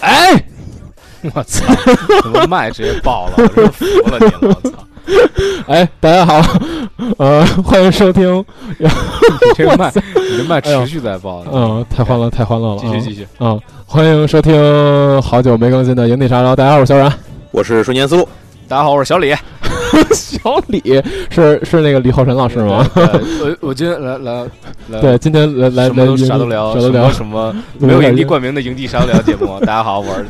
哎， 我操！怎么麦直接爆了？我真服了你了！我操！哎，大家好， 呃，欢迎收听， 你这个麦，你这麦持续在爆。嗯，太欢乐，太欢乐了，继续继续。嗯，欢迎收听好久没更新的《营地沙捞》，大家好，我是小 冉，我是瞬间苏， 大家好，我是小李。小李是是那个李浩晨老师吗？呃我我今天来来来，对，今天来来来啥啊都聊，啥都聊，什么没有营地冠名的营地啥都聊节目。大家好，我是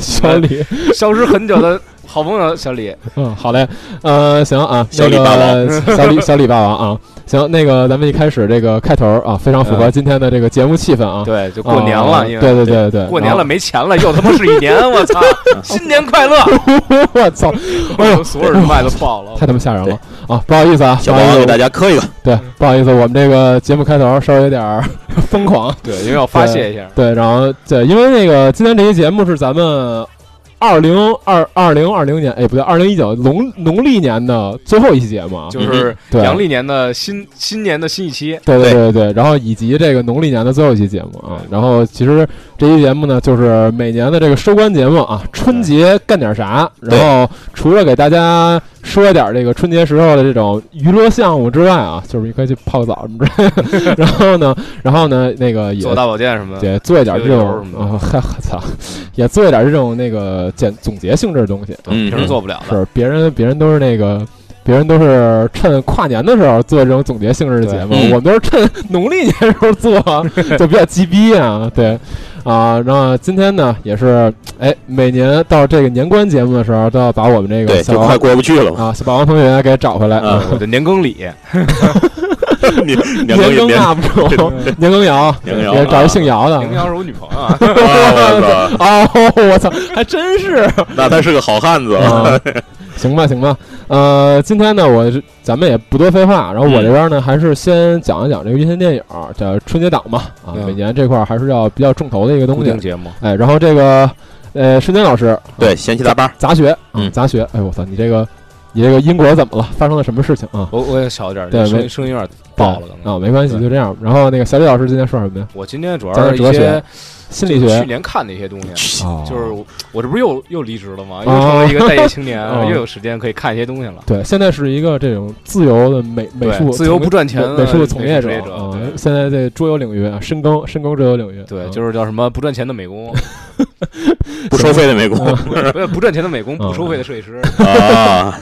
小李，消失很久的好朋友小 李。嗯，好嘞，呃，行啊，那个 小李小李霸王啊，行，那个咱们一开始这个开头啊，非常符合今天的这个节目气氛啊。对，就过年了，因为对对对对，啊过年了没钱了，又他妈是一年，我操！新年快乐！ 我操！哎呦，所有人麦都爆 了，太他妈吓人了啊！不好意思啊，小王给大家磕一个。对，不好意思，我们这个节目开头稍微有点 疯狂，对，因为要发泄一下。对，然后对，因为那个今天这期节目是咱们。二零二二零二零年，哎，不对，二零一九农农历年的最后一期节目，啊就是阳历年的新新年的新一期，对对对对，然后以及这个农历年的最后一期节目啊，然后其实这期节目呢，就是每年的这个收官节目啊，春节干点啥，然后除了给大家说点这个春节时候的这种娱乐项目之外啊，就是你可以去泡澡什么之类的，然后呢，然后呢，那个也做大保健什么的，对，做一点这种啊，嗨，我操，也做一点这种那个。简总结性质的东西，啊平时做不了的。是别人，别人都是那个，别人都是趁跨年的时候做这种总结性质的节目，我们都是趁嗯农历年时候 做，就比较鸡逼啊。对，啊，然后今天呢，也是，哎，每年到这个年关节目的时候，都要把我们这个就快过不嗯去 了啊，把王同学给找回来啊，我的年更礼。年更 UP 主，年更瑶，也找啊一姓姚的。年更瑶是我女朋友啊！ 哦，我操，还真是。那他是个好 汉子。啊行吧，行吧。呃，今天呢，我咱们也不多废话，然后我这边呢，还是先讲一讲这个院线电影，叫春节档嘛啊，每年这块还是要比较重头的一个东西。节目。哎，然后这个呃，瞬间老师，对，贤妻大巴杂学，嗯，杂学。哎，我操，你这个。你这个英国怎么了？发生了什么事情啊？我我也小点，对，声声音有点爆了啊，没关系，就这样。然后那个小李老师今天说什么呀？我今天主要是一些心理学，哦去年看的一些东西，就是我这不是又又离职了吗？又成为一个待业青年，哦又有时间可以看一些东西了。对，现在是一个这种自由的美美术，自由不赚钱美术的从业啊者。现在在桌游领域啊，深耕深耕桌游领域。啊对，就是叫什么不赚钱的美工。不收费的美工，不不赚钱的美工，哦不收费的设计师啊，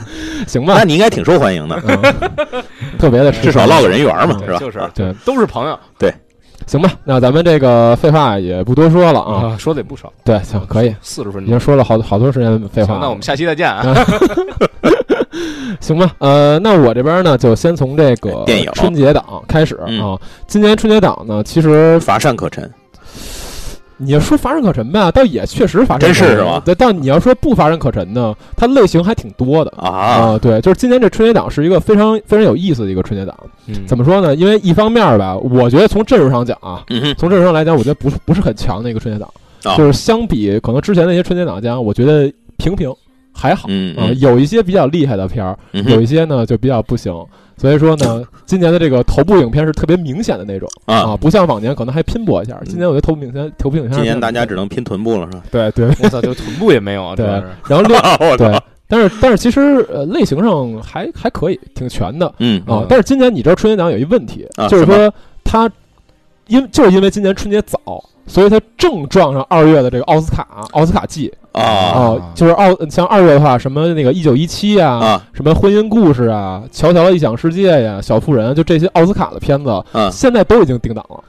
行吧？嗯那你应该挺受欢迎的，特别的，至少落个人缘哦嘛，是吧？就是，对，都是朋友，对，行吧？那咱们这个废话也不多说了啊，说的也不少，对，行，可以，四十分钟，已经说了好好多时间废话，嗯那我们下期再见啊。 行吧，呃，那我这边呢，就先从这个电影春节档开始嗯啊。今年春节档呢，其实乏善可陈。你要说乏善可陈吧，倒也确实乏善可陈，真是吧？对，但你要说不乏善可陈呢，它类型还挺多的啊、呃。对，就是今年这春节档是一个非常非常有意思的一个春节档。嗯、怎么说呢？因为一方面吧，我觉得从阵容上讲啊，嗯、从阵容上来讲，我觉得不是不是很强的一个春节档，啊哦、就是相比可能之前那些春节档讲，我觉得平平还好。嗯啊、呃，有一些比较厉害的片儿，嗯、有一些呢就比较不行。所以说呢，今年的这个头部影片是特别明显的那种啊，不像往年可能还拼搏一下。今年我觉得头部影片，头部影片，嗯今年大家只能拼臀部了，是吧？对对，我操，就臀部也没有，啊对。啊然后另 我对，但是但是其实呃类型上还还可以，挺全的，嗯啊啊。但是今年你知道春节档有一问题，就是说它因就是因为今年春节早，所以它正撞上二月的这个奥斯卡奥斯卡季。啊，就是二像二月的话，什么那个一九一七啊，什么婚姻故事啊，乔乔的异想世界呀，小妇人，就这些奥斯卡的片子，现在都已经定档了。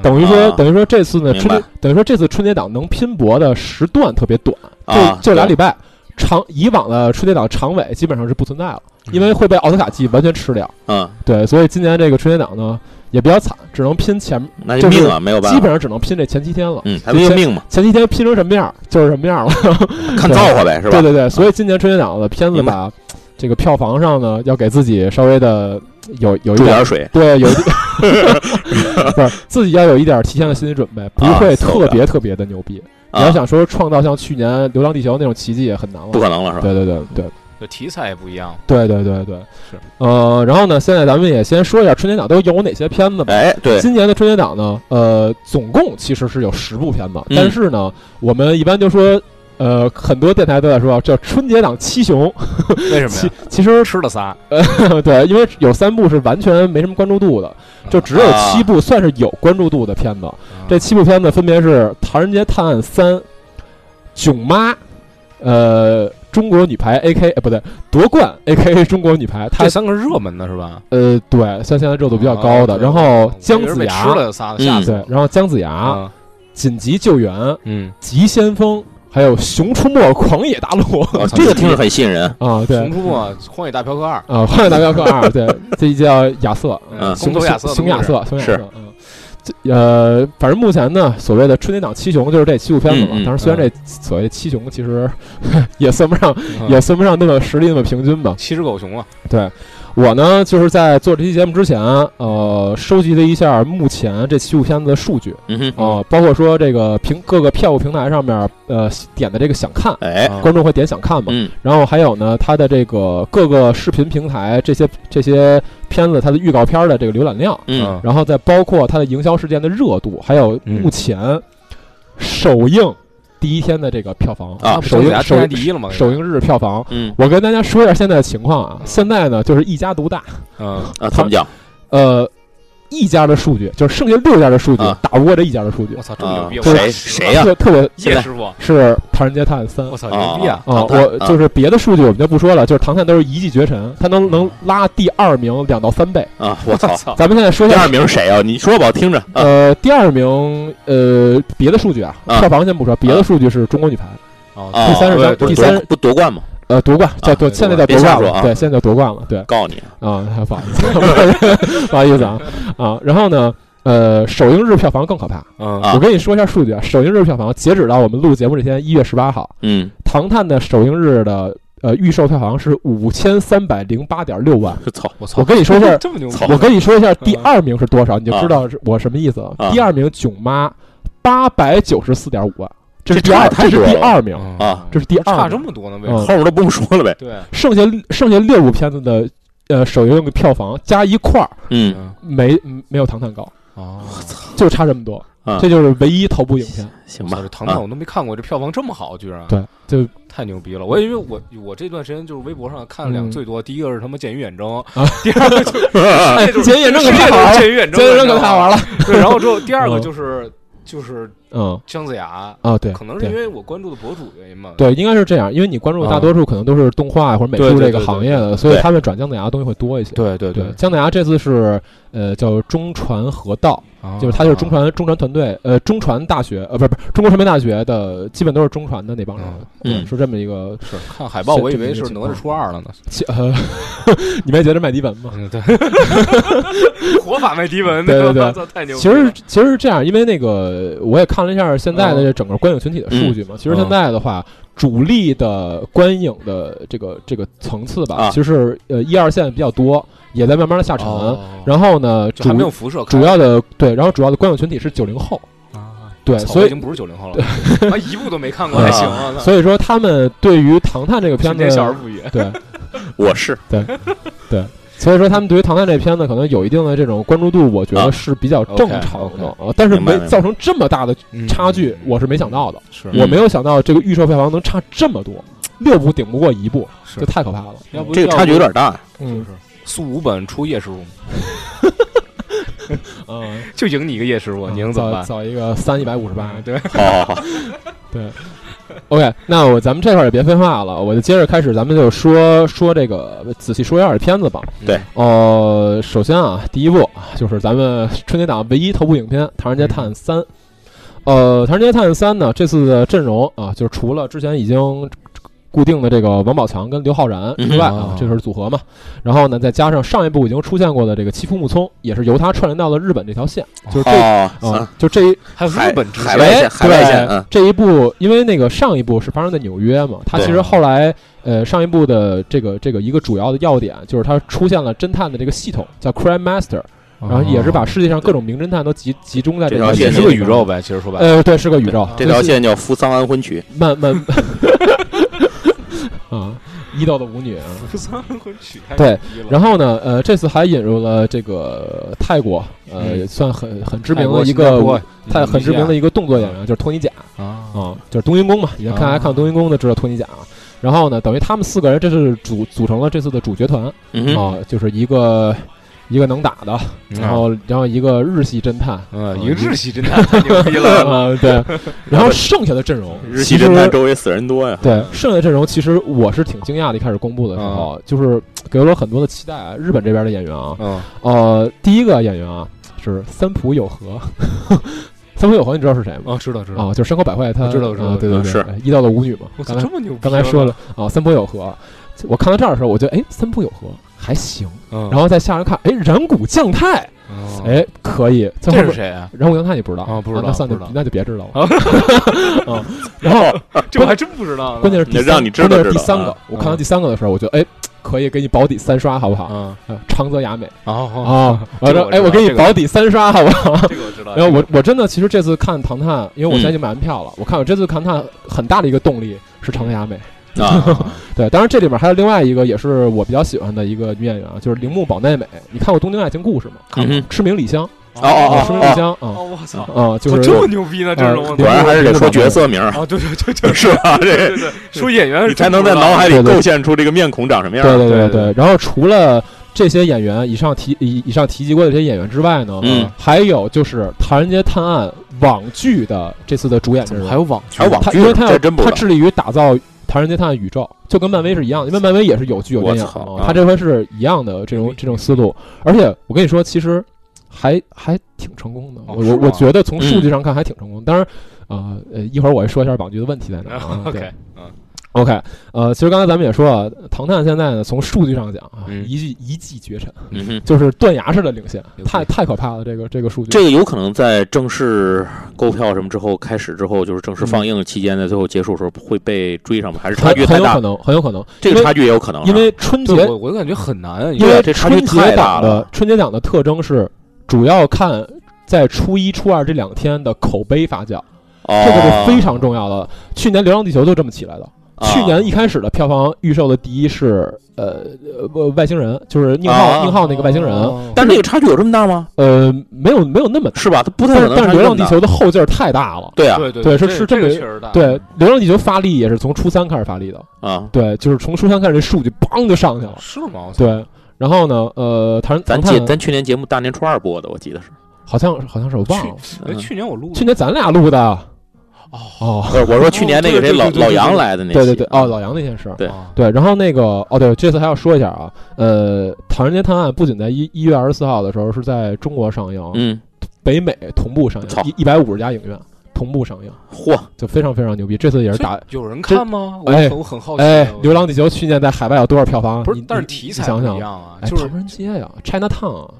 等于说，等于说这次呢，春节等于说这次春节档能拼搏的时段特别短，就就俩礼拜。长以往的春节档长尾基本上是不存在了，因为会被奥斯卡季完全吃掉。嗯，对，所以今年这个春节档呢。也比较惨，只能拼前，那就命是啊，没有办法，基本上只能拼这前七天了。嗯，还没有命嘛，前七天拼成什么样儿就是什么样儿了，看造化呗，是吧？啊对对对，所以今年春节档的片子明白吧，这个票房上呢，要给自己稍微的有有一注点点水，对， 有一 不是自己要有一点提前的心理准备，不啊会是的特别特别的牛逼。你啊要想说创造像去年《流浪地球》那种奇迹也很难了不。可能了，是吧？对对对对就题材也不一样，对对对对，是。呃，然后呢，现在咱们也先说一下春节档都有哪些片子吧。哎，对，今年的春节档呢，呃，总共其实是有十部片子，嗯但是呢，我们一般就说，呃，很多电台都在说叫春节档七雄，为什其么其实呀？吃了仨，对，因为有三部是完全没什么关注度的，就只有啊七部算是有关注度的片子。啊这七部片子分别是《唐人街探案三》《囧妈》，呃，《中国女排 A.K.》呃，不对，夺冠 A.K.A. 中国女排，她这三个是热门的是吧？呃，对，像现在热度比较高的。啊然后对姜我以为子被牙嗯吃，了仨，嗯吓死我对了，然后姜子牙、啊，紧急救援、嗯，急先锋，还有《熊出没》《狂野大陆》哦这个听着很吸引人，啊，对熊出没、荒野大镖客二，啊，《荒野大镖客 二》对，这一叫亚瑟，嗯熊红头亚瑟的熊亚故事，瑟，熊亚是瑟，嗯。这呃，反正目前呢，所谓的春节档七雄就是这七部片子嘛。嗯嗯嗯当然，虽然这所谓七雄其实 也算不上，也算不上那么实力那么平均吧。嗯七只狗熊啊，对我呢，就是在做这期节目之前，呃，收集了一下目前这七部片子的数据嗯哼，啊、包括说这个平各个票务平台上面呃点的这个想看，哎，啊观众会点想看嘛。嗯，然后还有呢，它的这个各个视频平台这些这些片子它的预告片的这个浏览量，嗯，然后再包括它的营销事件的热度，还有嗯目前首映第一天的这个票房啊首姜子映牙首天下映第一了嘛，首映日票房。嗯，我跟大家说一下现在的情况啊，现在呢就是一家独大，嗯，啊，怎么讲？呃，一家的数据就是剩下六家的数据啊打不过这一家的数据我，操，这么牛啊逼，，我谁操谁呀？特特别叶师傅，是《唐人街探案三》我操，啊牛逼啊！啊，唐探我啊就是别的数据我们就不说了，就是唐探都是一骑绝尘，他能能拉第二名两到三倍。啊，我操！操，咱们现在说一第下二，名谁呀？你说吧，我听着啊，呃，第二名，呃，别的数据啊，啊票房先不说，别的数据是中国女排，啊，啊第三是对咱对第不三不夺冠吗？呃，夺冠叫啊夺，对现在叫别夺冠瞎说了，啊对，现在叫夺冠了，对啊告诉你，，不好意思，不好意思啊 啊，然后呢？呃，首映日票房更可怕。嗯啊我跟你说一下数据啊，首映日票房截止到我们录节目这天一月十八号，嗯， 《唐探》的首映日的呃预售票房是五千三百零八点六万。操，我操，我跟你说一 下，这么牛逼，我跟你说一下第二名是多少，你就知道是我什么意思了。啊第二名《囧妈》八百九十四点五万，这是这第二，差太这是多第了二名，啊这是第嗯差二这名。么多呢？为什嗯么？后面都不用说了呗，对，剩下剩下六部片子的呃首映票房加一块儿嗯，嗯，没嗯没有《唐探》高，哦，我操，就差这么多啊。这就是唯一头部影片，行吧这，唐探啊我都没看过，这票房这么好，居然对，就太牛逼了！我因为我我这段时间就是微博上看了两嗯个最多，第一个是他妈《监狱远征》啊，第二个就是哎，就是监狱这啊 这啊可太 就是好了，监狱远征，监狱这可太好了。了。对，然后之后第二个嗯就是就是嗯姜子牙，啊，对，可能是对因为我关注的博主原因嘛。对，应该是这样，因为你关注的大啊多数可能都是动画呀或者美对术对这个对行对业的，所以对他们转姜子牙的东西会多一些。对对对，，姜子牙这次是呃叫中传河道，就是他就是啊中传中传团队，呃中传大学呃不是不是中国传媒大学的，基本都是中传的那帮人嗯，对嗯是这么一个是看海报，是我以这么一为个是情哪况吒初二了呢。其呃， 你没觉得麦迪文吗？嗯， 对， 活法麦迪文，对对对 我操，太牛其逼了！实其实是这样，因为那个我也看了一下现在的嗯这整个观影群体的数据嘛。其实现在的话，主力的观影的这个这个层次吧，啊其实呃一二线比较多，也在慢慢的下沉。哦然后呢，就还主没有辐射开，主要的对，然后主要的观影群体是九零后，啊对，操所我已以经不是九零后了，他一部都没看过，还行啊。以 所以说他们对于《唐探》这个片天天小而子，不语，对， 我是所以说他们对于《唐探》这片子可能有一定的这种关注度，我哦觉得啊是比较正常的，啊但是明白没明白造成这么大的差距，嗯我是没想到的。是我没有想到这个预售票房能差这么 多，六部顶不过一部，是这太可怕了。要不这个差距有点大呀，就嗯是素五本出叶师傅，嗯，就赢你一个叶师傅，你能怎么找办？找一个嗯三一百五十八嗯。对，啊好好好， OK，那我咱们这块儿也别废话了，我就接着开始，咱们就说说这个，仔细说一下这片子吧。对呃，首先啊，第一部就是咱们春节档唯一头部影片《唐人街探案三》。呃，《唐人街探案三》呢，这次的阵容啊，就是除了之前已经固定的这个王宝强跟刘昊然之外啊，这是组合嘛。然后呢，再加上上一部已经出现过的这个七浦木聪，也是由他串联到了日本这条线，就是这哦啊，就这一还有海日本之海外线，海外线，哎对嗯，这一部，因为那个上一部是发生在纽约嘛，他其实后来呃上一部的这个这个一个主要的要点就是它出现了侦探的这个系统叫 Crime Master，然哦后也是把世界上各种名侦探都集集中在这这条条线也线是个宇宙呗，其实说白了，呃，对，是个宇宙，这条线叫《扶桑安魂曲》。慢慢 啊，伊豆的舞女啊。扶桑昆曲 太呃对牛逼了，然后呢，呃，这次还引入了这个泰国，呃，也算很很知名泰国的一哎新加坡个泰很知名的一个动作演员，就是托尼贾啊，哦啊，就是冬阴功嘛，以前看大家看冬阴功都知道托尼贾。啊然后呢，等于他们四个人这是组组成了这次的主角团嗯哼，啊，就是一个一个能打的，然后啊哦然后一个日系侦探。嗯，一个日系侦探太牛逼了， 啊， 对，然后剩下的阵容，日系其实侦探周围死人 多呀。嗯对，剩下的阵容其实我是挺惊讶的。一开始公布的时啊候，就是给了我很多的期待啊。日本这边的演员啊，嗯，呃，第一个演员啊是三浦友和， 三浦友和你知道是谁吗？哦，知道知道，啊，就是山口百惠，他我知道我知道啊对对对，是伊道的舞女嘛。我刚操，才这么牛逼，刚才说了，啊，三浦友和，我看到这儿的时候，我觉得哎，三浦友和还行，嗯，然后再下来看，哎，染谷将太，后哎，可以，最啊后这面是谁啊？染谷将太你不知道啊不知道那算了不知道那就别知道啊。了啊，然后这我还真不知道呢，关键是第三，让你知道关键是第知道三个啊。我看到第三个的时候，我觉得哎，可以给你保底三刷，好不好？嗯，啊，长泽雅美哦啊，我这个说我哎，知道我给你这个保底三刷，好不好？这个我知道，然后我我真的其实这次看《唐探》，因为我嗯现在已经买完票了，我看我这次看《唐探》很大的一个动力是长泽雅美。啊，对，当然这里面还有另外一个也是我比较喜欢的一个女演员啊，就是铃木保奈美。你看过《东京爱情故事》吗？嗯哼赤名里香哦哦赤名里香啊哦，我操，啊，就我是这么牛逼呢，这容果呃然还是得说角色名儿，啊，对对对对，是吧？对这对对， 说演员你才能在脑海里构建出这个面孔长什么样。啊对对对对。然后除了这些演员以上提以以上提及过的这些演员之外呢，嗯还有就是《唐人街探案》网剧的这次的主演阵容，有网剧还有网他剧因为他这要真不知他道致力于打造《唐人街探案》宇宙，就跟漫威是一样的，因为漫威也是有剧有电影我操嘛，啊他这回是一样的这种嗯这种思路。而且我跟你说，其实还还挺成功的，哦我是我吗我觉得从嗯数据上看还挺成功。当然，呃呃，一会儿我会说一下网剧的问题在哪 儿啊。对 OK，嗯 OK，呃，其实刚才咱们也说了，唐探现在呢，从数据上讲啊，嗯一骑一骑绝尘，嗯哼，就是断崖式的领先，牛逼太太可怕了，这个这个数据。这个有可能在正式购票什么之后开始之后，就是正式放映期间的最后结束的时候会被追上吧？还是嗯差很距很太有大可？能，很有可能，这因个为差距也有可能啊，因为春节对我我感觉很难啊，因为这差距春太节大档了的春节档的特征是，主要看在初一、初二这两天的口碑发酵，这个是非常重要的。去年《流浪地球》就这么起来的。哦去年一开始的票房预售的第一是呃呃外星人，就是宁啊浩宁浩那个外星人，哦但是这个差距有这么大吗？呃，没有没有那么，是吧？它不太但可是能但是《差距流这浪么地大啊球》的后劲儿太大了。对啊对对对是这是这这么个一确实大，对，《流浪地球》发力也是从初三开始发力的，啊，对，就是从初三开始，这数据梆就上去了。是吗？我操，对，然后呢，呃，唐咱唐节探咱去年节目大年初二播的，我记得是。嗯好像是好像是我忘了，嗯哎，去年我录去年咱俩录的啊哦哦，不是，我说去年那个谁老哦对对对对对老杨来的那期对对对，哦，老杨那件事儿，对啊对，然后那个哦，对，这次还要说一下啊，呃，《唐人街探案》不仅在一一月二十四号的时候是在中国上映，嗯，北美同步上操映，一一百五十家影院同步上映，嚯，就非常非常牛逼。这次也是打，有人看吗？我哎很我很好奇啊。哎，我《流浪地球》去年在海外有多少票房？不是你，但是你题你材想不一想，样啊，哎，就是唐人街呀，China Town 啊。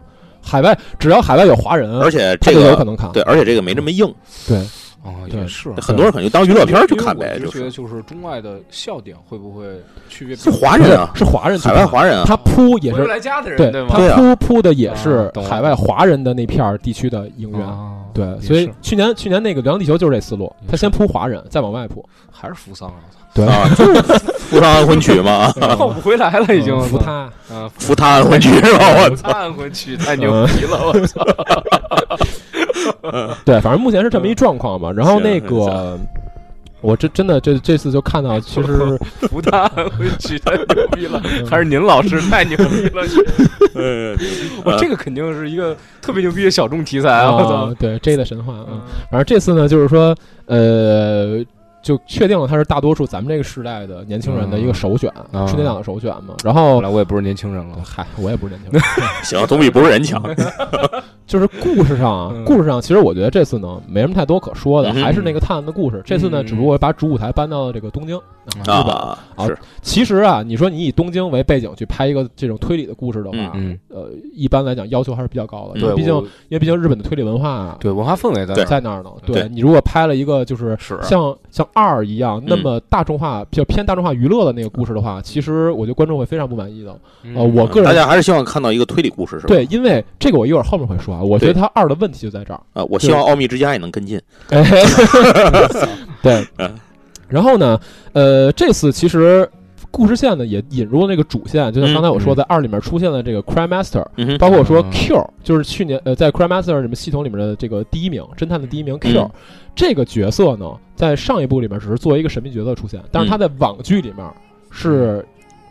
海外只要海外有华人，而且他这就有可个能嗯看。对，而且这个没这么硬，对哦，对也是啊很多人可能就当娱乐片儿去看因为呗，我就就觉是得就是中外的笑点会不会区别比较是大？华人啊，是华人去海看，外华人啊，他扑也我是是来家的人对吗？对他啊铺铺的也啊是懂了海外华人的那片儿地区的影院。哦对也，所以是去年去年那个《流浪地球》就是这思路也，是他先铺华人，再 往外铺，还是扶桑啊，对啊，就是 扶桑安魂曲嘛，我操 靠哦不回来了已经。扶他。嗯，扶他安魂曲是吧？我操，看回去太牛逼 了，我操！对，反正目前是这嗯么一状况嘛。然后那行个，我这真的这这次就看到，其实不看回去太牛逼 了，嗯还是您老师太牛逼了！ 呃我这个肯定是一个特别牛逼的小众题材啊！我啊操，，嗯对 J 的神话啊。反正这次呢，就是说，呃，就确定了它是大多数咱们这个时代的年轻人的一个首选，嗯春节档的首选嘛。然后，来我也不是年轻人了，嗨，我也不是年轻人， 啊行，总比不是人强。就是故事上，啊，故事上，其实我觉得这次呢没什么太多可说的，还是那个探案的故事。这次呢，只不过把主舞台搬到了这个东京，日本嗯啊。嗯其实啊，你说你以东京为背景去拍一个这种推理的故事的话，啊呃，一般来讲要求还是比较高的，因为毕竟因为毕竟日本的推理文化，对文化氛围在在那儿呢。对你如果拍了一个就是嗯像像二一样那么大众化、比较偏大众化娱乐的那个故事的话，其实我觉得观众会非常不满意的。呃，嗯我个人大家还是希望看到一个推理故事，是吧？对，因为这个我一会儿后面会说。啊，我觉得他二的问题就在这儿啊！我希望《奥秘之家》也能跟进。 对，然后呢，呃，这次其实故事线呢也引入了那个主线，就像刚才我说，在二里面出现了这个 Crime Master，、嗯、包括我说 Q，、嗯、就是去年呃在 Crime Master 什么系统里面的这个第一名侦探的第一名 Q、嗯、这个角色呢，在上一部里面只是作为一个神秘角色出现，但是他在网剧里面是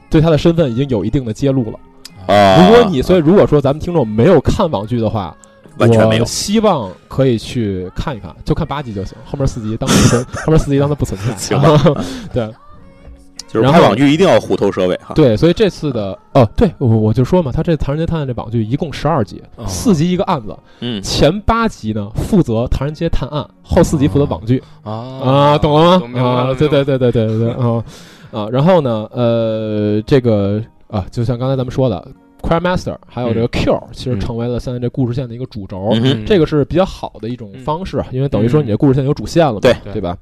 对他的身份已经有一定的揭露了。啊！如果你所以如果说咱们听众没有看网剧的话，完全没有。希望可以去看一看，就看八集就行，后面四集当后面四集当它不存在。行吧，对。就是拍网剧一定要虎头蛇尾哈。对，所以这次的哦，对我我就说嘛，他这《唐人街探案》这网剧一共十二集，四集一个案子，嗯，前八集呢负责《唐人街探案》，后四集负责网剧啊啊，懂了吗？啊，对对对对对对对啊啊，然后呢，呃，这个。啊，就像刚才咱们说的，Crime Master，还有这个 Q，、嗯、其实成为了现在这故事线的一个主轴，嗯、这个是比较好的一种方式，啊嗯、因为等于说你的故事线有主线了嘛，对对吧？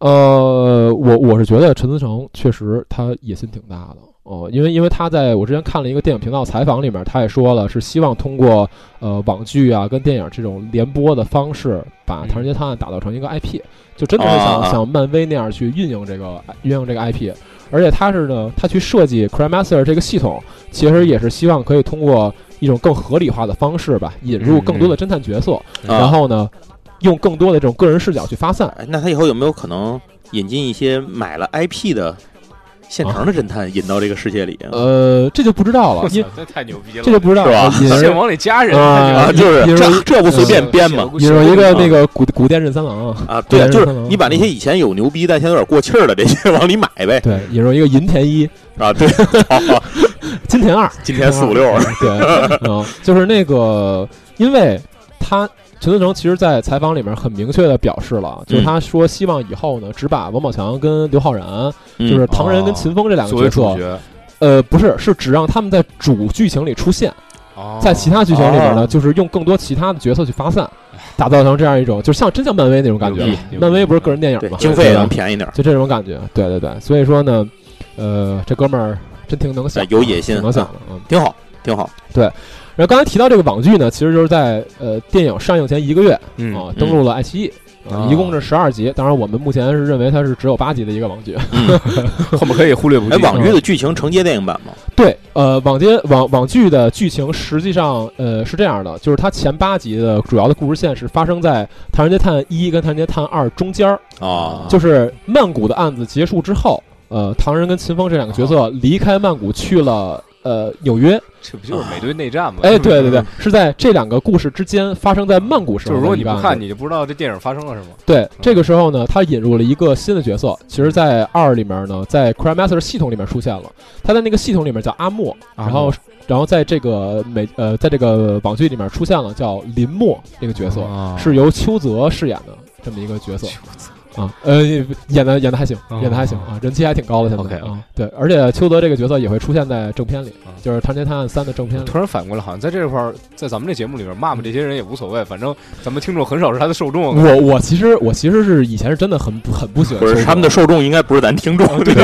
呃，我我是觉得陈思诚确实他野心挺大的哦、呃，因为因为他在我之前看了一个电影频道采访里面，他也说了是希望通过呃网剧啊跟电影这种联播的方式，把《唐人街探案》打造成一个 IP，就真的是想、嗯啊、想漫威那样去运营这个运营这个 IP。而且他是呢，他去设计 Crime Master 这个系统，其实也是希望可以通过一种更合理化的方式吧，引入更多的侦探角色，嗯嗯然后呢，用更多的这种个人视角去发散。哎那他以后有没有可能引进一些买了 IP 的？现成啊的侦探引到这个世界里，啊呃，这就不知道 了，因这太牛逼了，这就不知道嗯是吧？先往里加人啊，就是这这不随便呃编嘛，引入一个啊那个古古代任三郎啊，对，就是你把嗯那些以前有牛逼但现在有点过气儿的这些 往里买呗，对，引入一个银田一啊，对，金田二，金田 四五六， 对，啊，就是那个，因为他。陈思诚其实，在采访里面很明确的表示了，嗯就是他说希望以后呢，只把王宝强跟刘昊然，嗯就是唐人跟哦秦风这两个角色，呃，不是，是只让他们在主剧情里出现，哦在其哦他剧情里面呢，就是用更多其他的角色去发散，打造成这样一种，就像真像漫威那种感觉。漫威不是个人电影嘛，经费啊能便宜点，就这种感觉。对对对，所以说呢，呃，这哥们儿真挺能想，有野心，啊能想的，嗯，挺好，挺好，对。然后刚才提到这个网剧呢，其实就是在呃电影上映前一个月嗯嗯啊登陆了爱奇艺，啊一共啊是十二集。当然，我们目前是认为它是只有八集的一个网剧， 嗯后面可以忽略不计。啊哎，嗯网剧的剧情承接电影版吗？对，呃，网接网网剧的剧情实际上呃是这样的，就是它前八集的主要的故事线是发生在《唐人街探案一》跟《唐人街探案二》中间儿啊，就是曼谷的案子结束之后，呃，唐人跟秦风这两个角啊色离开曼谷去了。呃，纽约， 这不就是美队内战吗？哎，对对对，是在这两个故事之间发生在曼谷时候。就是如果你不看，你就不啊知道这电影发生了，是吗？对，这个时候呢，他引入了一个新的角色，其实，在二里面呢，在 Crime Master 系统里面出现了，他在那个系统里面叫阿莫，啊然后，然后在这个美呃，在这个网剧里面出现了叫林默这个角色，啊是由邱泽饰演的这么一个角色。啊，呃，演的演的还行，演的还行啊，人气还挺高的现在啊。对，而且邱泽这个角色也会出现在正片里，就是《唐人街探案三》的正片。突然反过来，好像在这块儿，在咱们这节目里边骂骂这些人也无所谓，反正咱们听众很少是他的受众。啊我我其实我其实是以前是真的啊很很不喜欢，不是他们的受众应该不是咱听众，对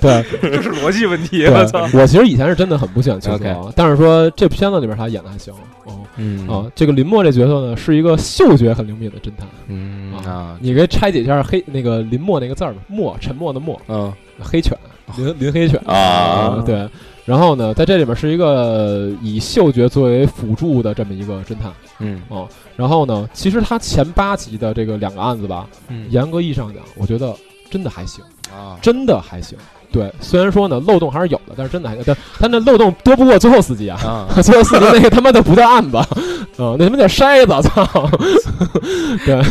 对， 这是逻辑问题。我操！我其实以前是真的很不喜欢邱泽，啊但是说这片子里边他演的还行。哦，嗯啊，这个林默这角色呢，是一个嗅觉很灵敏的侦探。嗯啊。你可以拆解一下黑那个林默那个字儿嘛，默沉默的默，嗯，黑犬哦林林黑犬啊，对。然后呢，在这里面是一个以嗅觉作为辅助的这么一个侦探，嗯哦。然后呢，其实他前八集的这个两个案子吧，嗯严格意义上讲，我觉得真的还行啊，真的还行。对，虽然说呢，漏洞还是有的，但是真的还，但他那漏洞多不过最后四集啊， 最后四集那个他妈的不叫案子， 啊，那他妈叫筛子，操！ 对，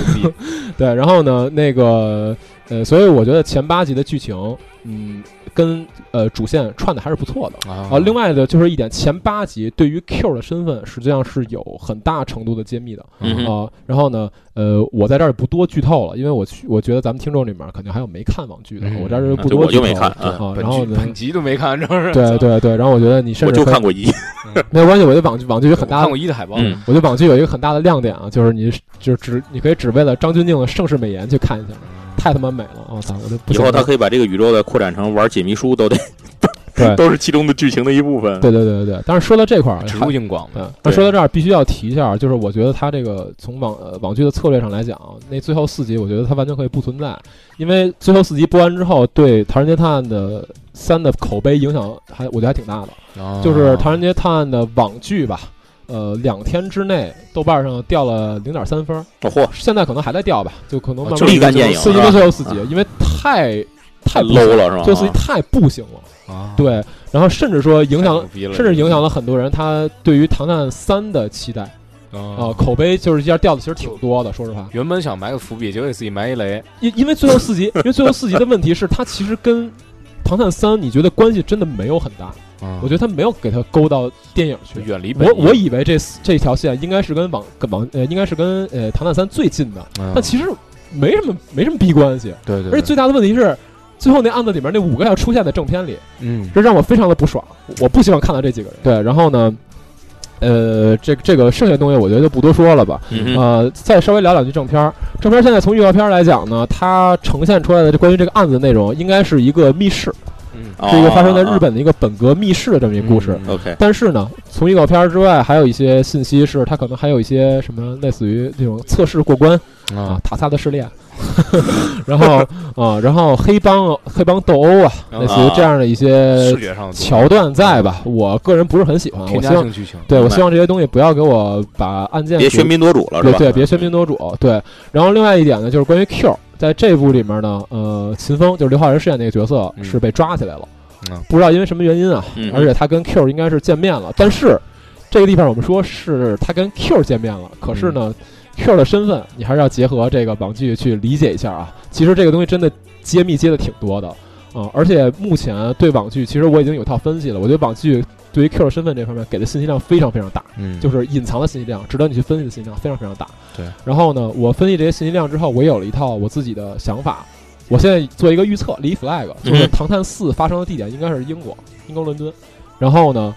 对，然后呢，那个呃，所以我觉得前八集的剧情，嗯，跟呃主线串的还是不错的啊。另外的就是一点，前八集对于 Q 的身份实际上是有很大程度的揭秘的嗯啊。然后呢，呃，我在这儿不多剧透了，因为我去，我觉得咱们听众里面肯定还有没看网剧的，我这儿不多嗯我就没看嗯啊。然后呢，本集都没看，这是对对对。然后我觉得你甚至就看过一，嗯没有关系。我觉得网剧网剧有很大，嗯看过一的海报。我觉得网剧有一个很大的亮点啊，就是你就是只你可以只为了张钧甯的盛世美颜去看一下。太他妈美了！啊我操，我都不以后他可以把这个宇宙再扩展成玩解谜书都得，对， 都是其中的剧情的一部分。对对对对对。但是说到这块儿，植入硬广。对，那说到这儿必须要提一下，啊就是我觉得他这个从网呃网剧的策略上来讲，啊那最后四集我觉得它完全可以不存在，因为最后四集播完之后，对《唐人街探案》的三的口碑影响还我觉得还挺大的，哦、啊就是《唐人街探案》的网剧吧。呃，两天之内豆瓣上掉了零点三分，哦嚯！现在可能还在掉吧，就可能慢慢啊就一干电影，啊四级到最后四级，因为太太 low 了是啊吧？最啊后四级太不行了啊！对，然后甚至说影响，甚至影响了很多人他对于《唐探三》的期待啊，口碑就是一下掉的其实挺多的，说实话。原本想埋个伏笔，结果给自己埋一雷，因因为最后四 集，因为最后四集的问题是它其实跟《唐探三》你觉得关系真的没有很大。嗯我觉得他没有给他勾到电影去，远离啊我。我以为这这条线应该是跟网跟网呃，应该是跟呃《唐探三》最近的，但其实没什么没什么逼关系。嗯对对。而且最大的问题是，最后那案子里面那五个要出现在正片里，嗯，这让我非常的不爽。我不希望看到这几个人。对，然后呢，呃，这这个剩下东西我觉得就不多说了吧。嗯呃，再稍微聊两句正片儿。正片现在从预告片来讲呢，它呈现出来的这关于这个案子内容，应该是一个密室。嗯是一个发生在日本的嗯一个本格密室的这么一个故事。哦 OK，但是呢，从预告片之外，还有一些信息是它可能还有一些什么类似于这种测试过关嗯啊，塔萨的试炼， 然后啊，然后黑帮黑帮斗殴啊，类似于这样的一嗯啊些呃桥段在吧？我个人不是很喜欢，我希望对我希望这些东西不要给我把案件别喧宾夺主了，对对，别喧宾夺主。对，然后另外一点呢，就是关于 Q。在这部里面呢，呃，秦风就是刘昊然饰演那个角色是被抓起来了，不知道因为什么原因啊。嗯而且他跟 Q 应该是见面了，但是这个地方我们说是他跟 Q 见面了，可是呢，Q 的身份你还是要结合这个网剧去理解一下啊。其实这个东西真的揭秘揭的挺多的啊，而且目前对网剧其实我已经有套分析了，我觉得网剧对于 Q 的身份这方面给的信息量非常非常大，嗯，就是隐藏的信息量，值得你去分析的信息量非常非常大。对，然后呢，我分析这些信息量之后，我有了一套我自己的想法。我现在做一个预测，立 flag，就是《嗯唐探四》发生的地点应该是英国，英国伦敦。然后呢，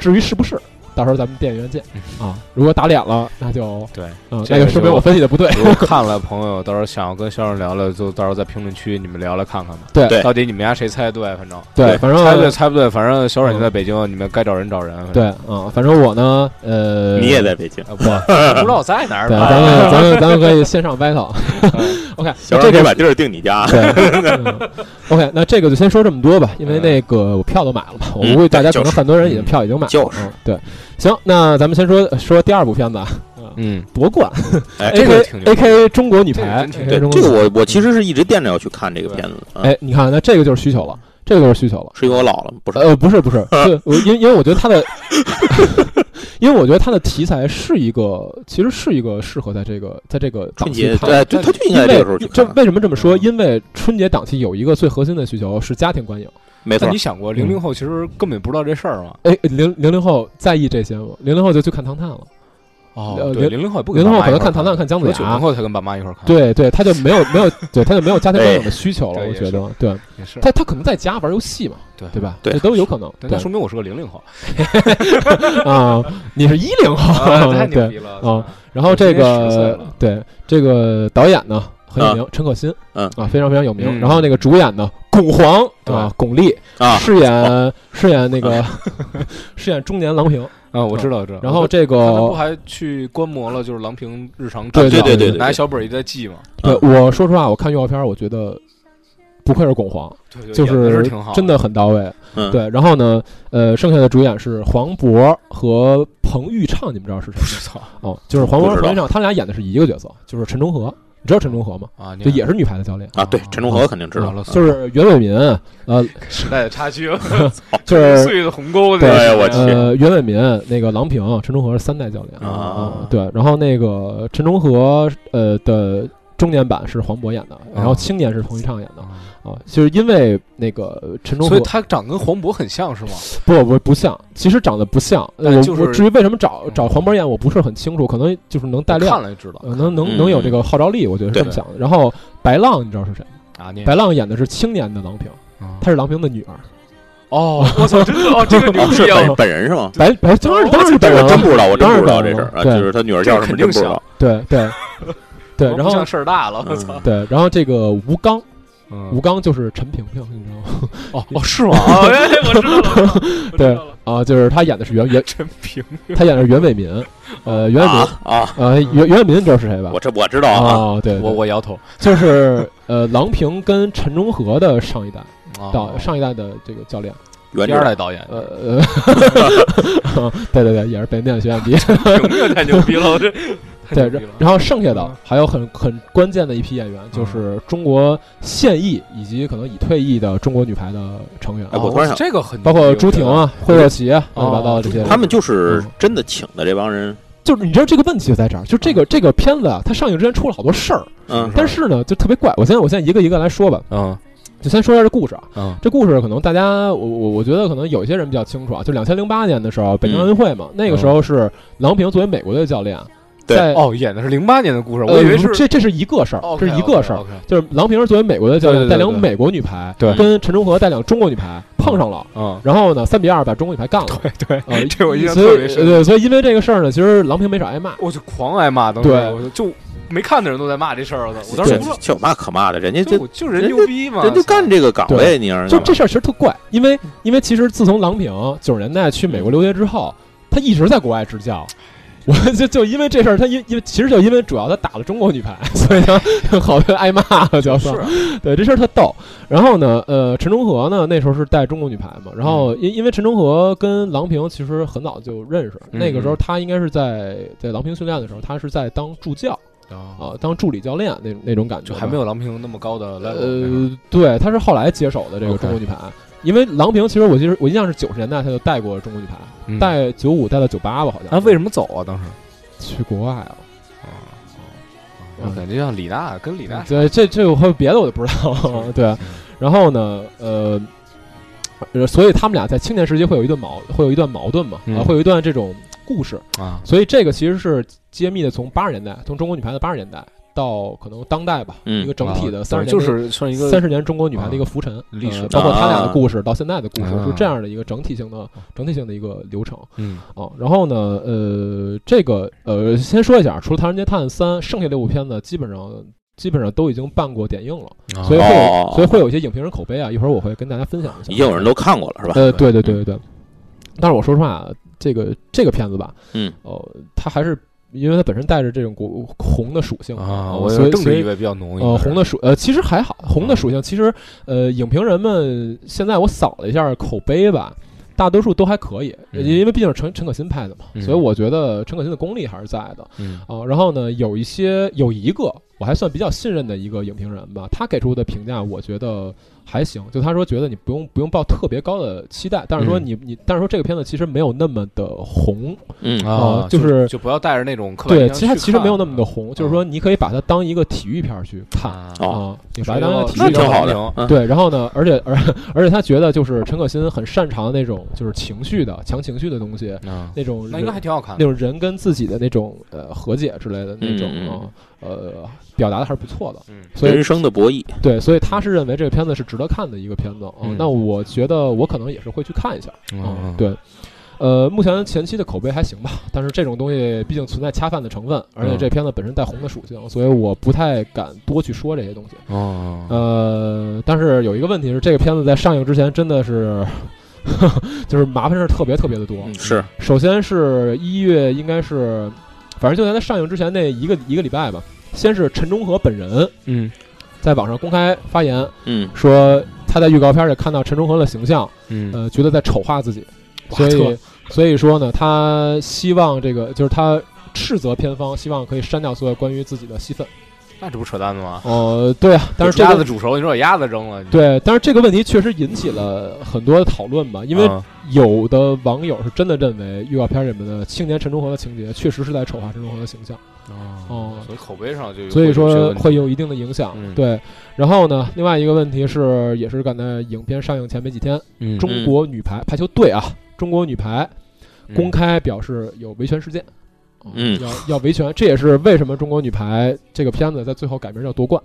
至于是不是，到时候咱们电影院见嗯啊。如果打脸了，那就 对，嗯，那就说明我分析的 不对。如果看了朋友，到时候想要跟肖生聊聊，就到时候在评论区你们聊聊看看吧。对，到底你们家谁猜对？啊反正对，反正猜对猜不对，反正小阮就在北京，你们该找人找人。嗯对啊，反正我呢，呃，嗯你也在北京，我 不知道我在哪儿。对，咱们咱们咱们可以线上 battle。OK，嗯小这个把地儿定你家。对嗯 OK，那这个就先说这么多吧，因嗯为那个我票都买了嘛，我估计大家可能很多人已经票已经买了。啊就是对，行，那咱们先说说第二部片子啊。嗯，夺冠哎这哎个 A K 中国女排，对这个我我其实是一直惦着要去看这个片子。嗯哎，你看，那这个就是需求了，这个就是需求了，是因为我老了，不是？呃，不是不 是，对，我因因为我觉得它的， 因为我觉得它的题材是一个，其实是一个适合在这个在这个春节，对，就它就应该这个时候去嗯这为什么这么说？因为春节档期有一个最核心的需求是家庭观影。没错，你想过零零嗯后其实根本不知道这事儿吗？哎，零零零后在意这些吗？零零后就去看《唐探》了。哦，对，零零后也不呃零零后可能看唐探看姜子牙，九零后才跟爸妈一块儿看。对对，他就没有没有，对他就没有家庭观影的需求了。我觉得，对，他他可能在家玩游戏嘛，对对吧？对，都有可能。那说明我是个零零后啊，你是一零啊后， 对啊。然后这个对这个导演呢很有名，陈可辛，嗯啊非常非常有名。然后那个主演呢，巩皇啊，巩俐啊，饰演饰演那个 饰演中年郎平。啊，我知道，知道。然后这个不还去观摩了，就是郎平日常哦对对对对，拿小本一直在记嘛。对，我说实话，我看预告片，我觉得不愧是巩皇，就是真的很到位。嗯对，然后呢，呃，剩下的主演是黄渤和彭昱畅，你们知道是谁吗？哦，就是黄渤和彭昱畅，他俩演的是一个角色，就是陈忠和。你知道陈忠和吗？啊，就也是女排的教练啊。对，陈忠和肯定知道了，就是袁伟民，呃，时代的差距，就是岁月的鸿沟。呃对，哎我去，呃，袁伟民那个郎平，陈忠和是三代教练啊。对，然后那个陈忠和，呃的。中年版是黄渤演的，然后青年是彭昱畅演的。啊，就是因为那个陈忠，所以他长得跟黄渤很像是吗？不不不像，其实长得不像。呃但我就是嗯我至于为什么找找黄渤演，我不是很清楚，可能就是能带量，看了就知道，呃能能嗯能有这个号召力，我觉得是这么对想的。然后白浪你知道是谁？啊，你白浪演的是青年的郎平，啊她是郎平的女儿。哦，我操，真的哦，这个 哦，牛是逼啊！本本人是吗？白白当然哦当然是白这浪了，我真不知道，我真不知道当这然事儿白啊，浪了就是他女儿叫什么真不知道。对 对对，然我不后像事儿大了，我操！嗯对，然后这个吴刚，吴嗯刚就是陈萍萍，你知道吗？哦哦，是 吗？哦，哎我知道了，我知道了，啊，就是他演的是袁袁，陈平，他演的是袁 伟民，呃，袁伟民，啊啊！呃，袁袁伟民你知道是谁吧？我这我知道啊，哦，对，对我我摇头。就是呃，郎平跟陈忠和的上一代哦导上一代的这个教练，原第汁儿二代导演， 呃呃， 对对对，也是北电学院毕业，平这太牛逼了，我这 太牛对，逼然了。然后剩下的嗯还有很很关键的一批演员，就是中国现役以及可能已退役的中国女排的成员哎，，我哦突然想这个很包括朱婷，啊、惠若琪啊，乱七八糟的这些人，他们就是嗯真的请的这帮人，就是你知道这个问题就在这儿，就这个这个片子啊，它上映之前出了好多事儿，嗯但是呢，就特别怪。我现在我现在一个一个来说吧，嗯就先说一下这故事啊。嗯这故事可能大家，我我我觉得可能有一些人比较清楚啊，就两千零八年的时嗯候，北京奥运会嘛，那个时候是郎平作为美国队教练，啊对在哦，演的是零八年的故事，呃我以为是哦这这是一个事儿，这是一个事儿， OK，OK，OK，就是郎平是作为美国队教练对对带对领对美国女排，对跟陈忠和带领中国女排碰上了。嗯，然后呢，三比二把中国女排干了。对呃， 这我印象所以特别深呃对，所以因为这个事儿呢，其实郎平没少挨骂。我就狂挨骂，当时对我就没看的人都在骂这事儿，我操！我当时对不知道，，这有嘛可骂的？哎人家就就我就人牛逼嘛，人就干这这个岗位，你让就这事儿其实特怪，因为嗯因为其实自从郎平九十年代去美国留学之后，他一直在国外执教。 我就就因为这事儿，他因因为其实就因为主要他打了中国女排， 所以他好像挨骂了，就是啊对这事儿特逗。然后呢，呃，陈忠和呢那时候是带中国女排嘛，嗯然后因因为陈忠和跟郎平其实很早就认识，嗯那个时候他应该是在在郎平训练的时候，他是在当助教啊，啊、当助理教练那那种感觉就吧，还没有郎平那么高的 level，呃，对，他是后来接手的这个 OK 中国女排。因为郎平，其实我记得我印象是九十年代他就带过中国女排，嗯带九五带到九八吧，好像。啊，为什么走啊？当时去国外了？嗯我感觉像李娜跟李娜对，这这我还有别的我就不知 道了。对，然后呢，呃，呃所以他们俩在青年时期会有一段矛，会有一段矛盾嘛，嗯啊，会有一段这种故事。啊，所以这个其实是揭秘的，从八十年代，从中国女排的八十年代到可能当代吧，嗯一个整体的啊三十年就代是算一个三十年中国女排的一个浮沉历史呃包括他俩的啊故事到现在的故事，啊是这样的一个整体性的、整体性的一个流程嗯啊。然后呢，呃，这个呃，先说一下，除了《唐人街探案三》，剩下六部片子基本上。基本上都已经办过点映了，所以会哦有，所以会有一些影评人口碑啊。一会儿我会跟大家分享一下。已经有人都看过了是嗯吧？呃，对对对对对。但是我说实话，啊这个这个片子吧，嗯，哦，它还是因为它本身带着这种国红的属性啊，呃我所以政所以治意味比较浓，应呃，该是红的属呃，其实还好，红的嗯属性其实呃，影评人们现在我扫了一下口碑吧，大多数都还可以，嗯因为毕竟是陈陈可辛拍的嘛，嗯所以我觉得陈可辛的功力还是在的嗯啊、然后呢，有一些有一个我还算比较信任的一个影评人吧，他给出的评价我觉得还行，就他说觉得你不用不用抱特别高的期待，但是说嗯你、你但是说这个片子其实没有那么的红，嗯啊就就是就不要带着那种刻板对，印其象实它去其实看嗯没有那么的红，就是说你可以把它当一个体育片儿去看。啊哦啊，你把它当一个体那育是片挺儿好的挺好，嗯对，然后呢，而且而 而且他觉得就是陈可辛很擅长那种就是情绪的强情绪的东西，啊，那种那人应该还挺好看那的。种人跟自己的那种呃和解之类的那种嗯嗯啊呃表达的还是不错的，嗯所以人生的博弈，对，所以他是认为这个片子是值得看的一个片子啊、嗯那我觉得我可能也是会去看一下啊、嗯对。呃，目前前期的口碑还行吧，但是这种东西毕竟存在恰饭的成分，而且嗯这片子本身带红的属性，所以我不太敢多去说这些东西。哦呃，但是有一个问题是，这个片子在上映之前真的是， 就是麻烦事儿特别特别的多。嗯是首先是一月，应该是，反正就在它上映之前那一个一个礼拜吧，先是陈忠和本人嗯在网上公开发言嗯说，他在预告片里看到陈忠和的形象，嗯呃，觉得在丑化自己，哇所以特所以说呢，他希望这个就是他斥责片方，希望可以删掉所有关于自己的戏份。那这不扯淡吗？呃，对啊，但是鸭哦子煮熟，你说把鸭子扔了，对，但是这个问题确实引起了很多的讨论吧，因为啊有的网友是真的认为预告片里面的青年陈忠和的情节确实是在丑化陈忠和的形象，哦，所以口碑上就所以说会有一定的影响。嗯、对，然后呢，另外一个问题是，也是赶在影片上映前没几天，嗯、中国女排排球队啊，中国女排嗯公开表示有维权事件。哦嗯，要要维权，这也是为什么中国女排这个片子在最后改名叫夺冠。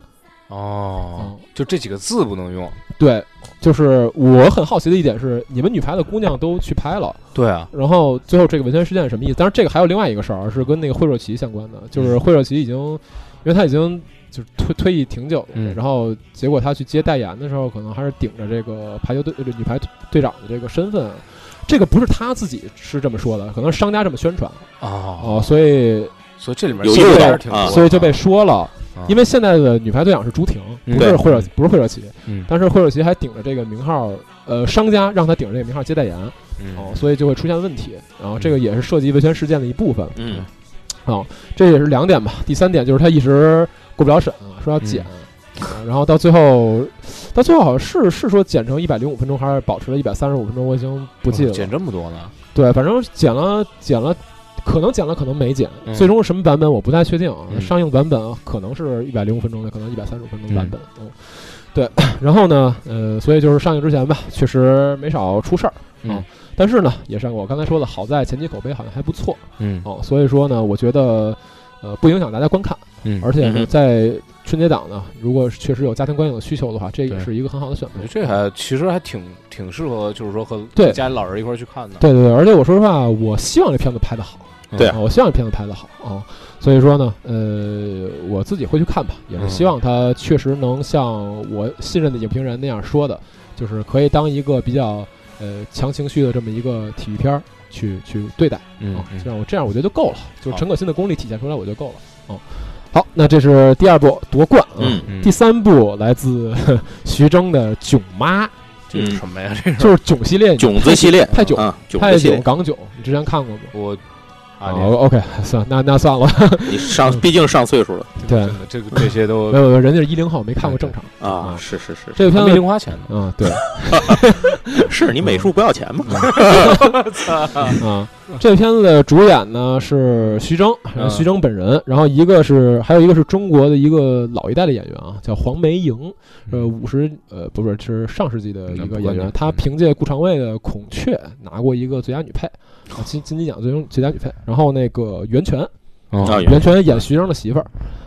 哦，就这几个字不能用。对，就是我很好奇的一点是，你们女排的姑娘都去拍了。对啊。然后最后这个维权事件是什么意思？当然，这个还有另外一个事儿是跟那个惠若琪相关的，嗯就是惠若琪已经，因为她已经就是退退役挺久了，嗯、然后结果她去接代言的时候，可能还是顶着这个排球队呃女排队长的这个身份。这个不是他自己是这么说的，可能商家这么宣传哦哦、呃，所以所以这里面有所诱导以啊所以就被说了。啊因为现在的女排队长是朱婷，不是对惠若，不是惠若琪，嗯但是惠若琪还顶着这个名号，呃，商家让她顶着这个名号接代言，嗯哦，所以就会出现问题。然后这个也是涉及维权事件的一部分，嗯哦，这也是两点吧。第三点就是他一直过不了审啊，说要剪，啊然后到最后，到最后好像是是说剪成一百零五分钟，还是保持了一百三十五分钟，我已经不记得了。减这么多呢？对，反正剪了剪了，可能剪了，可能没剪，嗯最终什么版本我不太确定啊。嗯上映版本可能是一百零五分钟的，可能一百三十五分钟版本。嗯对，然后呢，呃，所以就是上映之前吧，确实没少出事儿。啊嗯但是呢，也是我刚才说的，好在前期口碑好像还不错嗯哦，所以说呢，我觉得，呃，不影响大家观看，嗯，而且嗯呢，哼在春节档呢，如果确实有家庭观影的需求的话，这也对是一个很好的选我择觉得。这还其实还挺挺适合，就是说和对家里老人一块儿去看的。对对对，而且我说实话，我希望这片子拍得好。对啊，我希望这片子拍得好啊，所以说呢，呃，我自己会去看吧，也是希望它确实能像我信任的影评人那样说的，就是可以当一个比较呃强情绪的这么一个体育片儿去去对待嗯啊，嗯这样我这样我觉得就够了，就是好陈可辛的功力体现出来我就够了啊。好，那这是第二部夺冠啊，嗯嗯第三部来自徐峥的《囧妈》，嗯这嗯是什么呀？这是就是囧系列，囧字系列太囧啊，囧泰字系囧列，港囧，你之前看过吗？我啊，哦，OK，算 那那算了，你嗯上毕竟上岁数了这 对个，真的这个这些都没有，没有人家是一零后，没看过正常。啊啊，是是 是，这个他片没子零花钱呢。啊，对是你美术不要钱吗？啊，这个片子的主演呢是徐峥，然后嗯徐峥本人，然后一个是还有一个是中国的一个老一代的演员啊，叫黄梅莹，呃，五十呃不是是上世纪的一个演员，嗯她凭借顾长卫的《孔雀》拿过一个最佳女配，啊金金鸡奖最终最佳女配，然后那个袁泉，哦啊，袁泉演徐峥的媳妇儿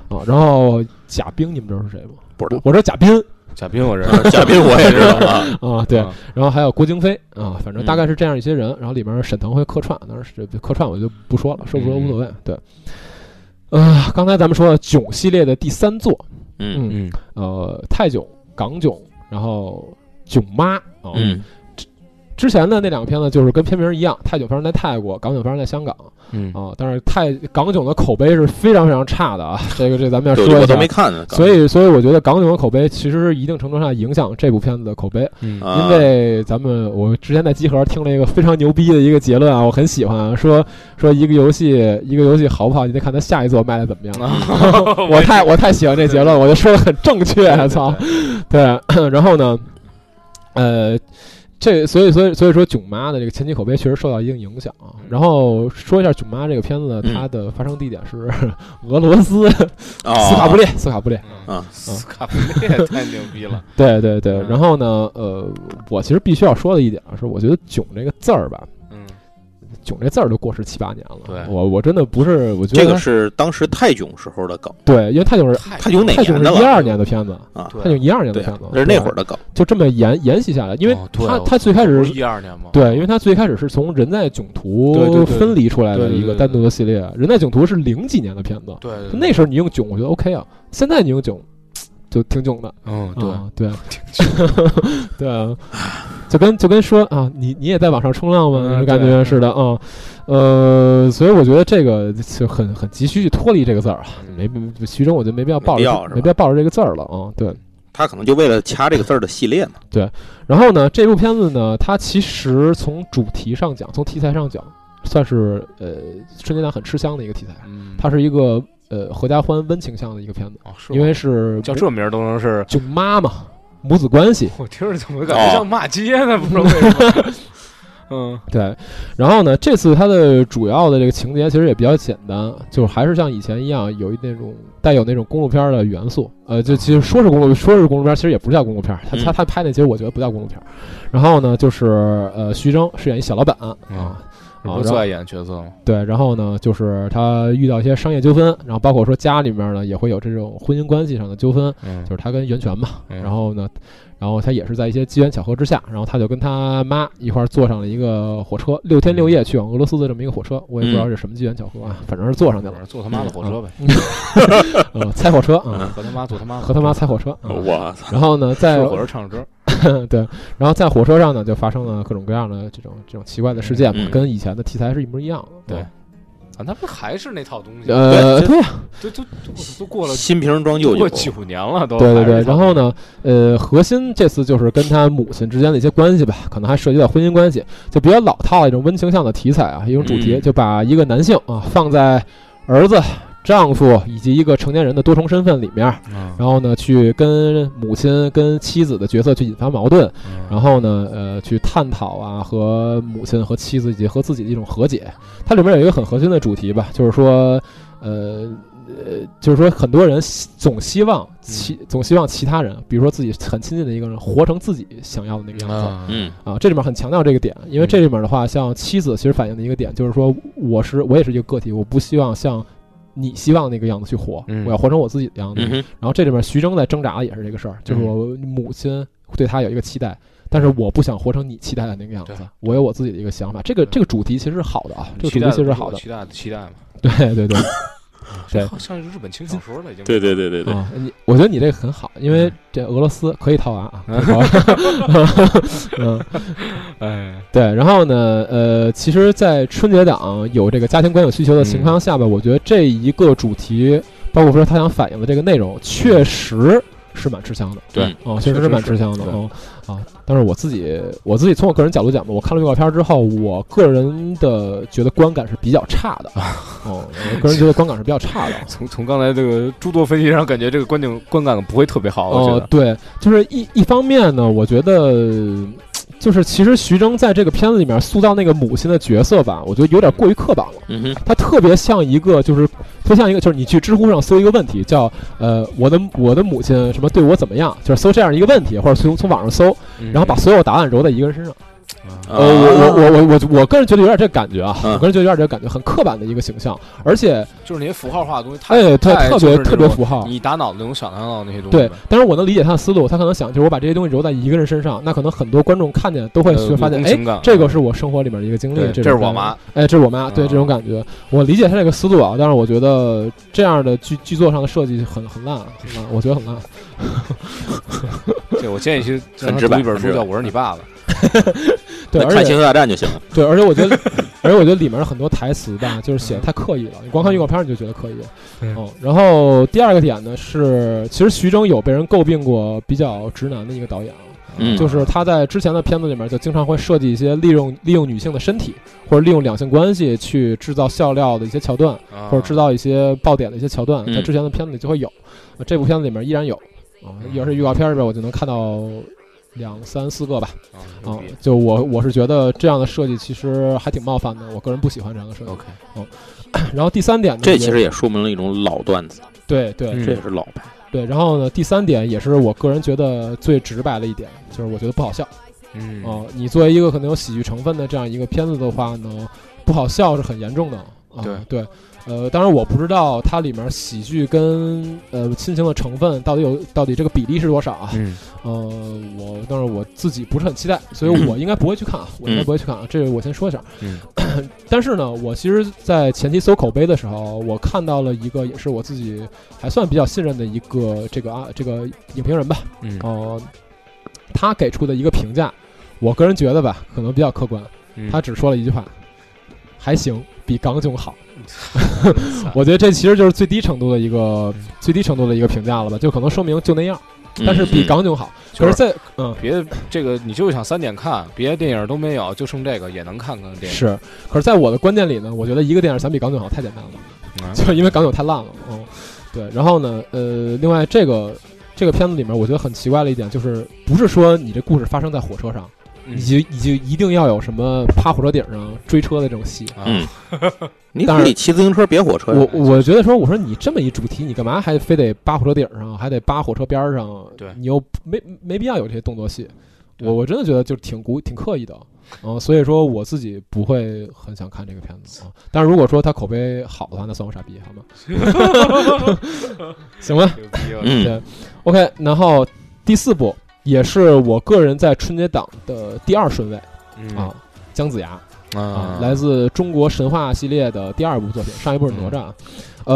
啊，然后贾冰你们知道是谁吗？不知道我我知道贾冰贾冰我认识，嗯嘉宾我也知道 啊，啊，对，啊然后还有郭京飞啊，反正嗯大概是这样一些人。然后里面沈腾会客串，当然是这客串我就不说了，说不嗯说无所谓。对，呃，刚才咱们说了囧系列的第三作，嗯嗯嗯呃，泰囧、港囧，然后囧妈啊。嗯之前的那两个片子就是跟片名一样，泰囧发生在泰国，港囧发生在香港嗯啊。但是泰港囧的口碑是非常非常差的啊，这个这咱们要对，说我一都下没。看呢，所以，所以我觉得港囧的口碑其实是一定程度上影响这部片子的口碑。嗯啊因为咱们我之前在集合听了一个非常牛逼的一个结论啊，我很喜欢啊，说说一个游戏一个游戏好不好，你得看它下一座卖的怎么嗯样。啊啊我太我太喜欢这结论，我就说的很正确，操！对， 然后呢，呃，这所以所以所以说《囧妈》的这个前期口碑确实受到一定影响啊。然后说一下《囧妈》这个片子，它的发生地点是 俄罗斯 斯卡啊布，列，斯卡布列。啊斯卡布列太牛逼了。对对对，嗯然后呢，呃，我其实必须要说的一点啊是，我觉得“囧”这个字儿吧，嗯囧这字儿都过世七八年了。对我我真的不是，我觉得这个是当时泰囧时候的梗，对，因为泰囧是泰囧哪泰囧年是的一二了？年的片子，啊，泰囧一二年的对片啊子，，这是那对会儿的梗，就这么沿沿袭下来，因为哦对他我他最开始是一二年吗？对，因为他最开始是从人在囧对途对对分离出来对的对一个对对单独的系列，人在囧途是零几年的片子，对对，就那时候你用囧，我觉得 OK 啊，现在你用囧。就挺囧的，嗯对啊对，对啊，就跟就跟说啊，你你也在网上冲浪吗？嗯那种感对觉嗯似的啊，呃，所以我觉得这个就很很急需去脱离这个字儿啊，没没徐峥，我觉得没必要抱没必要着是吧没必要抱着这个字儿了啊，对。他可能就为了掐这个字儿的系列 嘛，然后呢，这部片子呢，它其实从主题上讲，从题材上讲，算是呃春节档很吃香的一个题材，嗯它是一个呃合家欢温情向的一个片子，哦是吗因为是叫这名儿都能 是，就妈嘛母子关系，我听着怎么感哦觉像骂街呢？不知道为什么。嗯，对，然后呢，这次它的主要的这个情节其实也比较简单，就是还是像以前一样，有一那种带有那种公路片儿的元素。呃，就其实说是公路，说是公路片儿，其实也不叫公路片儿。他他嗯他拍那其实我觉得不叫公路片儿。然后呢，就是呃，徐峥饰演一小老板啊，嗯然不后最爱演的角色吗？对，然后呢，就是他遇到一些商业纠纷，然后包括说家里面呢也会有这种婚姻关系上的纠纷，嗯就是他跟袁泉嘛，嗯然后呢，然后他也是在一些机缘巧合之下，然后他就跟他妈一块儿坐上了一个火车，六天六夜去往俄罗斯的这么一个火车，我也不知道是什么机缘巧合嗯啊，反正是坐上去 了，坐他妈的火车呗，呃，猜火车啊，和他妈坐他妈的和他妈猜火车啊，我操，然后呢，在哦坐火车唱着歌， 对，然后在火车上呢，就发生了各种各样的这种这种奇怪的事件嘛，嗯跟以前的题材是一模一样的，对啊，那不还是那套东西？呃，对对呀，都都都都过 了新瓶装旧过酒，九年了，都对对还对，是他然后呢，呃，核心这次就是跟他母亲之间的一些关系吧，可能还涉及到婚姻关系，就比较老套的一种温情向的题材啊，一种主题，嗯就把一个男性啊放在儿子、丈夫以及一个成年人的多重身份里面，嗯，然后呢，去跟母亲、跟妻子的角色去引发矛盾，嗯然后呢，呃，去探讨啊和母亲、和妻子以及和自己的一种和解。它里面有一个很核心的主题吧，就是说，呃。呃，就是说，很多人希总希望其嗯总希望其他人，比如说自己很亲近的一个人，活成自己想要的那个样子啊嗯啊。这里面很强调这个点，因为这里面的话，像妻子其实反映的一个点就是说，我是我也是一个个体，我不希望像你希望那个样子去活，嗯我要活成我自己的样子。嗯哼，然后这里面徐峥在挣扎的也是这个事儿，就是我母亲对他有一个期待，但是我不想活成你期待的那个样子对，我有我自己的一个想法。这个对这个主题其实是好的啊，这个主期题待其实是好的。期待期待嘛，对对对，对好像是日本轻小说了，已经对对对对对，啊，你我觉得你这个很好，因为这俄罗斯可以套娃啊，可以套娃。 嗯，哎，对。然后呢，呃，其实，在春节档有这个家庭观影需求的情况下吧，我觉得这一个主题，包括说他想反映的这个内容，确实是蛮吃香的。对哦，确实是蛮吃香的确实是哦啊！但是我自己我自己从我个人角度讲吧，我看了预告片之后，我个人的觉得观感是比较差的哦，我个人觉得观感是比较差的。从从刚才这个诸多分析上，感觉这个观景观感不会特别好，我觉哦得，。对，就是一一方面呢，我觉得呃就是其实徐峥在这个片子里面塑造那个母亲的角色吧，我觉得有点过于刻板了。嗯哼，他特别像一个，就是特像一个，就是你去知乎上搜一个问题，叫呃我的我的母亲什么对我怎么样，就是搜这样一个问题，或者从从网上搜，嗯然后把所有答案揉在一个人身上。啊呃，我我我我我我个人觉得有点这感觉啊，嗯我个人觉得有点这感觉，很刻板的一个形象，而且就是那些符号化的东西，太哎，特特就是别那特别种符号。你打脑子能想象到那些东西哦对呗，，但是我能理解他的思路，他可能想就是我把这些东西揉在一个人身上，那可能很多观众看见都会呃去发有共现，哎情感，嗯这个是我生活里面的一个经历，对，这这种是我感觉妈，哎，这是我妈，对啊这种感觉，我理解她这个思路啊，但是我觉得这样的剧剧作上的设计很很烂，啊很烂，我觉得很烂。对，我建议去 让很他直白读一本很书直白叫《我是你爸爸》，对，那而看《且嗯星球大战》就行了，对，而且我觉得， 而且我觉得里面很多台词吧，就是嗯写的太刻意了，你光看预告片儿你就觉得刻意。嗯哦，然后第二个点呢是，其实徐峥有被人诟病过比较直男的一个导演啊，嗯就是他在之前的片子里面就经常会设计一些利用利用女性的身体或者利用两性关系去制造笑料的一些桥段，啊或者制造一些爆点的一些桥段，嗯在之前的片子里就会有，呃这部片子里面依然有哦啊，要是预告片里边我就能看到两三四个吧啊啊牛逼，就我我是觉得这样的设计其实还挺冒犯的，我个人不喜欢这样的设计。 OK，然后第三点呢，这也其实也说明了一种老段子，对对嗯这也是老牌，对，然后呢，第三点也是我个人觉得最直白的一点，就是我觉得不好笑。嗯哦，你作为一个可能有喜剧成分的这样一个片子的话呢，不好笑是很严重的啊。对对，呃，当然我不知道它里面喜剧跟呃亲情的成分到底有到底这个比例是多少啊。嗯，呃，我但是我自己不是很期待，所以我应该不会去看啊，我应该不会去看啊。这个我先说一下。嗯 但是呢，我其实，在前期搜口碑的时候，我看到了一个也是我自己还算比较信任的一个这个啊这个影评人吧，嗯哦，他给出的一个评价，我个人觉得吧，可能比较客观。嗯他只说了一句话：“还行，比港 囧好。”我觉得这其实就是最低程度的一个嗯最低程度的一个评价了吧，就可能说明就那样，嗯但是比嗯港囧好。就可是是在嗯别的这个你就想三点看，别的电影都没有，就剩这个也能看看电影。是，可是在我的观念里呢，我觉得一个电影想比港囧好太简单了。嗯就是因为港囧太烂了。嗯，对。然后呢，呃，另外这个这个片子里面，我觉得很奇怪的一点就是，不是说你这故事发生在火车上，嗯以及以及一定要有什么趴火车顶上追车的这种戏。啊嗯，你当然可以骑自行车，别火车呀。我我觉得说，我说你这么一主题，你干嘛还非得扒火车顶上，还得扒火车边上？对你又没没必要有这些动作戏。对我我真的觉得就挺古挺刻意的，嗯，所以说我自己不会很想看这个片子啊。但是如果说它口碑好的话，那算我傻逼，好吗？ 行吧牛逼啊！嗯对，OK。然后第四部也是我个人在春节档的第二顺位嗯啊，姜子牙。啊啊，，嗯来自中国神话系列的第二部作品，上一部是哪吒。嗯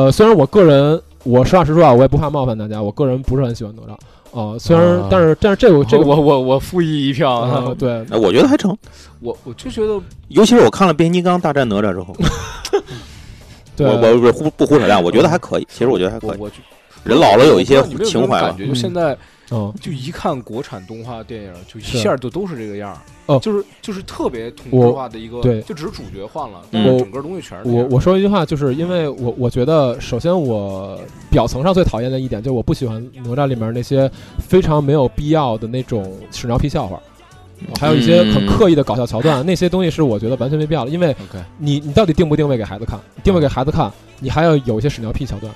呃，虽然我个人，我实话实说啊，我也不怕冒犯大家，我个人不是很喜欢哪吒。哦，虽然，啊但是但是这个这这个个我我我负一一票，啊，对，哎我觉得还成，我我就觉得尤其是我看了《变形金刚大战哪吒》之后，对，我我不是胡不胡扯淡，我觉得还可以。其实我觉得还可我以，我就人老了有一些我不知道你们有没有情怀这种吧感。觉嗯就现在嗯，就一看国产动画电影，就一是下就都是这个样儿，哦就是就是特别同质化的一个，对就只是主角换了，但嗯是整个东西全是这我样我说一句话，就是因为我我觉得，首先我表层上最讨厌的一点就是我不喜欢哪吒里面那些非常没有必要的那种屎尿屁笑话。还有一些嗯很刻意的搞笑桥段，那些东西是我觉得完全没必要的，因为 OK 你你到底定不定位给孩子看？定位给孩子看，你还要有一些屎尿屁桥段，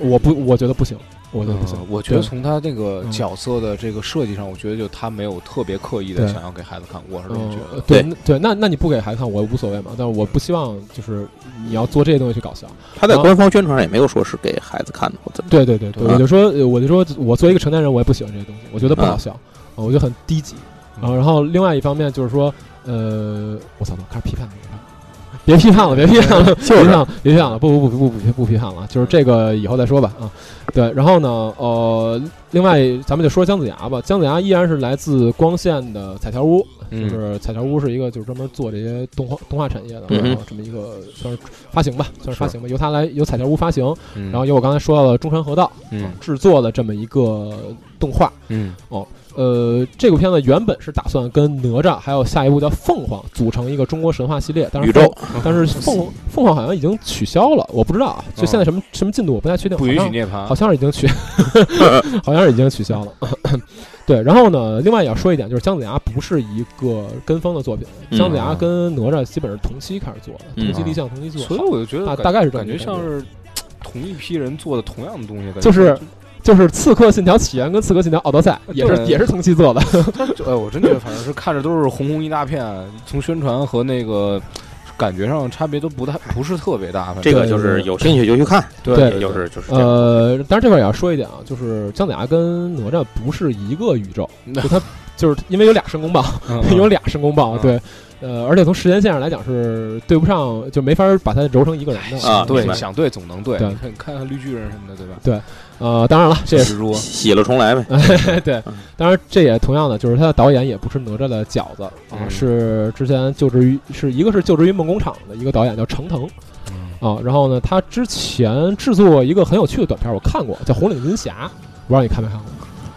我不，我觉得不行，我觉得不行呃。我觉得对从他这个嗯角色的这个设计上，我觉得就他没有特别刻意的对想要给孩子看，我是这么嗯觉得。，对那对，那那你不给孩子看，我无所谓嘛。但是我不希望就是你要做这些东西去搞笑。他在官方宣传上也没有说是给孩子看的，我怎么对对对对，对我就说，呃我就说我作为一个成年人，我也不喜欢这些东西，我觉得不嗯好笑，啊我觉得很低级。然后，然后另外一方面就是说，呃，我操，我开始批判你了。别批判了，别批判了，别批判了，别批判了，不不不不不不不批判了，啊就是这个以后再说吧啊。对，然后呢，呃，另外咱们就说姜子牙吧，姜子牙依然是来自光线的彩条屋，就嗯是彩条屋是一个就是专门做这些动画动画产业的，嗯哼然后这么一个算是发行吧，算是发行吧，由它来由彩条屋发行，嗯，然后由我刚才说到的中山河道嗯制作的这么一个动画。嗯呃，这部片子原本是打算跟哪吒还有下一部叫凤凰组成一个中国神话系列，但是宇宙凤，但是嗯凤凤凰好像已经取消了，我不知道啊，就现在什么什么进度我不太确定，不允许好啊像涅槃好。像是已经 取，好像是已经取消了。对，然后呢，另外也要说一点，就是姜子牙不是一个跟风的作品，嗯姜子牙跟哪吒基本是同期开始做的，同期立项，同期做，嗯所以我就觉得大感啊大概是这么感一个觉像感觉是同一批人做的同样的东西，感觉就是就是《刺客信条：起源》跟《刺客信条：奥德赛》也是呃对也是同 期做的，就哎，我真觉得反正是看着都是红红一大片，从宣传和那个感觉上差别都不太不是特别大。反正这个就是有兴趣就去看，对对也就是就是这样。呃，当然这块儿也要说一点啊，就是姜子牙跟哪吒不是一个宇 宙，就他就是因为有俩申公豹，嗯 有俩申公豹，嗯对，呃，而且从时间线上来讲是对不上，就没法儿把它揉成一个人的啊明对，白想对总能对。对你看看看绿巨人什么的，对吧？呃，当然了，这 也是蜘蛛，洗了重来呗，对嗯，当然这也同样的，就是他的导演也不是哪吒的饺子啊，嗯是之前就职于是一个是就职于梦工厂的一个导演叫程腾啊，然后呢，他之前制作一个很有趣的短片，我看过，叫《红领巾侠》，我不知道你看没看过。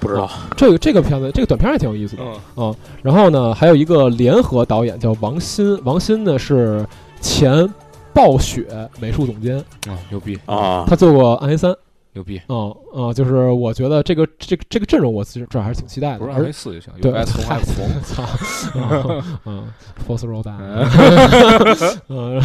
不知道。这个这个片子，这个短片也挺有意思的。嗯然后呢，还有一个联合导演叫王鑫，王鑫呢是前暴雪美术总监，啊，牛逼啊，他做过《暗黑三》牛逼！嗯嗯，就是我觉得这个这个这个阵容，我至这还是挺期待不的是。二而维四就行，对有白，从还狂。操，嗯嗯，Force Road，嗯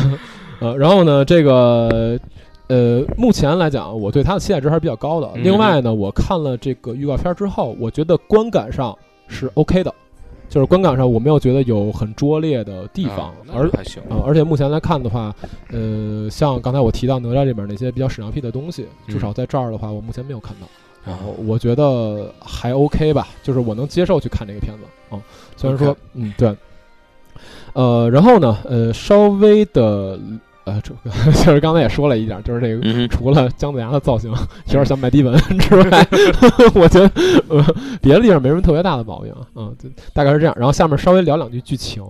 呃，然后呢，这个呃，目前来讲，我对他的期待值还是比较高的。嗯另外呢，我看了这个预告片之后，我觉得观感上是 OK 的，就是观感上我没有觉得有很拙劣的地方啊，那而还行。啊、而且目前来看的话，呃，像刚才我提到哪吒里面那些比较屎尿屁的东西，嗯至少在这儿的话，我目前没有看到。然然后呃我觉得还 OK 吧，就是我能接受去看这个片子啊、虽然说 OK 嗯，对，呃，然后呢，呃，稍微的，呃，这个 就是刚才也说了一点，就是这个。嗯哼，除了姜子牙的造型 有点像麦 迪文之外， 我觉得呃别的地方没什么特别大的毛病啊，嗯，就大概是这样。然后下面稍微聊两句剧情。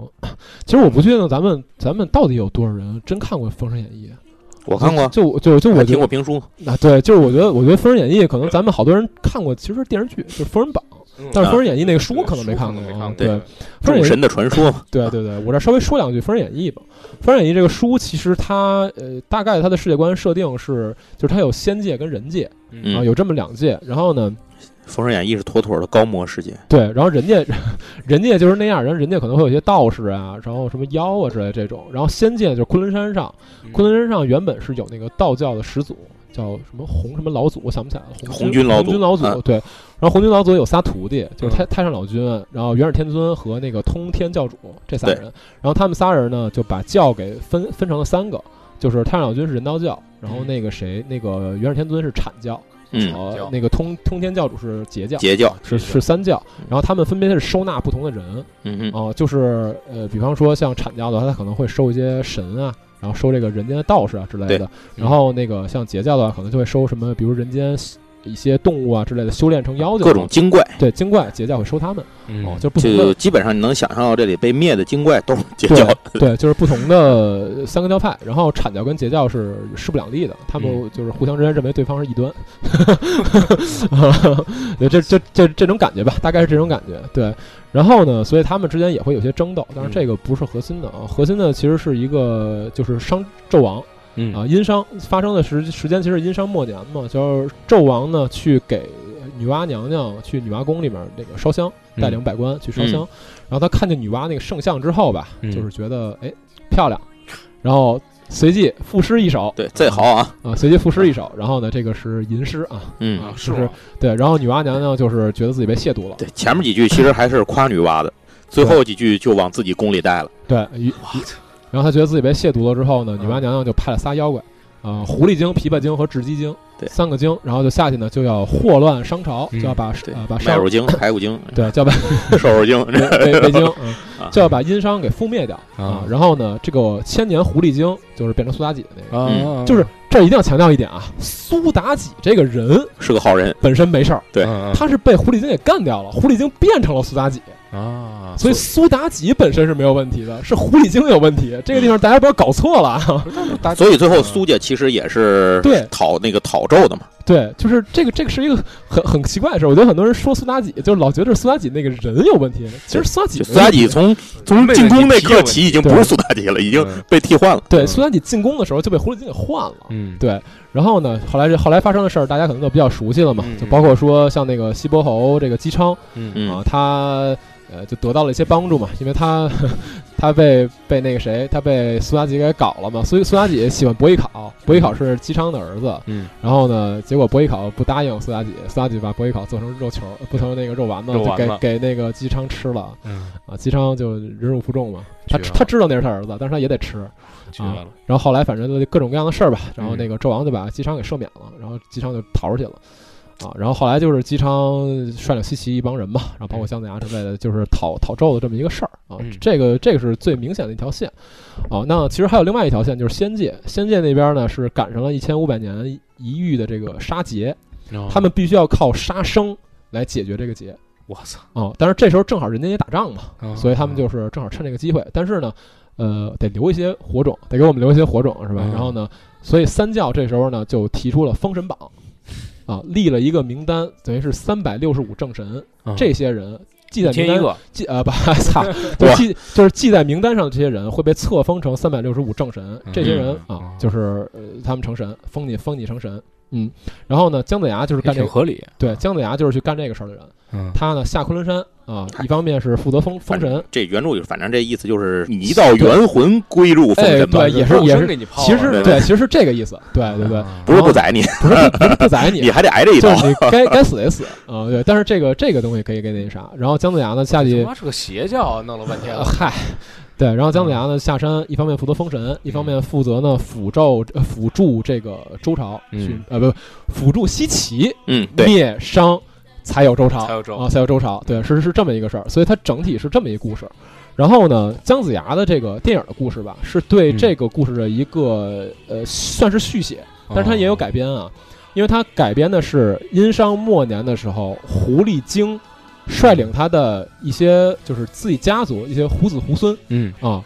其实我不确定咱们咱们到底有多少人真看过《封神演义》，啊我看过，就就就我还觉得听过评书。啊，对，就是我觉得我觉得《封神演义》可能咱们好多人看过，其实是电视剧就是《封神榜》嗯但是《封神演义》那个书可能没看过，啊嗯没看过。对，《封众神演神义》的传说嘛，对对对，我这稍微说两句《封神演义》吧。《封神演义》这个书其实它呃大概它的世界观设定是，就是它有仙界跟人界嗯啊，嗯有这么两界。然后呢， 《封神演义》是妥妥的高魔世界。对，然后人家 人家就是那样，然后人家可能会有一些道士啊，然后什么妖啊之类这种。然后仙界就是昆仑山上，嗯昆仑山上原本是有那个道教的始祖，叫什么洪什么老祖，我想不起来了。红军军老祖嗯红军老祖、啊对。然后红军老祖有仨徒弟，就是太太上老君，然后元始天尊和那个通天教主这仨对人。然后他们仨人呢，就把教给分分成了三个，就是太上老君是人道教，然后那个谁，那个元始天尊是阐教，嗯，然后教那个通通天教主是截教。截嗯教，是是三教，然后他们分别是收纳不同的人嗯哼，啊、就是呃，比方说像阐教的话，他可能会收一些神啊，然后收这个人间的道士啊之类的对，然后那个像截教的话，可能就会收什么，比如人间一些动物啊之类的，修炼成妖精，各种精怪，对精怪，截教会收他们哦，哦，就不同就的基本上你能想象到这里被灭的精怪都是截教。对，就是不同的三个教派，然后阐教跟截教是势不两立的，他们就是互相之间认为对方是异端， 对，这这这这种感觉吧，大概是这种感觉。对，然后呢，所以他们之间也会有些争斗，但是这个不是核心的啊，核心的其实是一个就是商纣王嗯啊，殷商发生的时时间其实是殷商末年嘛，就是纣王呢去给女娲娘娘去女娲宫里面那个烧香，嗯带领百官去烧香，然后他看见女娲那个圣像之后吧，嗯就是觉得哎漂亮，然后随即赋诗一首，对，这好啊，啊，随即赋诗一首，然后呢这个是吟诗啊，嗯啊，，就是是对，然后女娲娘娘就是觉得自己被亵渎了，对，前面几句其实还是夸女娲的，最后几句就往自己宫里带了。对，一然后她觉得自己被亵渎了之后呢，女嗯娲娘娘就派了仨妖怪，啊、狐狸精、琵琶精和雉鸡精，对三个精，然后就下去呢就要祸乱商朝，嗯就要把对啊把卖商乳精、排骨精、对 就要把瘦肉精， 北北北京，嗯啊就要把殷商给覆灭掉啊啊。然后呢，这个千年狐狸精就是变成苏妲己的那个，啊，就是这儿一定要强调一点啊，苏妲己这个人是个好人。本身没事儿，对嗯她是被狐狸精给干掉了，狐狸精变成了苏妲己，啊，所以苏妲己本身是没有问题的，是狐狸精有问题。这个地方大家不要搞错了啊！大所以最后苏家其实也是对讨那个讨咒的嘛，对，就是这个，这个是一个很很奇怪的事儿。我觉得很多人说苏妲己，就老觉得是苏妲己那个人有问题，其实苏妲己就没苏妲己问题嗯从从妹妹进宫那提有刻问起已经对不是苏妲己了，已经嗯被替换了。对苏妲己进宫的时候就被狐狸精给换了，嗯，对，然后呢，后来这后来发生的事儿，大家可能都比较熟悉了嘛，嗯就包括说像那个西伯侯这个姬昌嗯啊嗯，，他呃就得到了一些帮助嘛，因为他 他被被那个谁，他被苏妲己给搞了嘛，所以苏妲己喜欢伯邑考，伯邑考是姬昌的儿子，嗯，然后呢，结果伯邑考不答应苏妲己，苏妲己把伯邑考做成肉球，呃不成那个肉丸子，肉就丸给子给那个姬昌吃了嗯，啊，姬昌就忍辱负重嘛，他绝了他知道那是他儿子，但是他也得吃。绝了，然后后来反正就各种各样的事儿吧，然后嗯那个纣王就把姬昌给赦免了，然后姬昌就逃出去了。啊，然后后来就是姬昌率领西岐一帮人嘛，然后包括姜子牙之类的，就是讨讨纣的这么一个事儿啊。嗯这个这个是最明显的一条线啊。那其实还有另外一条线，就是仙界，仙界那边呢是赶上了一千五百年一遇的这个杀劫，哦他们必须要靠杀生来解决这个劫我操，啊。但是这时候正好人家也打仗嘛，啊所以他们就是正好趁这个机会。但是呢，呃，得留一些火种，得给我们留一些火种，是吧？嗯然后呢，所以三教这时候呢就提出了封神榜， 啊，立了一个名单，等于是三百六十五正神，啊这些人记在一天名一单个，记呃不， 操，就是记就是记在名单上的这些人会被册封成三百六十五正神，这些人嗯啊，就是呃他们成神，封你封你成神。嗯，然后呢，姜子牙就是也干这挺个，合理，对，姜子牙就是去干这个事儿的人。嗯，他呢下昆仑山啊，一方面是负责封封神，嗯这原著反正这意思就是你到元魂归入封神吧哎，对也是肉身也是给你泡了，其实对对，其实是这个意思，对 对对，啊不是不宰你，不是不是不宰你你，还得挨这一就刀是。你该该死得死啊，对。但是这个这个东西可以给那啥，然后姜子牙呢下他去，妈是个邪教，弄了半天呃了，嗨，对，然后嗯姜子牙呢下山，一方面负责封神，一方面负责呢辅助呃辅助这个周朝嗯去呃不辅助西岐嗯，对，灭商，才有周朝，才有周啊，才有周朝。对，是是这么一个事儿，所以它整体是这么一个故事。然后呢，姜子牙的这个电影的故事吧，是对嗯这个故事的一个、呃，算是续写，但是它也哦有改编啊，因为它改编的是殷商末年的时候，狐狸精率领他的一些就是自己家族一些胡子胡孙嗯，啊，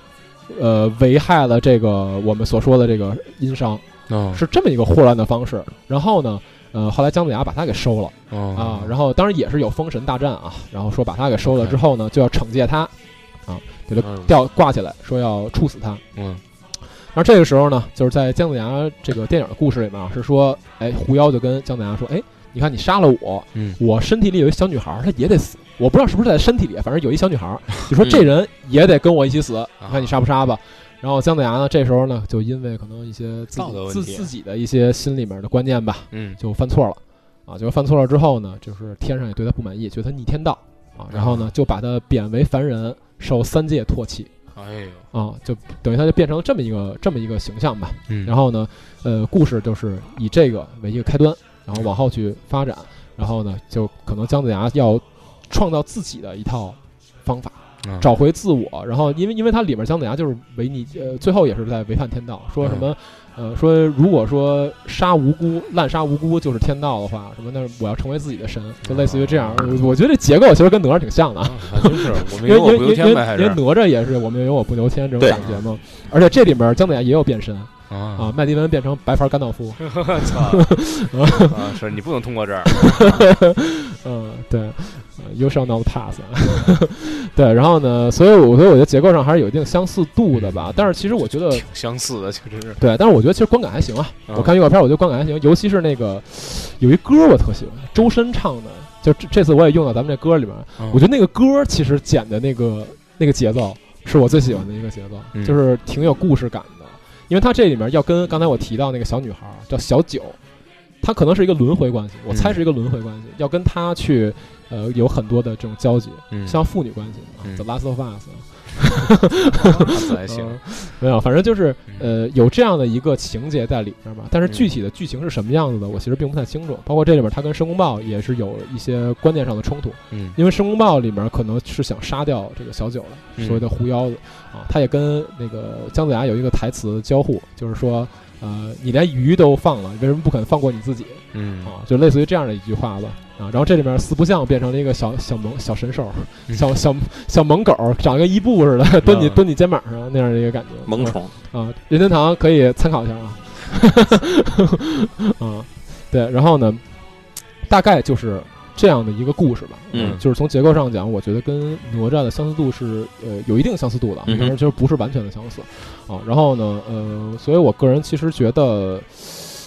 呃，危害了这个我们所说的这个殷商，哦，是这么一个霍乱的方式。然后呢，呃，后来姜子牙把他给收了、哦啊，然后当然也是有封神大战啊，然后说把他给收了之后呢，就要惩戒他啊，给他嗯吊挂起来，说要处死他。嗯然后这个时候呢，就是在姜子牙这个电影的故事里面啊，是说，哎，狐妖就跟姜子牙说，哎，你看你杀了我，嗯我身体里有一小女孩儿，她也得死。我不知道是不是在身体里，反正有一小女孩儿。你说 这嗯人也得跟我一起死，你看你杀不杀吧？然后姜子牙呢，这时候呢，就因为可能一些自道德己问自题自己的一些心里面的观念吧，嗯就犯错了，啊，就犯错了之后呢，就是天上也对他不满意，觉得他逆天道啊，然后呢就把他贬为凡人，受三界唾弃哎呦啊，就等于他就变成了这么一个这么一个形象吧。嗯然后呢，呃，故事就是以这个为一个开端，然后往后去发展，然后呢，就可能姜子牙要创造自己的一套方法，嗯找回自我。然后因为因为它里面姜子牙就是违逆，呃，最后也是在违反天道，嗯说什么。呃，说如果说杀无辜、滥杀无辜就是天道的话，什么那我要成为自己的神，就类似于这哦样。呃我我觉得这结构其实跟哪吒挺像的啊，啊还真是我因没为有因我为因不为由因为天呗，还是因为哪吒也是我们有我不由天这种对感觉嘛。而且这里面姜子牙也有变身，啊啊，麦迪文变成白牌甘道夫， 操 啊！是你不能通过这儿，嗯，对呃，You shall not pass，对，然后呢，所以我觉得我觉得结构上还是有一定相似度的吧，但是其实我觉得，挺相似的，确实是。对，但是我觉得其实观感还行啊，嗯 我看预告片我觉得观感还行，尤其是那个有一歌我特喜欢，周深唱的，就这这次我也用到咱们这歌里面，嗯我觉得那个歌其实剪的那个那个节奏是我最喜欢的一个节奏，嗯就是挺有故事感的，因为它这里面要跟刚才我提到那个小女孩儿叫小九，她可能是一个轮回关系，我猜嗯是一个轮回关系，要跟她去呃有很多的这种交集，嗯 像父女关系、嗯 t h e Last of Us，自来嗯行，没有，反正就是呃有这样的一个情节在里面吧，但是嗯具体的剧情是什么样子的，我其实并不太清楚，包括这里面她跟申公豹也是有一些观念上的冲突。嗯因为《申公豹》里面可能是想杀掉这个小九的，嗯所谓的狐妖子啊，他也跟那个姜子牙有一个台词交互，就是说，呃，你连鱼都放了，为什么不肯放过你自己嗯啊？就类似于这样的一句话吧啊。然后这里面四不像变成了一个小小萌小神兽，嗯小小小萌狗，长得跟伊布似的，蹲你嗯蹲你肩膀上那样的一个感觉，萌宠，啊，任天堂可以参考一下啊。 啊，对，然后呢，大概就是这样的一个故事吧。嗯就是从结构上讲，我觉得跟哪吒的相似度是呃有一定相似度的啊，嗯哼但是就是不是完全的相似啊。然后呢，呃，所以我个人其实觉得，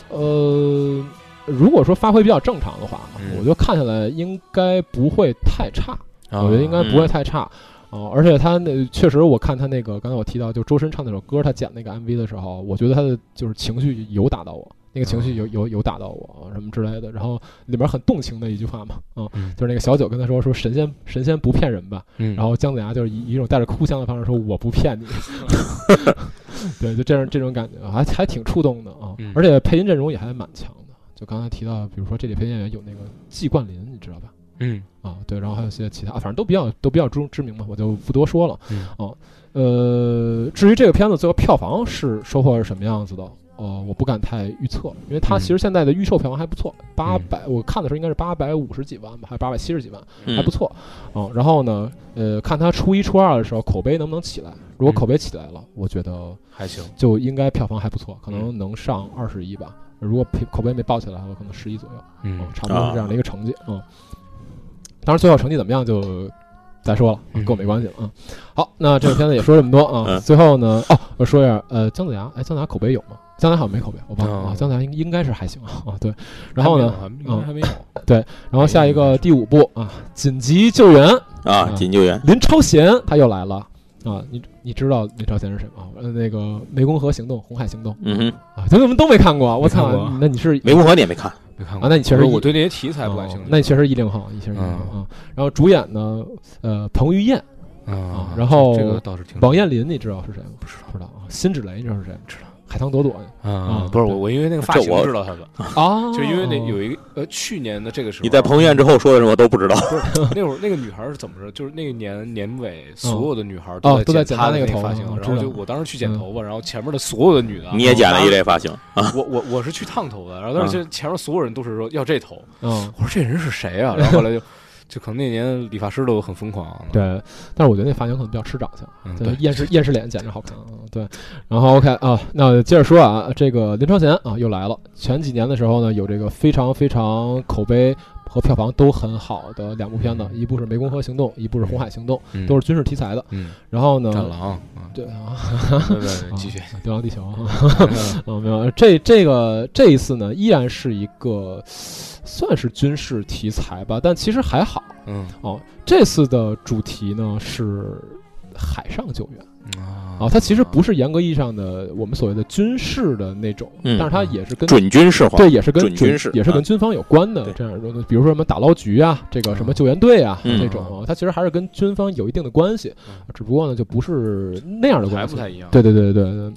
呃。如果说发挥比较正常的话，嗯我觉得看下来应该不会太差。嗯我觉得应啊该嗯不会太差。哦，而且他那确实，我看他那个刚才我提到，就周深唱那首歌，他剪那个 MV 的时候，我觉得他的就是情绪有打到我，那个情啊绪有有有打到我啊什么之类的。然后里面很动情的一句话嘛，嗯，嗯就是那个小九跟他说说神仙神仙不骗人吧，嗯然后姜子牙就是以以一种带着哭腔的方式说我不骗你，对，就这样这种感觉，啊还还挺触动的啊嗯。而且配音阵容也还蛮强的，就刚才提到，比如说这里配音演员有那个季冠霖，你知道吧？嗯啊，对，然后还有一些其他，啊反正都比较都比较知知名嘛，我就不多说了。嗯啊，呃，至于这个片子最后票房是收获是什么样子的，呃，我不敢太预测，因为它嗯其实现在的预售票房还不错，八嗯百、我看的时候应该是八百五十几万吧，还是八百七十几万，嗯还不错。啊，然后呢，呃，看它初一初二的时候口碑能不能起来，如果嗯口碑起来了，我觉得还行，就应该票房还不错，嗯可能能上二十一吧。如果口口碑没爆起来的话，可能十一左右。嗯，差不多是这样的一个成绩啊、嗯。当然，最后成绩怎么样就再说了，嗯跟我没关系了啊、好，那这个片子也说这么多啊。嗯最后呢，哦，我说一下，呃，姜子牙，哎，姜子牙口碑有吗？姜子牙好像没口碑，我忘了、哦啊。姜子牙应应该是还行啊 啊，对。然后呢，嗯还没有还应该还没有，然后下一个第五部啊，紧急救援，啊，嗯紧救援，林超贤他又来了。啊，你你知道林超贤是谁吗？呃，那个《湄公河行动》《红海行动嗯哼，》啊，咱们都没看过啊，我操没看过啊！那你是湄公河你也没看，没看啊过。那你确实不是一我对那些题材不感兴哦趣。那确实一零后，一确实一零嗯后啊。然后主演呢，呃，彭于晏、啊哦然后这个倒是挺王彦霖，你知道是谁吗？嗯不知不知道啊。辛芷蕾，你知道是谁？知道。海棠朵朵啊啊，不是我，我因为那个发这型我知道他的，啊就因为那有一个呃，去年的这个时候，你在彭于晏之后说的什么我都不知道。不是 那会儿那个女孩儿是怎么着？就是那个年年尾，所有的女孩儿嗯哦都在剪她她那个个头发型发我，然知后道嗯就我当时去剪头发，然后前面的所有的啊女的，你也剪了一嗯类。类发型，我我我是去烫头的，然后当时就前面所有人都是说要这头，嗯我说这人是谁啊？然后后来就就可能那年理发师都很疯狂、啊。对，但是我觉得那发型可能比较吃长相，嗯对，厌世厌世脸简直好看啊。对，然后 OK 啊，那接着说啊，这个林超贤啊又来了。前几年的时候呢，有这个非常非常口碑和票房都很好的两部片子，一部是《湄公河行动》，一部是《红海行动》，嗯都是军事题材的。嗯，然后呢，战狼啊，对啊，对对对，继 续。嗯《流浪地球》啊。哦，没有，这这个这一次呢，依然是一个算是军事题材吧，但其实还好。嗯哦，这次的主题呢是海上救援啊啊，它其实不是严格意义上的我们所谓的军事的那种，嗯但是它也是跟。准军事化，对，也是跟准军事也是啊跟军方有关的对这样的东西，比如说什么打捞局啊，这个什么救援队啊，嗯这种啊，它其实还是跟军方有一定的关系嗯，只不过呢，就不是那样的关还系，不太一样。对对对对对。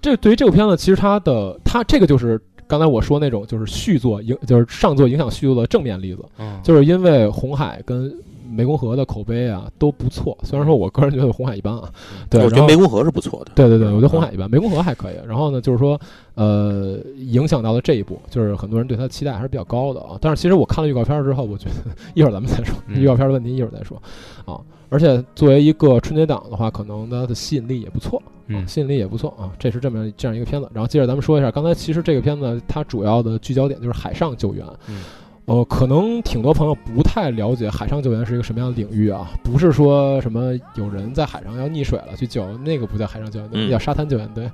这对于这部片子，其实它的它这个就是刚才我说那种就是续作影就是上作影响续作的正面例子，嗯，就是因为《红海》跟《湄公河》的口碑啊都不错，虽然说我个人觉得《红海》一般啊，对，我觉得然后湄公河嗯是不错的。对对对，我觉得《红海》一般，《湄公河》还可以。然后呢，就是说呃，影响到了这一步，就是很多人对它的期待还是比较高的啊。但是其实我看了预告片之后，我觉得 一会儿咱们再说嗯预告片的问题，一会儿再说啊。而且作为一个春节档的话，可能它的吸引力也不错。嗯吸引力也不错啊。这是这么这样一个片子。然后接着咱们说一下，刚才其实这个片子它主要的聚焦点就是海上救援。嗯呃，可能挺多朋友不太了解海上救援是一个什么样的领域啊，不是说什么有人在海上要溺水了去救，那个不叫海上救援队，嗯叫沙滩救援队。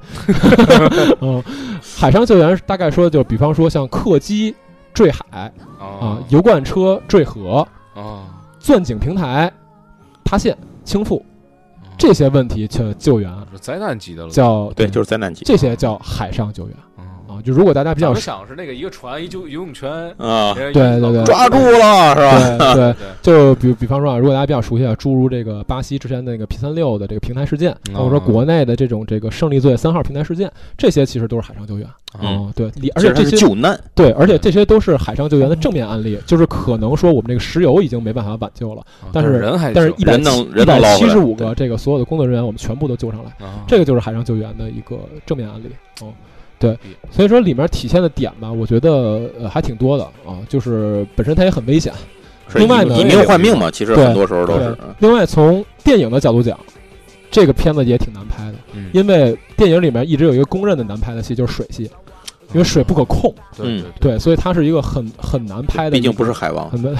嗯，海上救援大概说的就是，比方说像客机坠海啊、啊油罐车坠河、啊，钻井平台塌陷、倾覆这些问题去救援，是灾难级的了。叫对，就是灾难级这些叫海上救援嗯啊。就如果大家比较咱们想是那个一个船一就游泳圈，呃啊，对对对对抓住了是吧？对对，对，就比比方说啊，如果大家比较熟悉啊，诸如这个巴西之前的那个 P 三六的这个平台事件，嗯或者说国内的这种这个胜利罪三号平台事件，这些其实都是海上救援。嗯哦，对，里而其且实它这是些救难，对，而且这些都是海上救援的正面案例，就是可能说我们这个石油已经没办法挽救了，嗯啊但是人还但是救一百哎人能一人能百捞回七来十五个这个所有的工作人员，我们全部都救上来。啊这个就是海上救援的一个正面案例哦。对嗯，所以说里面体现的点吧，我觉得呃还挺多的啊，就是本身它也很危险。是另外以呢以命换命嘛，其实对很多时候都对是。另外从电影的角度讲，这个片子也挺难拍的，嗯因为电影里面一直有一个公认的难拍的戏就是水戏，因为水不可控，对对对，所以它是一个很很难拍的，嗯毕竟不是海王，很难，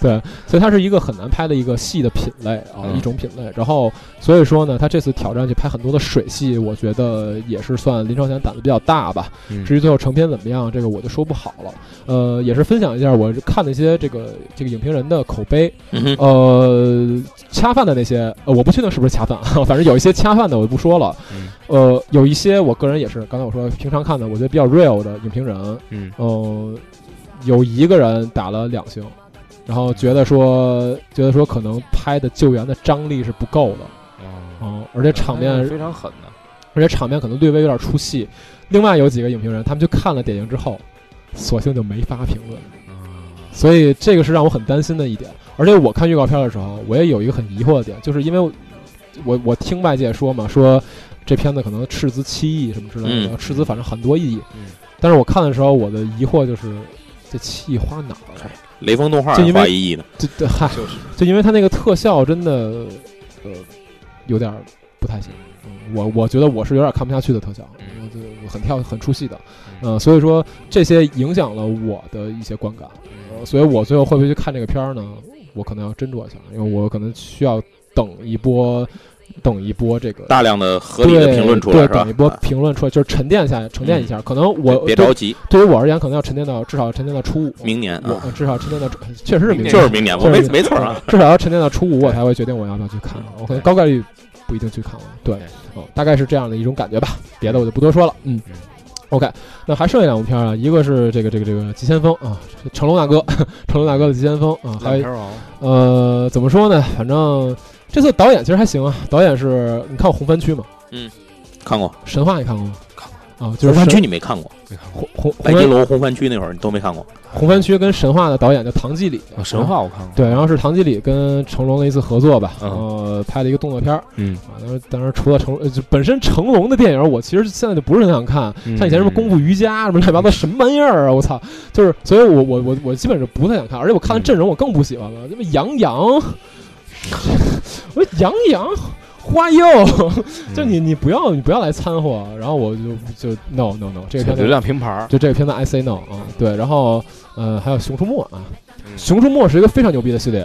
对，所以它是一个很难拍的一个戏的品类啊，嗯一种品类。然后所以说呢，他这次挑战去拍很多的水戏，我觉得也是算林超贤胆子比较大吧。嗯至于最后成片怎么样，这个我就说不好了。呃，也是分享一下我看的一些这个这个影评人的口碑。嗯哼，呃，恰饭的那些，呃，我不确定是不是恰饭，啊 反正有一些恰饭的我就不说了。嗯呃，有一些我个人也是，刚才我说平常看的，我觉得比较 real 的影评人，嗯嗯，有一个人打了两星，然后觉得说觉得说可能拍的救援的张力是不够的，啊，嗯，而且场面非常狠的，而且场面可能略微有点出戏。另外有几个影评人，他们就看了点映之后，索性就没发评论，啊所以这个是让我很担心的一点。而且我看预告片的时候，我也有一个很疑惑的点，就是因为我我我听外界说嘛，说这片子可能斥资七亿什么之类的，嗯斥资反正很多亿。嗯但是我看的时候，我的疑惑就是这七亿花哪儿了？雷锋动画就因为花一亿呢，这这嗨，就是就因为它那个特效真的，呃，有点儿不太行。嗯我我觉得我是有点看不下去的特效，嗯我就我很跳很出戏的，嗯呃，所以说这些影响了我的一些观感，呃，所以我最后会不会去看这个片儿呢？我可能要斟酌一下，因为我可能需要等一波，等一波这个大量的合理的对评论出来对，是吧等一？波啊嗯评论出来，就是沉淀一下，沉淀一下。可能我别别对着急，对于我而言，可能要沉淀到至少沉淀到初五，明年我啊，呃至少沉淀到初确实是明明年年，就是明年，我就没是没 错啊，至少要沉淀到初五，我才会决定我要不要去看。我可能高概率不一定去看了。嗯对对，哦，大概是这样的一种感觉吧。别的我就不多说了。嗯嗯，OK，那还剩下两部片儿啊，一个是这个这个这个《急先锋》啊，成龙大哥， 成龙大哥的《急先锋》啊，还烂有片王呃，怎么说呢？反正这次导演其实还行啊，导演是你看过《红番区》吗？看过神话你看过吗？看过啊， 《就红是番神区》你没看过，红红白红金番楼红番区那会儿你都没看过，红番区跟神话的导演叫唐季礼，啊神话我看过，对，然后是唐季礼跟成龙的一次合作吧，嗯然后拍了一个动作片儿嗯，啊。当时当时除了成龙，呃就本身成龙的电影，我其实现在就不是很想看，嗯像以前什么功夫瑜伽什么乱七八糟什么玩意儿啊，我操！就是，所以我我我我基本上不太想看，而且我看嗯的阵容我更不喜欢了，什么杨洋， 我说杨洋。花佑，嗯 就嗯你，你不要，你不要来掺和。然后我就就 no no no，这个片子流量平牌儿，就这个片子 I say no 啊，对，然后呃还有《熊出没》啊，嗯《熊出没》是一个非常牛逼的系列，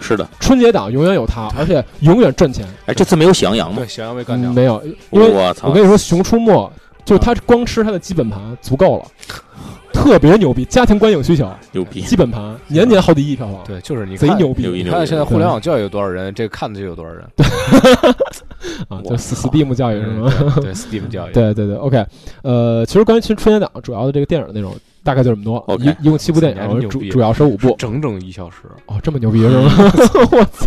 是的，春节档永远有它，而且永远赚钱。哎，这次没有喜羊羊吗对，？小羊被干嗯掉，没有，因为我操我跟，你说，《熊出没》就是它光吃它的基本盘足够了，特别牛逼，家庭观影需求，牛逼！基本盘年年好几亿票房，对，就是你贼看牛牛逼嗯逼你看现在互联网教育有多少人，这个看的就有多少人，啊！我就 S- 靠 Steam 教育是嗯吗？对对，Steam 教育，对对对，OK，呃，其实关于春春节档主要的这个电影内容大概就这么多， OK 一一共七部电你还真影，牛主逼主要是五部，整整一小时，哦，这么牛逼是吗？ 我操！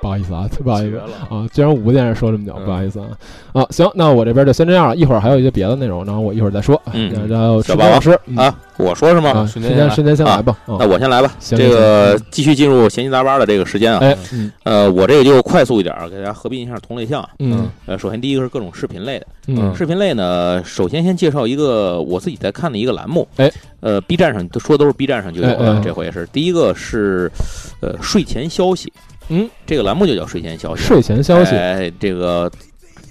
不好意思啊，不好意思绝了啊，居然五部电影说这么久，嗯不好意思啊。啊，行，那我这边就先这样了，一会儿还有一些别的内容，然后我一会儿再说。啊嗯然后然后小春八天王老师嗯啊，我说是吗？啊，瞬瞬间间来瞬间先啊来吧。啊那我先来吧，行这个行继续进入闲七杂八的这个时间啊。哎，嗯呃，我这个就快速一点儿，给大家合并一下同类项啊。嗯呃，首先第一个是各种视频类的，嗯视频类呢，首先先介绍一个我自己在看的一个栏目，哎，呃，B 站上都说都是 B 站上就有哎的哎，这回是第一个是，呃，睡前消息，嗯，这个栏目就叫睡前消息，睡前消息哎，这个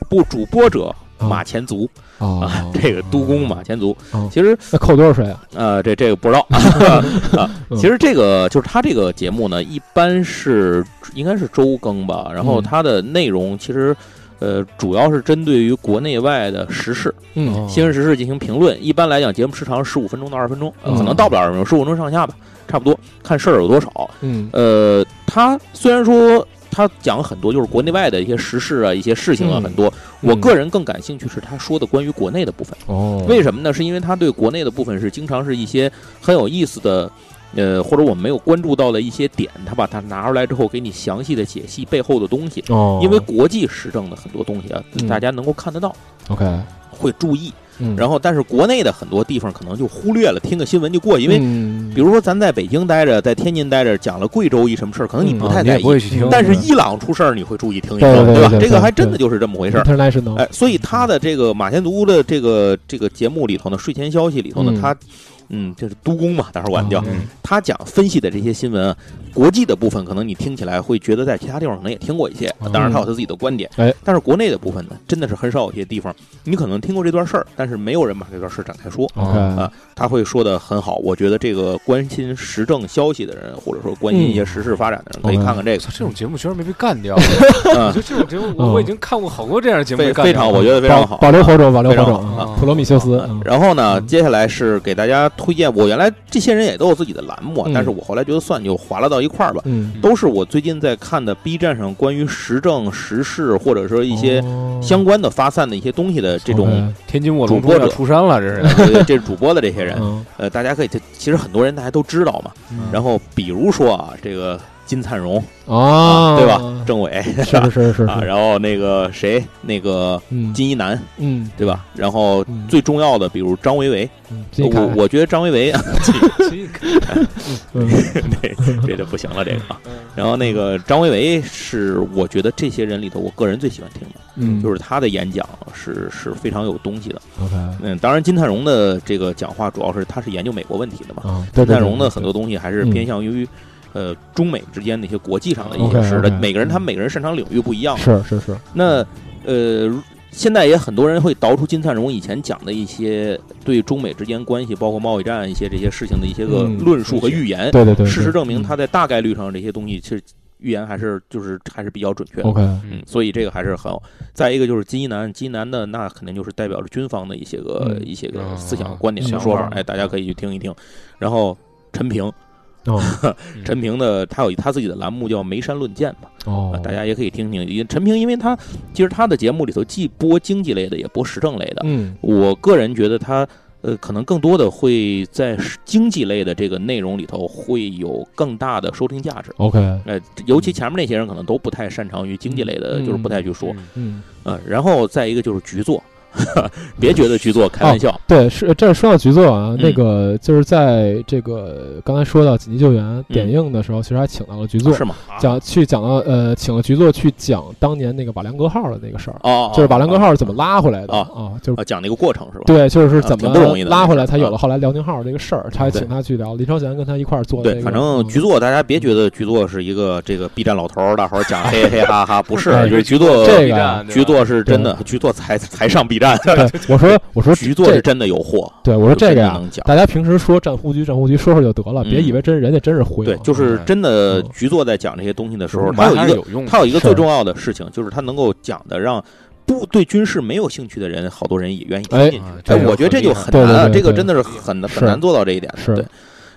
不主播者马前卒啊啊，，这个督工马前卒哦，其实那扣多少水啊？呃，这这个不知 道啊。嗯其实这个就是他这个节目呢，一般是应该是周更吧，然后嗯它的内容其实。呃，主要是针对于国内外的时事、嗯新闻时事进行评论。一般来讲，节目时长十五分钟到二十分钟，呃嗯可能到不了二十分钟，十五分钟上下吧，差不多。看事儿有多少。嗯呃，他虽然说他讲很多就是国内外的一些时事啊、一些事情啊，嗯很多。我嗯个人更感兴趣是他说的关于国内的部分。哦，为什么呢？是因为他对国内的部分是经常是一些很有意思的，呃，或者我们没有关注到的一些点，他把它拿出来之后，给你详细的解析背后的东西。哦，因为国际时政的很多东西啊嗯，大家能够看得到， OK，会注意。嗯，然后，但是国内的很多地方可能就忽略了，听个新闻就过。因为，嗯比如说咱在北京待着，在天津待着，讲了贵州一什么事儿，可能你嗯不啊太你也在不会意。去听，但是对伊朗出事儿，你会注意听嗯一对听，对吧？对这个对还真对嗯的就是这么回事儿。 international，哎，所以他的这个马前卒的这个这个节目里头呢，睡前消息里头呢，嗯他嗯，就是督工嘛，当时管嗯叫哦他讲分析的这些新闻啊，国际的部分可能你听起来会觉得在其他地方可能也听过一些哦，当然他有他自己的观点哎，但是国内的部分呢，真的是很少有些地方你可能听过这段事儿，但是没有人把这段事儿展开说。 OK，啊他会说的很好，我觉得这个关心时政消息的人，或者说关心一些时事发展的人，可以嗯看看这操这种节目居然没被干 掉，个，就嗯，这种节目，我我已经看过好多这样的节目被非干非掉常，了，我觉得非常好保。保留火种，保留火非常种好啊，啊普罗米修斯，嗯嗯然后呢，嗯接下来是给大家推荐。我原来这些人也都有自己的栏目啊嗯，但是我后来觉得算就划拉到一块儿吧，嗯，都是我最近在看的 B 站上关于时政、时事或者说一些哦相关的发散的一些东西的这种 OK，天津卧龙主播中要者出山了，这 是， 呃这主播的这些人，嗯呃，大家可以其实很多人大家都知道嘛。然后比如说啊，这个金灿荣哦，啊，对吧？政委是是是是啊，是，然后那个谁，那个嗯金一南，嗯对吧？然后嗯最重要的，比如张维维，呃嗯，自己看我我觉得张维维啊 嗯这就不行了，这个啊。然后那个张维维是我觉得这些人里头，我个人最喜欢听的，嗯就是他的演讲是是非常有东西的。 OK 嗯，当然金灿荣的这个讲话主要是他是研究美国问题的嘛，啊，对对金灿对荣的对很多东西还是嗯偏向于。呃，中美之间的一些国际上的一些 OK，OK，事的，每个人嗯他每个人擅长领域不一样嘛。是是是，那呃，如现在也很多人会倒出金灿荣以前讲的一些对中美之间关系，包括贸易战一些这些事情的一些个嗯论述和预言。对对对，事实对证明，嗯他在大概率上这些东西其实预言还是就是还是比较准确的。 OK 嗯，所以这个还是很好。再一个就是金一南，金一南的那肯定就是代表着军方的一些个、嗯一些个啊思想观点想和说法嗯法，哎，大家可以去听一听。然后陈平，哦陈平的他有他自己的栏目叫《眉山论剑》吧，啊哦，大家也可以听听。因为陈平，因为他其实他的节目里头既播经济类的，也播时政类的。嗯我个人觉得他呃，可能更多的会在时经济类的这个内容里头会有更大的收听价值。 OK 呃，尤其前面那些人可能都不太擅长于经济类的，嗯就是不太去说。嗯嗯呃，然后再一个就是局座， 别觉得局座开玩笑。哦、对，是这说到局座嗯啊，那个就是在这个刚才说到紧急救援点映的时候，其实还请到了局座，嗯哦是吗？啊讲去讲到呃，请了局座去讲当年那个瓦良格号的那个事儿，哦，就是瓦良格号是怎么拉回来的啊，就是讲那个过程是吧？对，就是怎么啊不容易拉回来，才啊有了后来辽宁号这个事儿，才请他去聊。林超贤跟他一块儿做对，反嗯正局座大家别觉得局座是一个这个 B 站老头儿，大伙儿 讲嘿嘿哈哈，不是，就是局座哎这个局座是真的，局座才才上 B 站。我说我说局座是真的有货，对我说这个呀，大家平时说战护局战护局说说就得了，别以为真人家真是会。嗯对，就是真的嗯局座在讲这些东西的时候，他有一个他有一个最重要的事情，就是他能够讲的让。不对军事没有兴趣的人，好多人也愿意听进去。哎，我觉得这就很难了，这个真的是很很难做到这一点。对，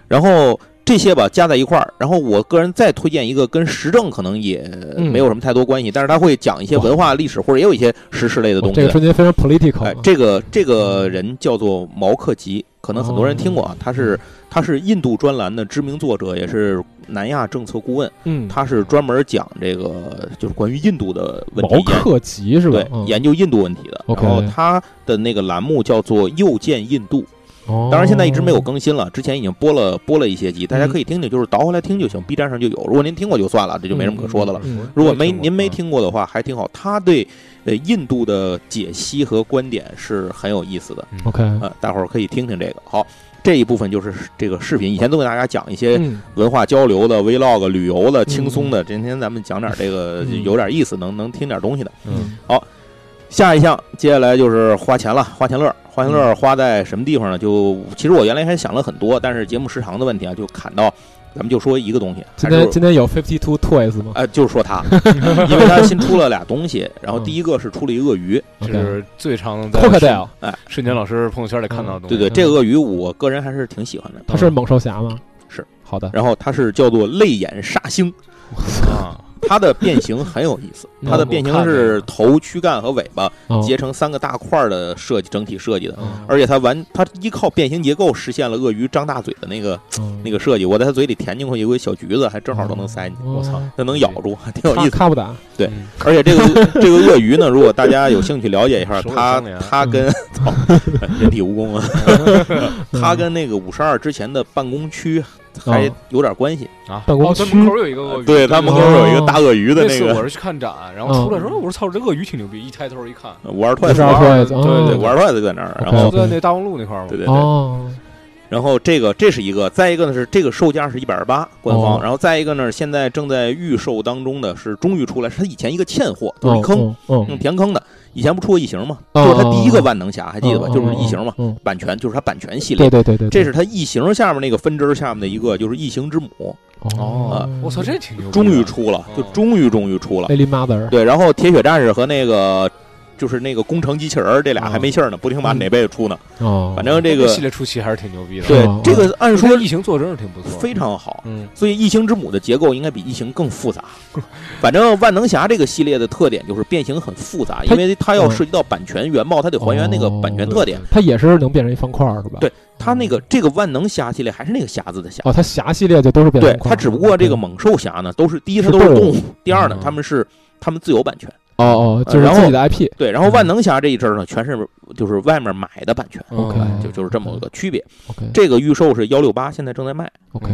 然后这些吧加在一块儿，然后我个人再推荐一个跟时政可能也没有什么太多关系，但是他会讲一些文化历史或者也有一些时事类的东西。哦这个瞬间非常 political。啊哎，这个这个人叫做毛克吉，可能很多人听过啊，他是他是印度专栏的知名作者，也是南亚政策顾问。嗯，他是专门讲这个就是关于印度的问题。毛克吉是吧？嗯对，研究印度问题的。然后他的那个栏目叫做《又见印度》，哦哦当然现在一直没有更新了，之前已经播了播了一些嗯集，大家可以听听，就是倒回来听就行，B 站上就有。如果您听过就算了，这就没什么可说嗯的了。如果没您没听过的话，还挺好。他对呃印度的解析和观点是很有意思的。 OK，呃，大伙儿可以听听这个。好。这一部分就是这个视频，以前都给大家讲一些嗯文化交流的、vlog、旅游的、轻松的。今天咱们讲点这个有点意思，能能听点东西的。嗯，好，下一项接下来就是花钱了，花钱乐，花钱乐花在什么地方呢？就其实我原来还想了很多，但是节目时长的问题啊，就砍到咱们就说一个东西。今天今天有 Fifty Two Toys 吗？哎，就是说他，因为他新出了俩东西，然后第一个是出了一鳄鱼，就是最常在。crocodile，哎，瞬间老师朋友圈里看到的东西。嗯对对，这鳄鱼我个人还是挺喜欢的。它是猛兽侠吗？是，好的。然后它是叫做泪眼煞星，啊，它的变形很有意思。它的变形是头、躯干和尾巴哦结成三个大块的设计，整体设计的。而且它完，它依靠变形结构实现了鳄鱼张大嘴的那个那个设计。我在它嘴里填进去有个小橘子，还正好都能塞进去。我操，那哦能咬 住，挺有意思。咔不打。对，而且这个这个鳄鱼呢，如果大家有兴趣了解一 下，它啊它跟 操人体蜈蚣啊， 它跟那个五十二之前的办公区。还有点关系啊！办公区门口有一个鳄鱼，对他门口有一个嗯大鳄鱼的那个。我是去看展，然后出来时候，我说操，这鳄鱼挺牛逼！一抬头一看，五二嗯筷子，对对，五二筷子在那儿，然后在那大望路那块儿，嗯对哦对对。然后这个这是一个，再一个呢是这个售价是一百二八官方，然后再一个呢现在正在预售当中的是终于出来，它以前一个欠货，就是哦坑，嗯用填坑的。以前不出过异形吗？就是他第一个万能侠，还记得吧？就是异形嘛，版权就是他版权系列。哦对对对对，这是他异形下面那个分支下面的一个，就是异形之母。哦，呃我操，这挺牛！嗯终于出了，就终于终于出哎了。 Mother。对，然后铁血战士和那个就是那个工程机器人这俩还没信儿呢，不听吧哪辈子出呢？哦，反正这个系列初期还是挺牛逼的。嗯对，这个按说异形做真是挺不错，非常好。嗯，所以异形之母的结构应该比异形更复杂。反正万能侠这个系列的特点就是变形很复杂，因为它嗯要涉及到版权原貌，它得还原那个版权特点。它也是能变成一方块是吧？嗯对，它那个这个万能侠系列还是那个匣子的匣。哦，它匣系列就都是变对，它只不过嗯这个猛兽侠呢，都是第一它都是动物，第二呢他们是他们自有版权。哦哦，就是自己的 IP。对，呃然后万能侠这一阵儿呢，全是就是外面买的版权。嗯 OK，就就是这么个区别。 OK，这嗯个预售是幺六八，现在正在卖。 OK。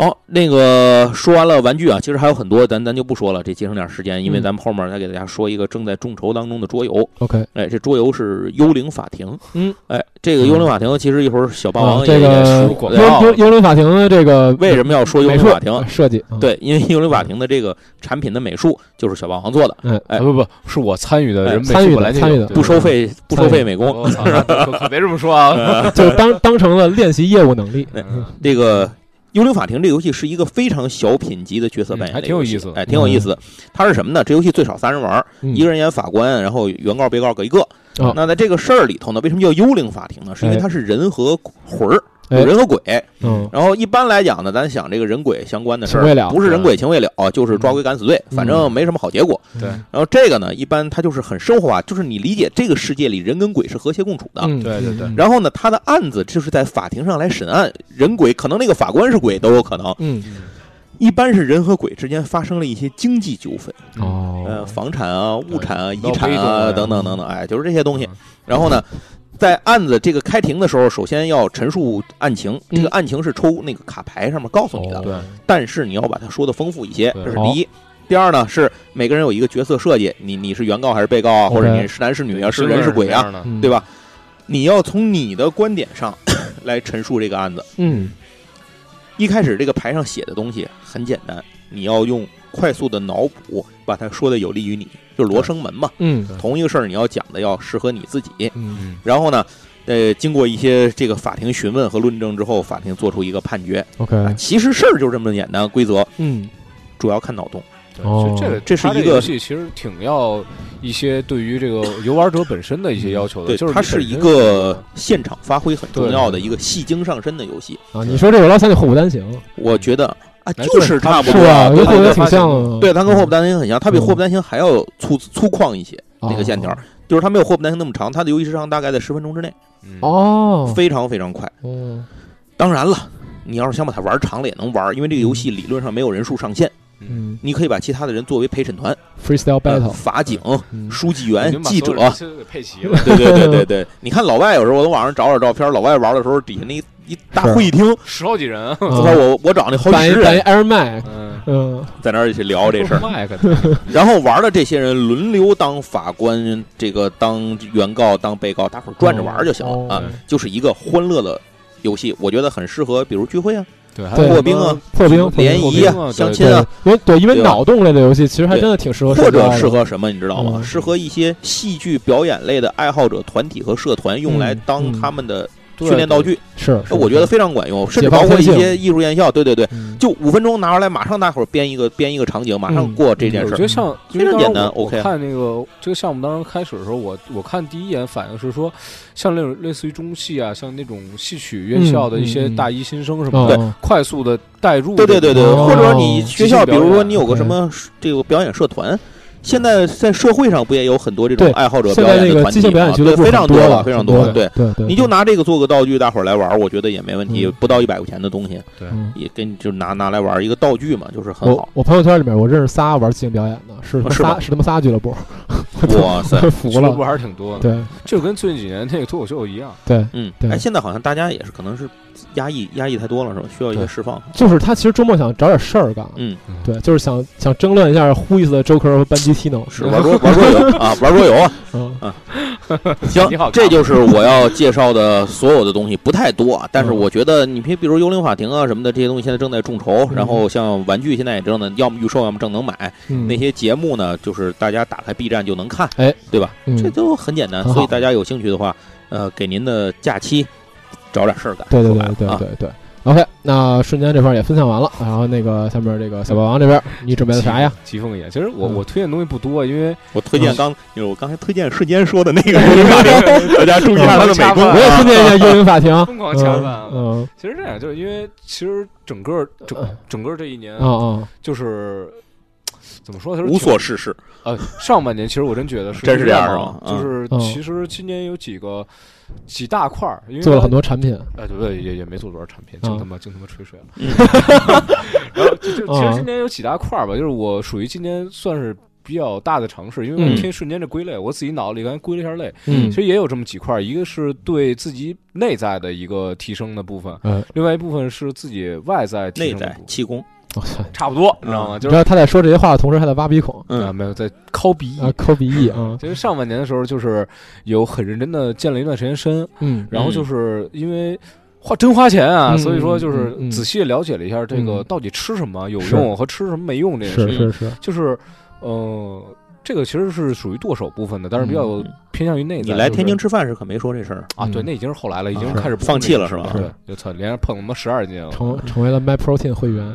好，那个说完了玩具啊，其实还有很多，咱咱就不说了，这节省点时间，因嗯为咱们后面再给大家说一个正在众筹当中的桌游。 OK，哎，这桌游是《幽灵法庭》。嗯，哎，这个《幽灵法庭》其实一会儿小霸嗯啊王啊这个幽幽幽灵法庭的这个为什么要说幽灵法庭设计？嗯对，因为幽灵法庭的这个产品的美术就是小霸王做的。嗯，哎，不不，是我参与的，人参与的参与的，不收费不收费美工， 可哦别这么说啊，嗯就当当成了练习业务 能嗯力。这个。幽灵法庭这游戏是一个非常小品级的角色扮嗯演，还挺有意思，嗯哎，挺有意思的。它是什么呢？这游戏最少三人玩，嗯一个人演法官，然后原告、被告各一个。那在这个事儿里头呢，为什么叫幽灵法庭呢？是因为它是人和魂儿，有人和鬼。哎嗯。然后一般来讲呢，咱想这个人鬼相关的事儿，不是人鬼情未了，哦就是抓鬼敢死队，反正没什么好结果。嗯嗯对。然后这个呢，一般它就是很生活化，就是你理解这个世界里人跟鬼是和谐共处嗯的。对对对。然后呢，他的案子就是在法庭上来审案，人鬼可能那个法官是鬼都有可能。嗯，一般是人和鬼之间发生了一些经济纠纷，哦，呃，房产啊、物产啊、遗产啊等等等等，哎，就是这些东西。然后呢，在案子这个开庭的时候，首先要陈述案情，这个案情是抽那个卡牌上面告诉你的，对。但是你要把它说的丰富一些，对这是第一。第二呢，是每个人有一个角色设计，你你是原告还是被告啊，或者你是男是女啊，是人是鬼啊，啊，嗯对吧？你要从你的观点上 来陈述这个案子。嗯？一开始这个牌上写的东西很简单，你要用快速的脑补把它说的有利于你，就是罗生门嘛。嗯嗯同一个事儿你要讲的要适合你自己。嗯，然后呢，呃，经过一些这个法庭询问和论证之后，法庭做出一个判决。 ，OK，啊其实事儿就是这么简单，规则嗯主要看脑洞。对哦这个这是它一个游个戏，其实挺要一些对于这个游玩者本身的一些要求的，嗯对，就是它你本是一身个现场发挥很重对要的一个戏精上身的游戏。啊，你说这个老三就祸不单行，我觉得啊，哎就是对差嗯不是多吧？啊，跟对霍后不来单对挺像嗯的，对，它跟霍普丹星很像，它比霍普丹星还要粗粗犷一些。哦那个线条，就是它没有霍普南星那么长，它的游戏时长大概在十分钟之内，嗯哦，非常非常快。嗯当然了，你要是想把它玩长了也能玩，因为这个游戏理论上没有人数上限，嗯你可以把其他的人作为陪审团、 ，freestyle 呃 battle，法警、嗯书记已员、经把哎记所者有。人其实给配齐了，对对对对对，你看老外有时候我从网上找找照片，老外玩的时候底下那一一大是啊嗯会议厅，十好几 人，我啊操我我找那好几办一十办一人 Air Mac，嗯，嗯，在那儿去聊这 事儿，麦克然后玩的这些人轮流当法官，这个当原告、当被告，大伙儿转着玩儿就行哦了啊，就是一个欢乐的游戏，我觉得很适合，比如聚会啊、对，还对有破冰啊、嗯破冰，联破冰谊破冰啊、啊相亲对啊，，因为对，因为对吧脑洞类的游戏其实还真的挺适合社或交者的，适合什么，你知道吗？嗯适合一些戏剧表演类的爱好者团体和社团用嗯来当他们的训练道具，是，是哎我觉得非常管用，甚解至放包括一天性些艺术院校，对对对。嗯就五分钟拿出来，马上大伙儿编一个编一个场景，马上嗯过这件我事觉儿。得像非常简单因为当时我 OK 啊我看那个这个项目当时开始的时候，我我看第一眼反应是说，像那种类似于中戏啊，像那种戏曲院校的一些嗯嗯嗯大一新生什么的，哦快速的带入这对个，对对对，哦或者你学校，比如说你有个即什兴表么这个表演社团，现在在社会上不也有很多这种对爱好者现表在那演的个团即体兴表啊？演俱乐对，部非常很多了，非常多了。对对，对对，你就拿这个做个道具，大伙儿来玩儿，我觉得也没问题。嗯不到一百块钱的东西，嗯也跟就拿拿来玩儿一个道具嘛，就是很我好。哦我朋友圈里面我认识仨玩即兴表演的，是他妈是吗仨是他们仨俱乐 部，哇塞， 服俱乐部了，还是挺多的。对 就跟最近几年那个脱口秀一样，对，嗯，对哎，现在好像大家也是可能是压抑压抑太多了，是吧？需要一些对释放。就是他其实周末想找点事儿干，啊嗯，对，就是想想争论一下 Who is the Joker 和班吉 Tino，是玩桌玩桌游啊，玩桌游啊。嗯行你好，这就是我要介绍的所有的东西，不太多啊，但是嗯我觉得你比比如幽灵法庭啊什么的这些东西现在正在众筹，嗯然后像玩具现在也正在要么预售，要么正能买。嗯， 那些节目呢，就是大家打开 B 站就能看，哎，对吧？嗯这都很简单，很好所以大家有兴趣的话，呃，给您的假期找点事儿干。对对说对白了对啊对对对。OK，那瞬间这块儿也分享完了，然后那个下面这个小霸王这边儿你准备的 啥呀？ 疾风也，其实我嗯我推荐的东西不多，因为我推荐刚，就是我刚才推荐瞬间说的那个幽灵法庭，大家注意一下它的美工嗯我也推荐一下幽灵法 庭，疯狂掐饭啊嗯其实这样就是因为其实整个整整个这一年嗯嗯就是。怎么说？它是无所事事。呃，上半年其实我真觉得是真是这样啊是吗吗？就是嗯其实今年有几个几大块儿，因为嗯，做了它很多产品，哎，对不对？也也没做多少产品，净嗯他妈净他妈吹水了。嗯 然后就就其嗯实今年有几大块儿吧，就是我属于今年算是比较大的尝试，因为嗯我听瞬间这归类，我自己脑子里刚才归了一下类，嗯其实也有这么几块儿，一个是对自己内在的一个提升的部分嗯，另外一部分是自己外在提内升的在部分，气功，我操，差不多，你知道吗？你就知是道他在说这些话的同时还在挖鼻孔啊，嗯，没有在抠鼻翼啊，。抠鼻翼啊，其实上半年的时候，就是有很认真的健了一段时间身，嗯然后就是因为花真花钱啊，嗯所以说就是嗯嗯嗯仔细了解了一下这个嗯到底吃什么有是用和吃什么没用这件事是情，是是，就是呃，这个其实是属于剁手部分的，但是比较嗯偏向于内在。你来就是天津吃饭时可没说这事儿。啊？对，嗯那已经是后来了，已经是开始不放弃了是吧对，就操，连着碰他妈十二斤了，嗯成成为了 My Protein 会员，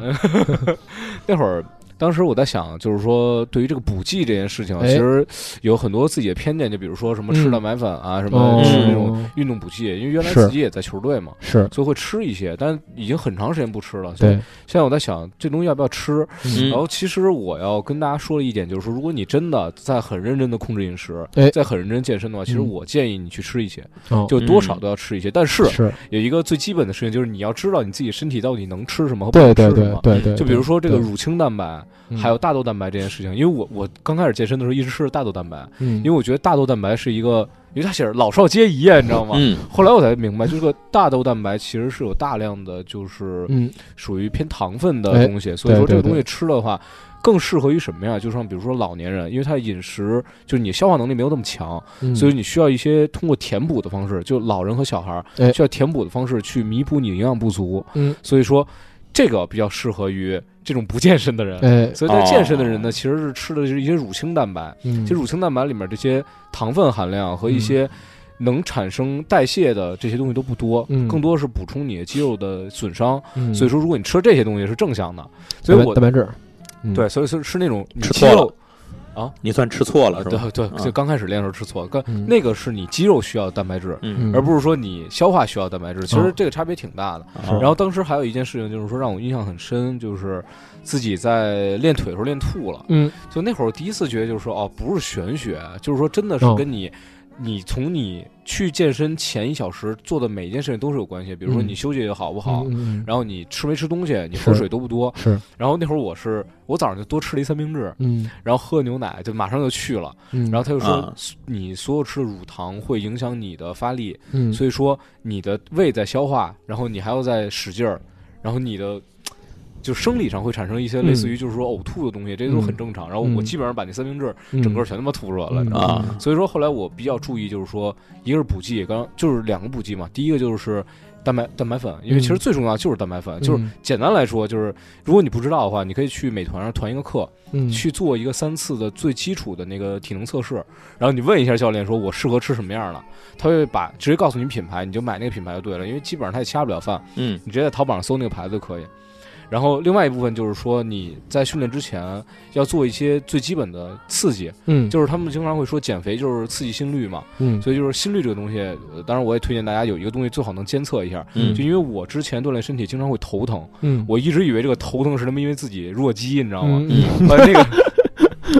那会儿。当时我在想，就是说对于这个补剂这件事哎情，其实有很多自己的偏见，就比如说什么嗯吃蛋白粉啊，什哦么吃那种运动补剂，因为原来自己也在球队嘛，是，所以会吃一些，但已经很长时间不吃了。所以现在我在想，这东西要不要吃？嗯然后其实我要跟大家说的一点就是说，如果你真的在很认真的控制饮食，在很认真健身的话，其嗯实我建议你去吃一些，哦就多少都要吃一些。但嗯是有一个最基本的事情就是你要知道你自己身体到底能吃什么和不能吃什么。对对，嗯就比如说这个乳清蛋白。还有大豆蛋白这件事情，因为我我刚开始健身的时候一直吃大豆蛋白，嗯、因为我觉得大豆蛋白是一个，因为它写着老少皆宜啊，你知道吗？嗯、后来我才明白，就是个大豆蛋白其实是有大量的就是属于偏糖分的东西，嗯、所以说这个东西吃的话。更适合于什么呀？就像比如说老年人，因为他饮食就是你消化能力没有那么强，嗯、所以你需要一些通过填补的方式，就老人和小孩哎需要填补的方式去弥补你营养不足。嗯，所以说这个比较适合于。这种不健身的人，哎、所以在健身的人呢，哦、其实是吃的是一些乳清蛋白。嗯、其实乳清蛋白里面这些糖分含量和一些能产生代谢的这些东西都不多，嗯、更多是补充你肌肉的损伤。嗯、所以说，如果你吃这些东西是正向的，所以我蛋白质，对，所以说吃那种你吃肌肉。啊，你算吃错了是吧？对对，就刚开始练时候吃错，嗯刚嗯那个是你肌肉需要蛋白质，嗯而不是说你消化需要蛋白质。其实这个差别挺大嗯的。哦啊然后当时还有一件事情，就是说让我印象很深，就是自己在练腿的时候练吐了。嗯，就那会儿第一次觉得，就是说哦，不是玄学，就是说真的是跟你，你从你去健身前一小时做的每一件事情都是有关系。比如说你休息好不好，然后你吃没吃东西，你喝水多不多。嗯是。然后那会儿我是我早上就多吃了一三明治，嗯，然后喝牛奶就马上就去了，嗯，然后他就啊说你所有吃的乳糖会影响你的发力，嗯，所以说你的胃在消化，然后你还要再使劲儿，然后你的就生理上会产生一些类似于就是说呕吐的东西，这些都很正常。然后我基本上把那三明治整个全他妈吐出来嗯了，你知道啊吗？所以说后来我比较注意就是说，一个是补剂，刚就是两个补剂嘛，第一个就是。蛋白蛋白粉，因为其实最重要就是蛋白粉，嗯、就是简单来说，就是如果你不知道的话，你可以去美团上团一个课，嗯、去做一个三次的最基础的那个体能测试，然后你问一下教练说我适合吃什么样的，他会把直接告诉你品牌，你就买那个品牌就对了，因为基本上他也掐不了饭，嗯，你直接在淘宝上搜那个牌子就可以。然后另外一部分就是说你在训练之前要做一些最基本的刺激，嗯，就是他们经常会说减肥就是刺激心率嘛，嗯，所以就是心率这个东西，当然我也推荐大家有一个东西最好能监测一下，嗯，就因为我之前锻炼身体经常会头疼，嗯，我一直以为这个头疼是他妈因为自己弱鸡，你知道吗？呃嗯，那个，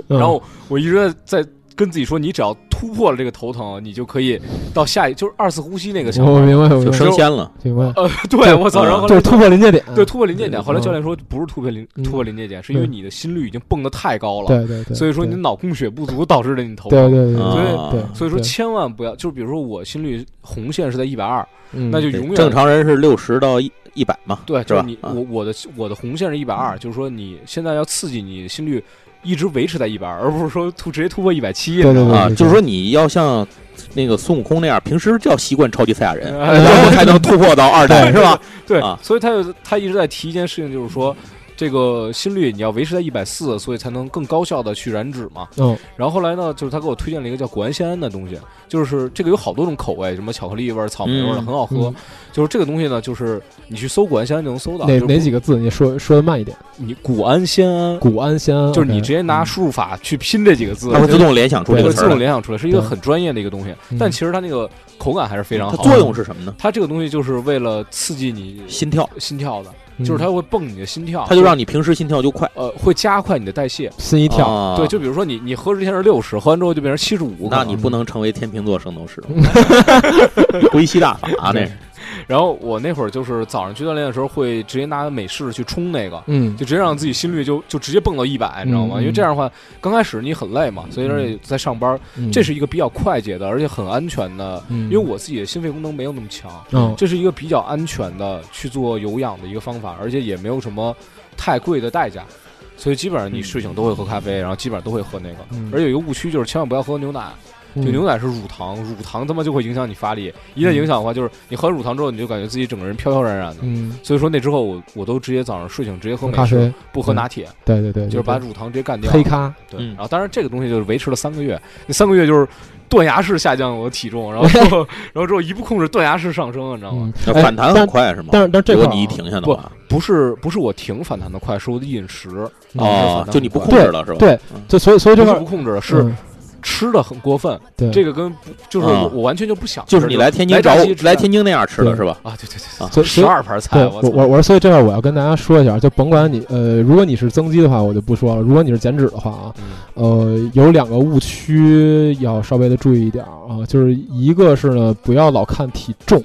然后我一直在。跟自己说，你只要突破了这个头疼，你就可以到下一，就是二次呼吸那个想法，我明白，我明就白，升仙了。明白。嗯呃， 对我操，然后就是突破临界点，嗯对突破临界点。后来教练说，说不是突破临嗯突破临界点，是因为你的心率已经蹦得太高了，对对对，所以说你的脑供血不足导致了你头对疼。对对啊对所对以，所以说千万不要，就是比如说我心率红线是在一百二，嗯那就永远正常人是六十到一一百嘛，对，是就是吧你？啊我我的我的红线是一百二，就是说你现在要刺激你心率一直维持在一百二，而不是说突直接突破一百七，你知对道对吗对啊，对就是说你要像那个孙悟空那样，平时就要习惯超级赛亚人， 哎呃然后才能突破到二代，是吧？对，啊所以他有他一直在提一件事情，就是说这个心率你要维持在一百四，所以才能更高效的去燃脂嘛。嗯然后后来呢，就是他给我推荐了一个叫谷氨酰胺的东西，就是这个有好多种口味，什么巧克力味儿、草莓味儿的，嗯很好喝。嗯就是这个东西呢，就是你去搜谷氨酰胺就能搜到。哪就是哪几个字？你说说的慢一点。你谷氨酰胺，谷氨酰胺啊就是你 OK 嗯直接拿输入法去拼这几个字，它会自就动联想出会这个自词儿动来。联想出来，是一个对很专业的一个东西嗯。但其实它那个口感还是非常它好的。作用是什么呢？它这个东西就是为了刺激你心跳，心跳的，嗯就是它会蹦你的心跳，它就让你平时心跳就快，呃会加快你的代谢。心一跳，啊对，就比如说你你喝之前是六十，喝完之后就变成七十五。那你不能成为天秤座圣斗士， 归西大法啊那是。然后我那会儿就是早上去锻炼的时候，会直接拿美式去冲那个，嗯就直接让自己心率就就直接蹦到一百，你知道吗？嗯因为这样的话，刚开始你很累嘛，所以说也在上班，嗯这是一个比较快捷的，而且很安全的。嗯因为我自己的心肺功能没有那么强，嗯这是一个比较安全的去做有氧的一个方法，而且也没有什么太贵的代价，所以基本上你睡醒都会喝咖啡，然后基本上都会喝那个嗯。而且有一个误区就是千万不要喝牛奶，就牛奶是乳糖，乳糖他妈就会影响你发嗯力，一旦影响的话，就是你喝完乳糖之后，你就感觉自己整个人飘飘然然的。嗯，所以说那之后我我都直接早上睡醒直接喝美咖式啡，不喝拿铁，对对对，就是把乳糖直接干掉。黑咖，对。然后当然这个东西就是维持了三个月，那三个月就是。断崖式下降我体重，然后之后， 然后之后一不控制断崖式上升，你知道吗？嗯、反弹很快是吗？但是但这如果你一停下的嗯话，不不是不是我停反弹的快，是我的饮食哦，就你不控制了是吧？嗯对，就所以所以这块嗯不控制了是。嗯吃的很过分，对这个跟就是我完全就不想，就是你来天津找我来天津那样吃的是吧？啊，对对对，十二盘菜，我我我所以这块我要跟大家说一下，就甭管你呃，如果你是增肌的话，我就不说了；如果你是减脂的话啊，嗯呃，有两个误区要稍微的注意一点啊，就是一个是呢，不要老看体重。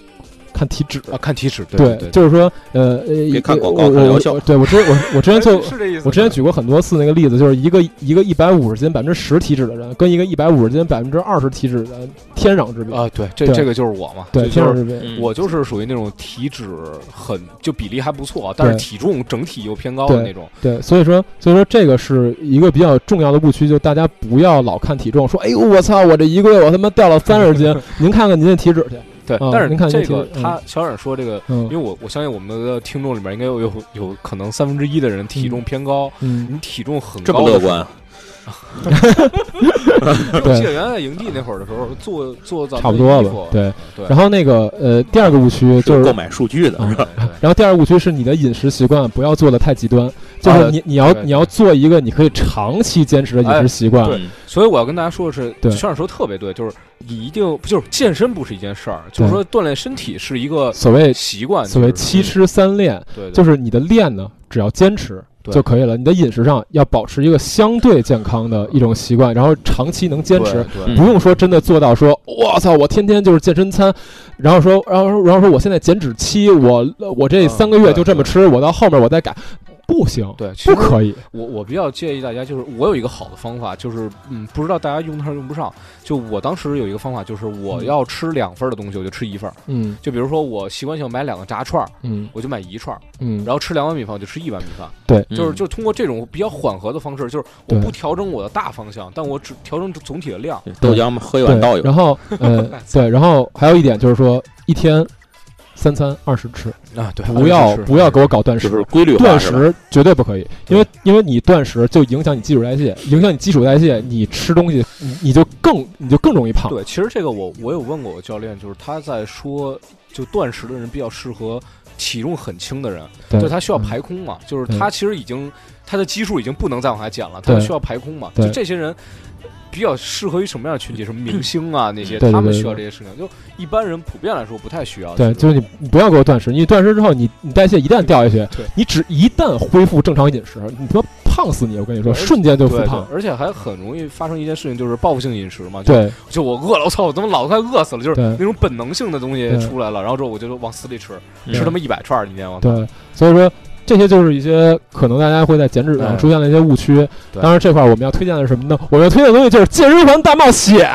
看体脂啊，看体脂，对，就是说，呃，别看广告，看疗效。对我之我 我之前做， 我之前举过很多次那个例子，就是一个一个一百五十斤百分之十体脂的人，跟一个一百五十斤百分之二十体脂的人，天壤之别啊！对，这这个就是我嘛，对，天壤之别。我就是属于那种体脂很就比例还不错，但是体重整体又偏高的那种。对，所以说所以说这个是一个比较重要的误区，就大家不要老看体重，说哎呦我操，我这一个月我他妈掉了三 十斤，您看看您的体脂去。对，哦、但是这个、嗯、他小冉说这个，嗯、因为我我相信我们的听众里面应该有有有可能三分之一的人体重偏高，嗯、你体重很这么乐观。我记得原来在营地那会儿的时候，做做咱差不多了，对对。然后那个呃，第二个误区就是嗯购买数据的，然后第二个误区是你的饮食习惯不要做的太极端，啊就是你你要你要做一个你可以长期坚持的饮食习惯。哎对，嗯所以我要跟大家说的是，校长说特别对，就是你一定就是健身不是一件事儿，就是说锻炼身体是一个所谓习惯，所谓七吃三练，就是你的练呢，只要坚持。就可以了。你的饮食上要保持一个相对健康的一种习惯，然后长期能坚持，嗯不用说真的做到说，我操，我天天就是健身餐，然后说，然后说，然后说我现在减脂期，我我这三个月就这么吃，我到后面我再改，不行，对，不可以。我我比较建议大家，就是我有一个好的方法，就是嗯，不知道大家用得上用不上。就我当时有一个方法，就是我要吃两份的东西，我就吃一份。嗯，就比如说我习惯性买两个炸串，嗯，我就买一串，嗯，然后吃两碗米饭，我就吃一碗米饭。对。嗯就是就是通过这种比较缓和的方式，就是我不调整我的大方向，但我只调整总体的量。豆浆嘛，喝一碗倒有。然后呃，对，然后还有一点就是说，一天三餐二十吃啊，对，不要不要给我搞断食，规律断食绝对不可以，因为因为你断食就影响你基础代谢，影响你基础代谢，你吃东西你就更你就更容易胖。对，其实这个我我有问过我教练，就是他在说，就断食的人比较适合。体重很轻的人，就他需要嗯排空嘛，就是他其实已经他的基数已经不能再往下减了，他需要排空嘛。就这些人比较适合于什么样的群体？什么明星啊那些，他们需要这些事情。就一般人普遍来说不太需要。对，就是你你不要给我断食，你断食之后，你你代谢一旦掉下去，你只一旦恢复正常饮食，你他妈胖死你！我跟你说，瞬间就复胖，而且还很容易发生一件事情，就是报复性饮食嘛。对，就我饿了，我操，我他妈老快饿死了，就是那种本能性的东西出来了，然后之后我就往死里吃，嗯吃他妈一。一百串儿，你见吗？对，所以说这些就是一些可能大家会在减脂哎上出现的一些误区。当然，这块我们要推荐的是什么呢？我们要推荐的东西就是《健身房大冒险》。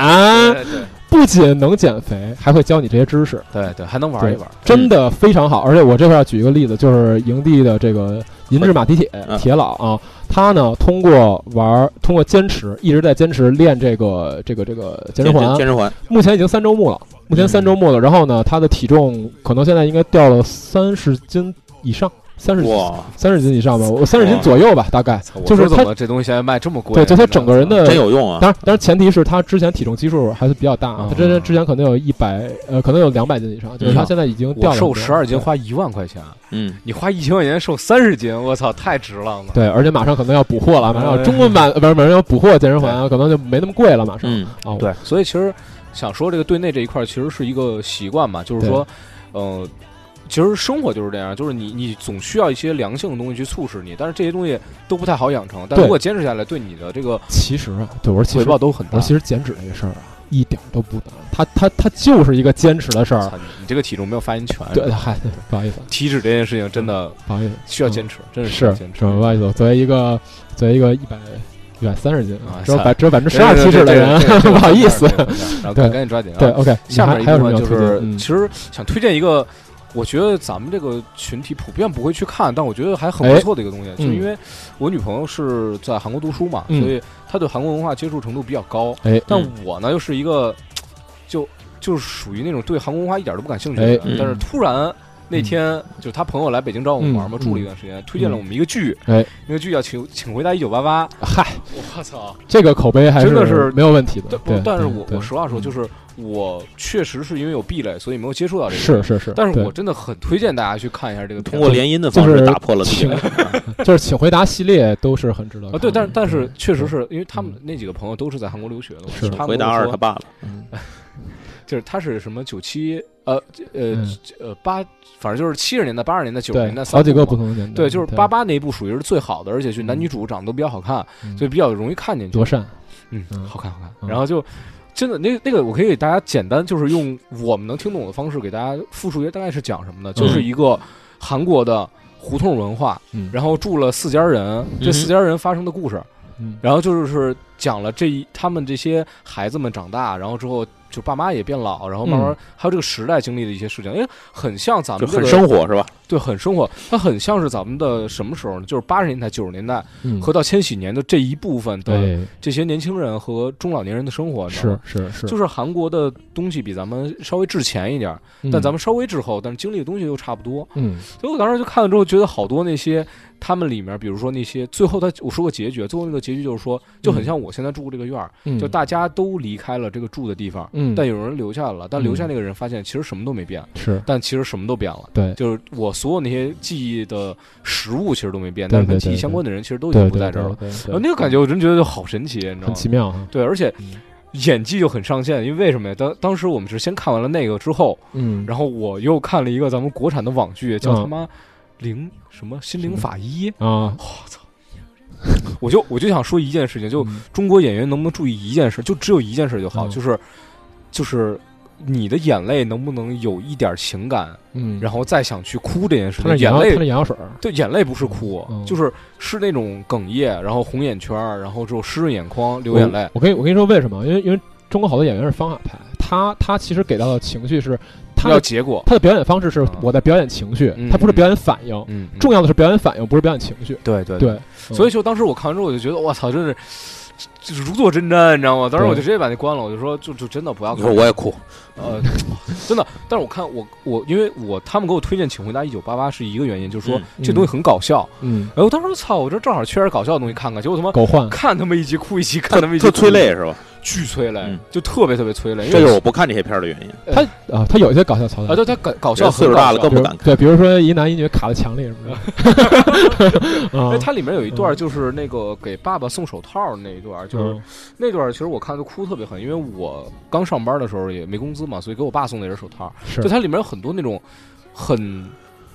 对对。不仅能减肥，还会教你这些知识。对对，还能玩一玩，真的非常好。而且我这块举一个例子，就是营地的这个银质马蹄铁嗯铁老啊，他呢通过玩，通过坚持，一直在坚持练这个这个这个健身环。健身环目前已经三周目了，目前三周目了。然后呢，他的体重可能现在应该掉了三十斤以上。三十三十斤以上吧，我三十斤左右吧，大概就是他这东西现在卖这么贵，啊对，就他整个人的真有用啊。当然，当然前提是他之前体重基数还是比较大哦啊，他之前之前可能有一百呃，可能有两百斤以上，就是他现在已经掉了。嗯瘦十二斤花一万块钱，嗯，你花一千块钱瘦三十斤，我操，太值了。对，而且马上可能要补货了，马上中国版不是马上要补货健身环，可能就没那么贵了，马上嗯啊。对，所以其实想说这个对内这一块其实是一个习惯嘛，就是说，嗯。其实生活就是这样，就是你你总需要一些良性的东西去促使你，但是这些东西都不太好养成。但如果坚持下来，对你的这个其实啊，对我说回报都很大。我其实减脂这个事儿啊，一点都不难，它它它就是一个坚持的事儿。你这个体重没有发言权。对，嗨，不好意思，体脂这件事情真的不好意思，需要坚持，真是坚持。是不好意思，作为一个作为一个一百。一百三十斤啊，只有百只有百分之十二体脂的人，不好意思，对，赶紧抓紧啊。对，OK，下面一还有什么就是，其实想推荐一个。我觉得咱们这个群体普遍不会去看，但我觉得还哎很不错的一个东西，嗯就因为我女朋友是在韩国读书嘛，所以她对韩国文化接触程度比较高。哎，但我呢又是一个，就就是属于那种对韩国文化一点都不感兴趣哎的人，嗯但是突然。那天就他朋友来北京找我们玩嘛，住了一段时间，推荐了我们一个剧，嗯哎，那个剧叫《请请回答一九八八》。嗨，我操，这个口碑还真的是没有问题的。但但是我我实嗯话说，就是我确实是因为有壁垒，所以没有接触到这个。是是是，但是我真的很推荐大家去看一下这个。通过联姻的方式打破了壁垒， 就是请回答系列都是很值得。啊，对，但但是确实是因为他们那几个朋友都是在韩国留学的，嗯是他回答二他爸了。就是他是什么九七呃呃呃八，反正就是七十年代、八十年代、九十年代，嗯好几个不同的年代。对，就是八八那一部属于是最好的，而且就男女主长得都比较好看，嗯所以比较容易看见。多善，嗯，好看好看。然后就真的那那个，我可以给大家简单就是用我们能听懂的方式给大家复述一下，大概是讲什么的，就是一个韩国的胡同文化，嗯然后住了四家人，这四家人发生的故事，嗯然后就是讲了这一他们这些孩子们长大，然后之后。就爸妈也变老，然后慢慢、嗯、还有这个时代经历的一些事情，因为很像咱们、这个、很生活是吧？对，很生活，它很像是咱们的什么时候呢？就是八十年代、九十年代、嗯、和到千禧年的这一部分的这些年轻人和中老年人的生活，是是是，呃就是韩国的东西比咱们稍微滞前一点，嗯、但咱们稍微滞后，但是经历的东西又差不多。嗯，所以我当时就看了之后，觉得好多那些他们里面，比如说那些最后他我说个结局，最后那个结局就是说，就嗯很像我现在住这个院儿，就大家都离开了这个住的地方。嗯但有人留下了，但留下那个人发现其实什么都没变，是，但其实什么都变了，对，就是我所有那些记忆的实物其实都没变，但是跟记忆相关的人其实都已经不在这儿了。然后那个感觉我真觉得就好神奇，你知道吗？很奇妙，啊对，而且嗯演技就很上线，因为为什么呀？当当时我们是先看完了那个之后，嗯，然后我又看了一个咱们国产的网剧，叫他妈灵什么心灵法医啊，我操！我就我就想说一件事情，嗯就中国演员能不能注意一件事，就只有一件事就好，就是。就是你的眼泪能不能有一点情感，嗯，然后再想去哭这件事情。眼泪，眼药水，对，眼泪不是哭，嗯嗯、就是是那种哽咽，然后红眼圈，然后之后湿润眼眶，哦流眼泪。我跟你我跟你说为什么？因为因为中国好多演员是方法派，他他其实给到的情绪是。他要嗯结果，他的表演方式是我在表演情绪，他不是表演反应，重要的是表演反应，不是表演情绪。嗯对对对，嗯所以就当时我看完之后，我就觉得我操，真是就是如坐针毡，你知道吗？当时我就直接把那关了，我就说就就真的不要看。嗯我也哭，呃， 真的。但是我看我我因为我他们给我推荐《请回答一九八八》是一个原因，就是说这东西很搞笑。嗯，哎，我当时操，我这正好缺点搞笑的东西看看，结果他妈狗焕看他们一集哭嗯一集，看他们一集催泪是吧？巨催泪，就特别特别催泪。这是我不看这些片儿的原因。他啊，他有一些搞笑桥段啊，对，他搞搞笑岁数大了更不敢看。对，比如说一男一女卡在墙里什 啊么的。因为哎它里面有一嗯段就是那个给爸爸送手套那一嗯段，就是那段其实我看就哭特别狠，因为我刚上班的时候也没工资嘛，所以给我爸送那人手套。就它里面有很多那种很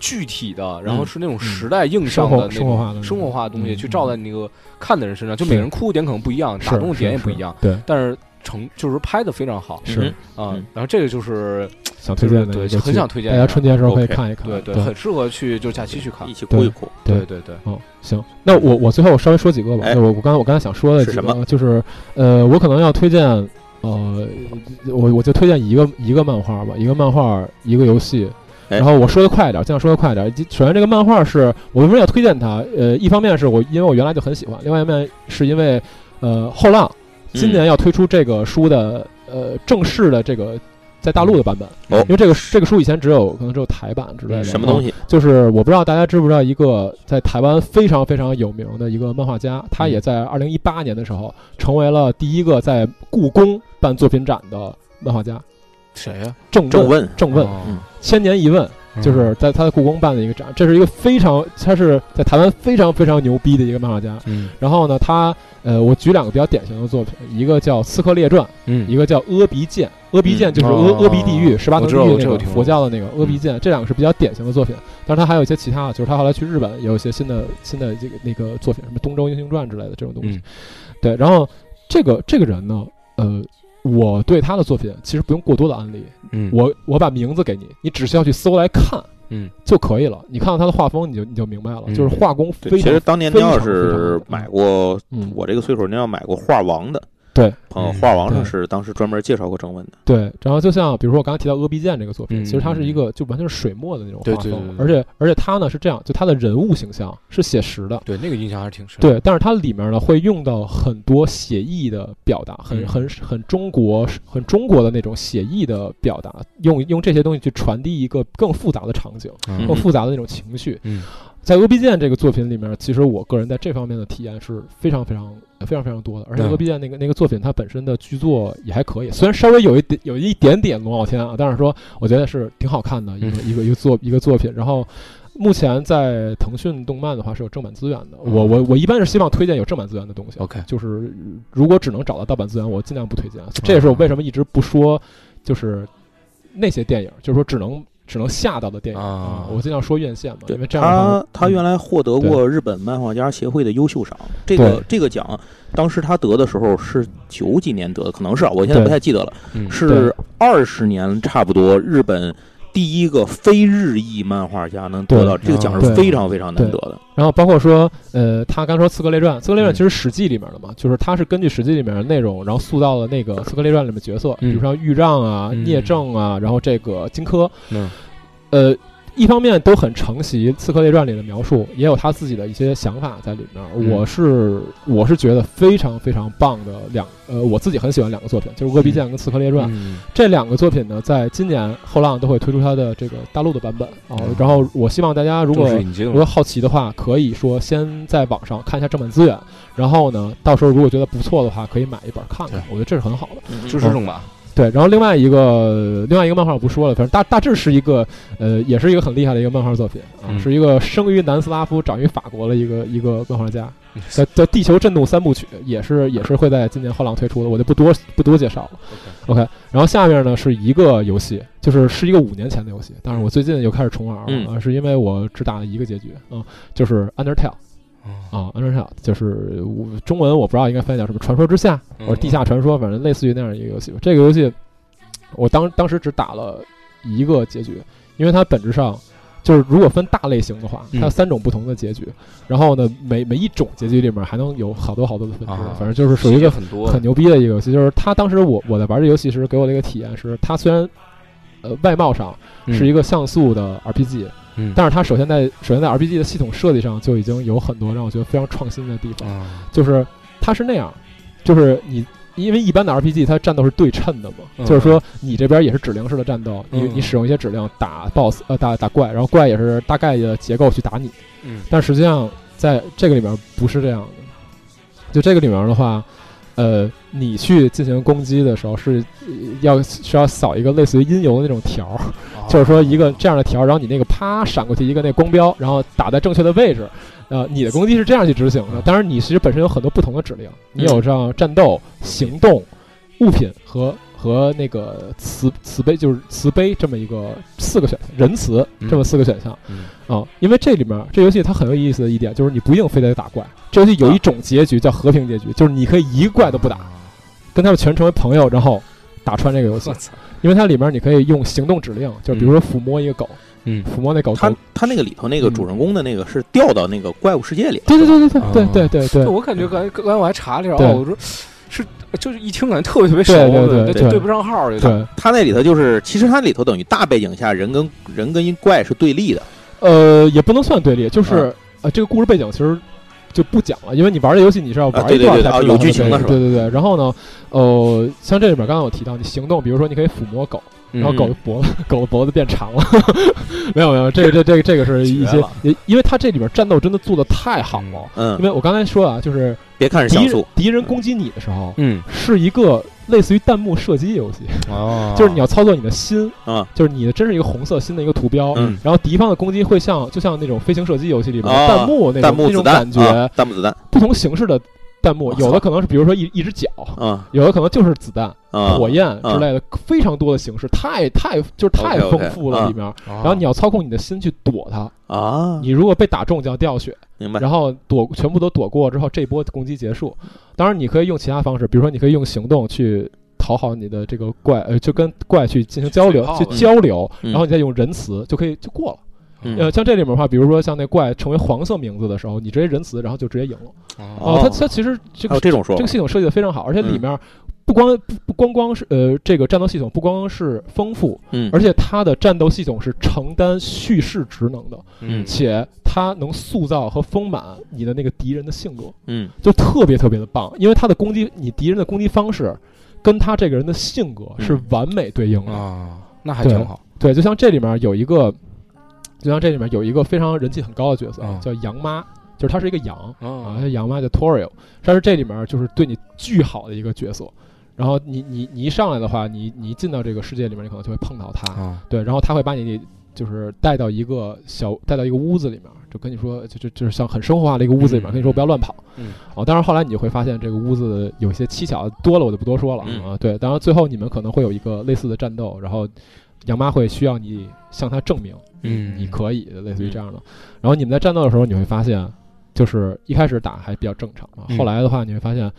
具体的，然后嗯是那种时代印象的那种生活化的东西，去照在嗯那个看的人身上。就每个人哭点可能不一样，打动的点也不一样。对，但是。成就是拍的非常好，是啊，然后这个就是想推荐的，对，很想推荐，大家春节的时候可以看一看，对对，很适合去就假期去看，一起哭一哭，对对对，哦，行，那我我最后稍微说几个吧，哎我我刚才我刚才想说的几个就是呃，我可能要推荐呃，我我就推荐一个一个漫画吧，一个漫画，一个游戏。哎然后我说的快一点，尽量说的快一点。首先，这个漫画是我为什么要推荐它？呃，一方面是我因为我原来就很喜欢，另外一面是因为呃后浪。嗯今年要推出这个书的呃正式的这个在大陆的版本，哦、因为这个这个书以前只有可能只有台版之类的。啊什么东西？就是我不知道大家知不知道一个在台湾非常非常有名的一个漫画家，他也在二零一八年的时候成为了第一个在故宫办作品展的漫画家。谁呀、啊？郑郑问，哦嗯郑问，哦嗯、千年一问。嗯就是在他的故宫办的一个展，这是一个非常，他是在台湾非常非常牛逼的一个漫画家。嗯，然后呢，他呃，我举两个比较典型的作品，一个叫《刺客列传》，嗯，哦一个叫《阿鼻剑》。阿鼻剑就是阿阿鼻地狱十八层地狱那个佛教的那个嗯阿鼻剑，这两个是比较典型的作品。但是他还有一些其他的，就是他后来去日本也有一些新的新的这个那个作品，什么《东周英雄传》之类的这种东嗯西。对，然后这个这个人呢，呃。我对他的作品其实不用过多的安利，嗯，我我把名字给你，你只需要去搜来看，嗯，就可以了。你看到他的画风，你就你就明白了，嗯、就是画工非常。嗯其实当年您要是买过，我这个岁数您要买过画王的。对，朋友画王上是当时专门介绍过征文的。对，然后就像比如说我刚才提到《阿鼻剑》这个作品，其实它是一个就完全是水墨的那种画风，而且而且它呢是这样，就它的人物形象是写实的，对那个印象还是挺深。对，但是它里面呢会用到很多写意的表达，很很很中国很中国的那种写意的表达，用用这些东西去传递一个更复杂的场景，更复杂的那种情绪。嗯。在《阿鼻剑》这个作品里面，其实我个人在这方面的体验是非常非常非常非常多的。而且《阿鼻剑》那个那个作品，它本身的剧作也还可以，虽然稍微有一点有一点点龙傲天啊，但是说我觉得是挺好看的一个、嗯、一个一个作一个作品。然后目前在腾讯动漫的话是有正版资源的，我我我一般是希望推荐有正版资源的东西。 OK，就是如果只能找到盗版资源，我尽量不推荐。这也是我为什么一直不说，就是那些电影，就是说只能。只能吓到的电影啊！我尽量说院线嘛，因为这样嗯他他原来获得过日本漫画家协会的优秀赏，这个这个奖，当时他得的时候是九几年得的，可能是啊，我现在不太记得了，嗯嗯是二十年差不多日本。第一个非日裔漫画家能得到这个啊奖是非常非常难得的。然后包括说，呃，他刚说《刺客列传》，《刺客列传》其实《史记》里面的嘛，就是它是根据《史记》里面的内容，然后塑造了那个《刺客列传》里面角色，比如像豫让啊、聂政啊，然后这个荆轲，呃，一方面都很承袭《刺客列传》里的描述，也有他自己的一些想法在里面。我是我是觉得非常非常棒的两，呃，我自己很喜欢两个作品，就是《阿鼻剑》跟《刺客列传》。嗯这两个作品呢，在今年后浪都会推出它的这个大陆的版本啊。然后我希望大家如果如果好奇的话，可以说先在网上看一下正版资源，然后呢，到时候如果觉得不错的话，可以买一本看看。我觉得这是很好的，支持正版。对，然后另外一个另外一个漫画我不说了，反正大大致是一个呃，也是一个很厉害的一个漫画作品啊，嗯、是一个生于南斯拉夫、长于法国的一个一个漫画家，叫叫《呃地球震动三部曲》，也是也是会在今年后浪推出的，我就不多不多介绍了。 OK，, okay 然后下面呢是一个游戏，就是是一个五年前的游戏，但是我最近又开始重玩了，嗯啊、是因为我只打了一个结局啊，就是《Undertale》。啊，Undertale 就是我中文我不知道应该翻译叫什么，传说之下，嗯或者地下传说，反正类似于那样一个游戏。这个游戏我当当时只打了一个结局，因为它本质上就是如果分大类型的话，它有三种不同的结局。嗯、然后呢，每每一种结局里面还能有好多好多的分支，啊、反正嗯就是属于一个很牛逼的一个游戏。就是它当时我我在玩这游戏时给我的一个体验是，它虽然呃外貌上是一个像素的 RPG、嗯。但是它首先在首先在 RPG 的系统设计上就已经有很多让我觉得非常创新的地方，嗯就是它是那样，就是你因为一般的 RPG 它战斗是对称的嘛，就是说你这边也是指令式的战斗，你你使用一些指令打 BOSS 呃打打怪，然后怪也是大概的结构去打你，嗯但实际上在这个里面不是这样的，就这个里面的话。呃，你去进行攻击的时候是呃要是要扫一个类似于音游的那种条，嗯就是说一哦个这样的条，然后你那个啪闪过去一个那光标，然后打在正确的位置。呃，你的攻击是这样去执行的。当然，你其实本身有很多不同的指令，你嗯有这样战斗、行动、物品和和那个慈慈悲，就是慈悲这么一个四个选项，仁慈这么四个选项。嗯啊，因为这里面这游戏它很有意思的一点就是你不一定非得打怪，这游戏啊有一种结局叫和平结局，就是你可以一个怪都不打，跟他们全成为朋友，然后打穿这个游戏。因为它里面你可以用行动指令，就比如说抚摸一个狗，嗯，抚摸那狗。它它那个里头那个主人公的那个是掉到那个怪物世界里。嗯啊对对对对对对对哦嗯对。我感觉刚刚才我还查了一下，哦我说。是，就是一听感觉特别特别熟，对对对不上号有点。他那里头就是，其实他里头等于大背景下，人跟人跟怪是对立的。呃，也不能算对立，嗯就是呃，这个故事背景其实就不讲了，因为你玩这游戏你是要玩啊一段才有剧情的，对对对。然后呢，呃，像这里边刚刚我提到，你行动，比如说你可以抚摸狗，嗯然后嗯狗的脖子， 狗的脖子变长了。 没有没有，这个这这个这个是一些，因为它这里边战斗真的做的太好了。嗯，因为我刚才说啊，就是别看是像素，敌人攻击你的时候，嗯，是一个。类似于弹幕射击游戏，哦，嗯就是你要操作你的心啊，就是你的真是一个红色心的一个图标，嗯，然后敌方的攻击会像就像那种飞行射击游戏里面弹幕那种那种感觉，弹啊幕子弹，不同形式的弹幕，有的可能是比如说一一只脚，啊，有的可能就是子弹、嗯火焰之类的，非常多的形式，太太就是太丰富了里面，哦然后你要操控你的心去躲它啊，你如果被打中就要掉血，明白？然后躲全部都躲过之后，这波攻击结束。当然，你可以用其他方式，比如说，你可以用行动去讨好你的这个怪，呃，就跟怪去进行交流，去交流，嗯、然后你再用仁慈就可以就过了。呃，像这里面的话，比如说像那怪成为黄色名字的时候，你直接仁慈，然后就直接赢了。哦，它它其实这个这种说嗯这个系统设计的非常好，而且里面不光不不光光是呃这个战斗系统不光是丰富，嗯，而且它的战斗系统是承担叙事职能的，嗯，且它能塑造和丰满你的那个敌人的性格，嗯，就特别特别的棒，因为它的攻击你敌人的攻击方式。跟他这个人的性格是完美对应的啊，那还挺好。对，就像这里面有一个，就像这里面有一个非常人气很高的角色，叫羊妈，就是她是一个羊哦啊，羊妈叫 Torio，但是这里面就是对你巨好的一个角色。然后你你你一上来的话，你你进到这个世界里面，你可能就会碰到啊他，对，然后他会把你就是带到一个小带到一个屋子里面，就跟你说，就就就是像很生活化的一个屋子里面，跟你说不要乱跑。嗯，哦，当然后来你就会发现这个屋子有些蹊跷，多了我就不多说了、嗯、啊。对，当然最后你们可能会有一个类似的战斗，然后杨妈会需要你向她证明，嗯，你可以，类似于这样的。然后你们在战斗的时候，你会发现，就是一开始打还比较正常啊，嗯后来的话你会发现，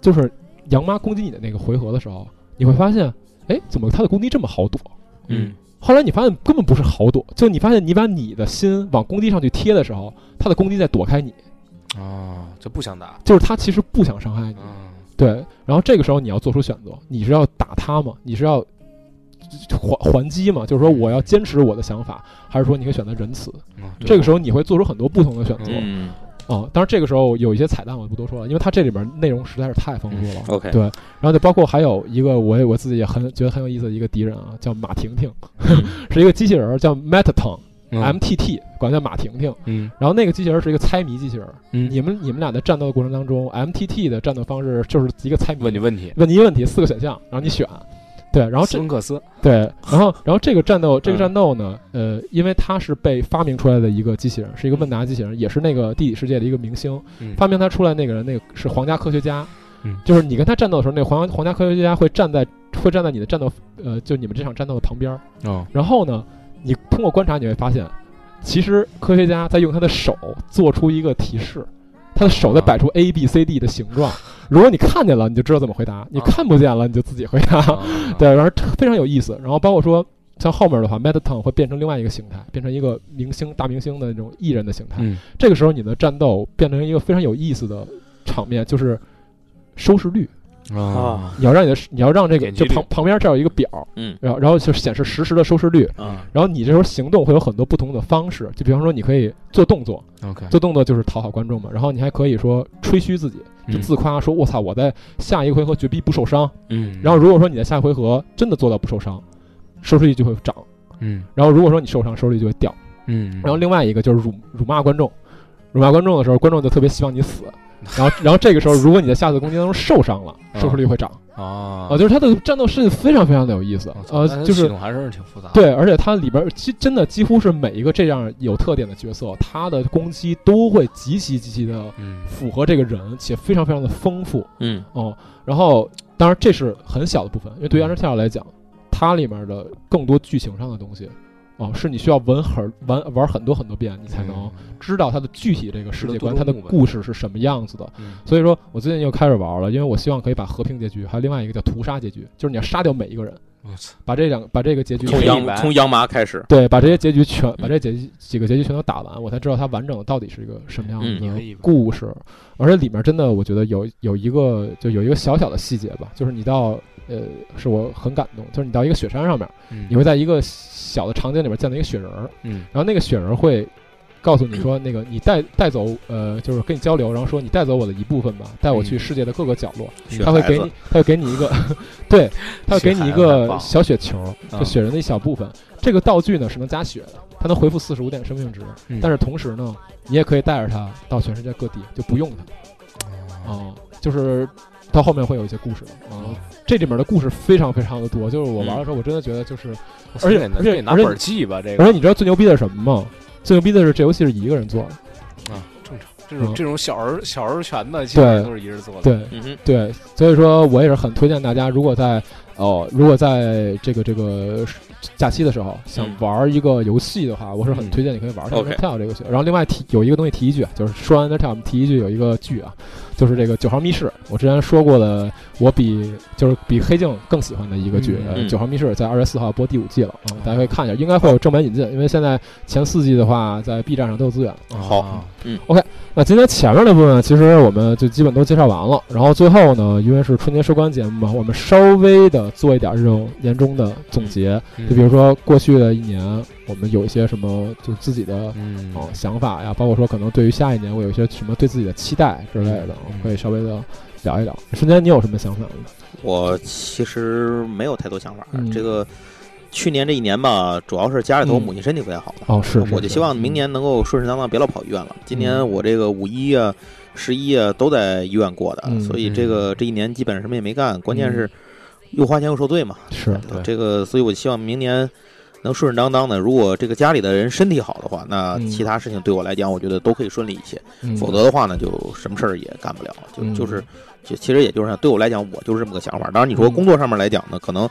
就是杨妈攻击你的那个回合的时候，你会发现，哎，怎么她的攻击这么好躲？嗯。后来你发现根本不是好躲，就你发现你把你的心往攻击上去贴的时候，她的攻击在躲开你。嗯啊，就不想打，嗯就是他其实不想伤害你，对。然后这个时候你要做出选择，你是要打他吗？你是要还还击吗？就是说我要坚持我的想法，还是说你可以选择仁慈？哦这个时候你会做出很多不同的选嗯择。啊，当然这个时候有一些彩蛋我就不多说了，因为它这里面内容实在是太丰富嗯了。 OK，对。然后就包括还有一个我我自己也很觉得很有意思的一个敌人啊，叫马婷婷，嗯是一个机器人叫 Metaton。M T T 管叫马婷婷，嗯，然后那个机器人是一个猜谜机器人，嗯，你们你们俩在战斗的过程当中，M T T 的战斗方式就是一个猜谜，问你问题，问你问题，四个选项，然后你选，对，然后斯文克斯，对，然后然后这个战嗯斗这个战斗呢，呃，因为它是被发明出来的一个机器人，是一个问答机器人，也是那个地理世界的一个明星，嗯发明它出来那个人，那个是皇家科学家，就是你跟他战斗的时候，那皇皇家科学家会站在会站在你的战斗，呃，就你们这场战斗的旁边，哦，然后呢？你通过观察你会发现，其实科学家在用他的手做出一个提示，他的手在摆出 A B C D 的形状。如果你看见了，你就知道怎么回答；你看不见了，你就自己回答。 啊哦对，然后非常有意思。然后包括说，像后面的话，Metaton 会变成另外一个形态，变成一个明星、大明星的那种艺人的形态。嗯、这个时候，你的战斗变成一个非常有意思的场面，就是收视率。 啊！你要让你的，你要让这个，就旁旁边这有一个表，嗯，然后然后就显示实时的收视率，嗯，然后你这时候行动会有很多不同的方式，就比方说你可以做动作，OK，做动作就是讨好观众嘛，然后你还可以说吹嘘自己，就自夸说我操我在下一回合绝逼不受伤，嗯，然后如果说你在下一回合真的做到不受伤，收视率就会涨，嗯，然后如果说你受伤，收视率就会掉，嗯，然后另外一个就是辱辱骂观众，辱骂观众的时候，观众就特别希望 你死。然后，然后这个时候，如果你在下次攻击当中受伤了，收视率会涨啊啊！就是它的战斗设计非常非常的有意思，呃，就是系统还是挺复杂。对，而且它里边其真的几乎是每一个这样有特点的角色，他的攻击都会极其极其的嗯符合这个人，且非常非常的丰富，嗯哦、嗯。然后，当然这是很小的部分，因为对于 u n d e r t a l 来讲，它里面的更多剧情上的东西。哦，是你需要玩很玩玩很多很多遍，你才嗯能知道它的具体这个世界观、它的故事是什么样子的。嗯所以说我最近又开始玩了，因为我希望可以把和平结局，还有另外一个叫屠杀结局，就是你要杀掉每一个人，嗯把这两把这个结局从羊从羊麻开始，对，把这些结局全把这结局几个结局全都打完，我才知道它完整的到底是一个什么样的故事。而且里面真的，我觉得有有一个就有一个小小的细节吧，就是你到呃，是我很感动，就是你到一个雪山上面，你会在一个。小的场景里面见到一个雪人儿，嗯，然后那个雪人会告诉你说，那个你带带走，呃，就是跟你交流，然后说你带走我的一部分吧，带我去世界的各个角落。嗯、他会给你，他会给你一个， 对，他会给你一个小雪球，就雪人的一小部分。嗯、这个道具呢是能加血的，它能恢复四十五点生命值，嗯、但是同时呢，你也可以带着它到全世界各地，就不用哦它，啊、就是。到后面会有一些故事啊，这里面的故事非常非常的多。就是我玩的时候，我真的觉得就是，而且而且拿本记吧，这个。而且你知道最牛逼的是什么吗？最牛逼的是这游戏是一个人做的啊，正常。这种这种小儿小儿拳的，基本上都是一人做的。嗯对嗯对，所以说我也是很推荐大家，如果在哦，如果在这个这个假期的时候想玩一个游戏的话，我是很推荐你可以玩《跳跳》这个游戏。然后另外提有一个东西提一句，就是说完《跳》，我们提一句有一个剧啊。就是这个《九号密室》，我之前说过的，我比就是比黑镜更喜欢的一个剧，嗯呃《九号密室》在二月四号播第五季了，嗯大家可以看一下，应该会有正版引进，因为现在前四季的话在 B 站上都有资源。哦好，那今天前面的部分其实我们就基本都介绍完了，然后最后呢，因为是春节收官节目嘛，我们稍微的做一点这种年终的总结，嗯就比如说过去的一年我们有一些什么就是自己的嗯，哦，想法呀，包括说可能对于下一年我有一些什么对自己的期待之类的，嗯可以稍微的聊一聊。瞬间，你有什么想法吗？我其实没有太多想法嗯。这个去年这一年吧，主要是家里头嗯母亲身体不太好了，哦，是，是嗯我就是希望明年能够顺顺当当，别老跑医院了。今年我这个五一啊、十一啊都在医院过的嗯，所以这个这一年基本上什么也没干，关键是又花钱又受罪嘛。是，对这个，所以我希望明年能顺顺当当的。如果这个家里的人身体好的话，那嗯其他事情对我来讲，我觉得都可以顺利一些。嗯否则的话呢，就什么事儿也干不了，就、嗯就是，就其实也就是对我来讲，我就是这么个想法。当然，你说嗯工作上面来讲呢，可能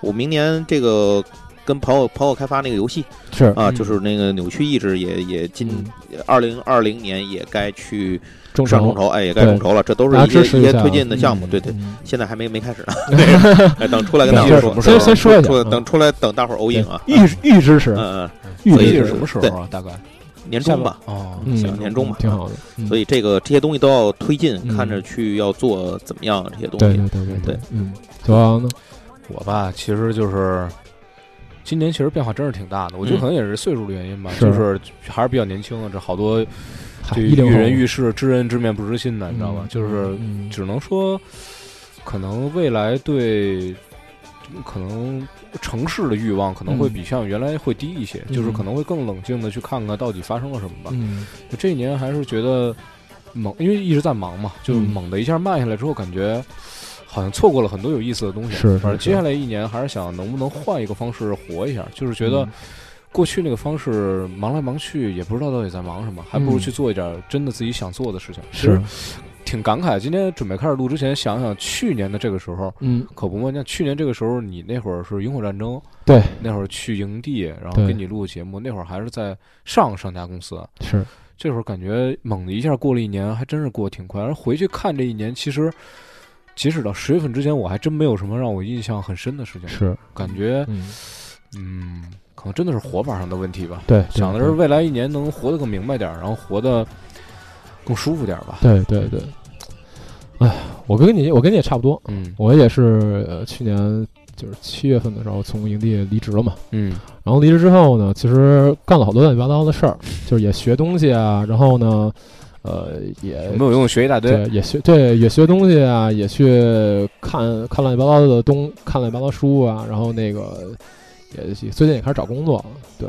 我明年这个跟朋友朋友开发那个游戏是啊，嗯就是那个扭曲意志也也今嗯二零二零年也该去众上筹众，筹，哎，也该众筹了，这都是大家一些支持一一些下推进的项目，嗯对对。嗯现在还没没开始 呢，哎，等出来跟大伙对儿什说么，时候先先说一下出来啊，等出来等大伙儿欧对印啊，预预支持，嗯嗯，预所以是支是持什么时对候啊？大概年终吧，哦，嗯行，年终吧，挺好的。嗯所以以这个这些东西都要推进，嗯看着去要做怎么样这些东对西。对对对对，嗯，九王呢？我吧，其实就是今年其实变化真是挺大的，我嗯觉得可能也是岁数的原因吧，是就是还是比较年轻啊，这好多嗨对一零遇后人遇事知人知面不知心的，你知道吧嗯？就是嗯只能说，可能未来对可能城市的欲望可能会比像原来会低一些，嗯就是可能会更冷静的去看看到底发生了什么吧。嗯就这一年还是觉得猛，因为一直在忙嘛，就嗯猛的一下慢下来之后，感觉好像错过了很多有意思的东西。是是反正接是下来一年还是想能不能换一个方式活一下，就是嗯觉得过去那个方式忙来忙去，也不知道到底在忙什么，还不如嗯去做一点真的自己想做的事情。其是实挺感慨，今天准备开始录之前，想想去年的这个时候。嗯可不嘛，像去年这个时候，你那会儿是萤火战争，对，那会儿去营地，然后对跟你录节目，那会儿还是在上上家公司，是这会儿感觉猛的一下过了一年，还真是过得挺快。然后回去看这一年，其实截止到十月份之前，我还真没有什么让我印象很深的事情。是，感觉，嗯嗯，可能真的是活法上的问题吧。对，对想的是未来一年能活得更明白点儿，然后活得更舒服点儿吧。对对对。哎，我跟你我跟你也差不多，嗯我也是呃去年就是七月份的时候从营地离职了嘛，嗯然后离职之后呢，其实干了好多乱七八糟的事儿，就是也学东西啊，然后呢，呃，也没嗯有用，学一大堆。对也学对也学东西啊，也去看看乱七八糟的东，看乱七八糟书啊，然后那个也也最近也开始找工作了，对，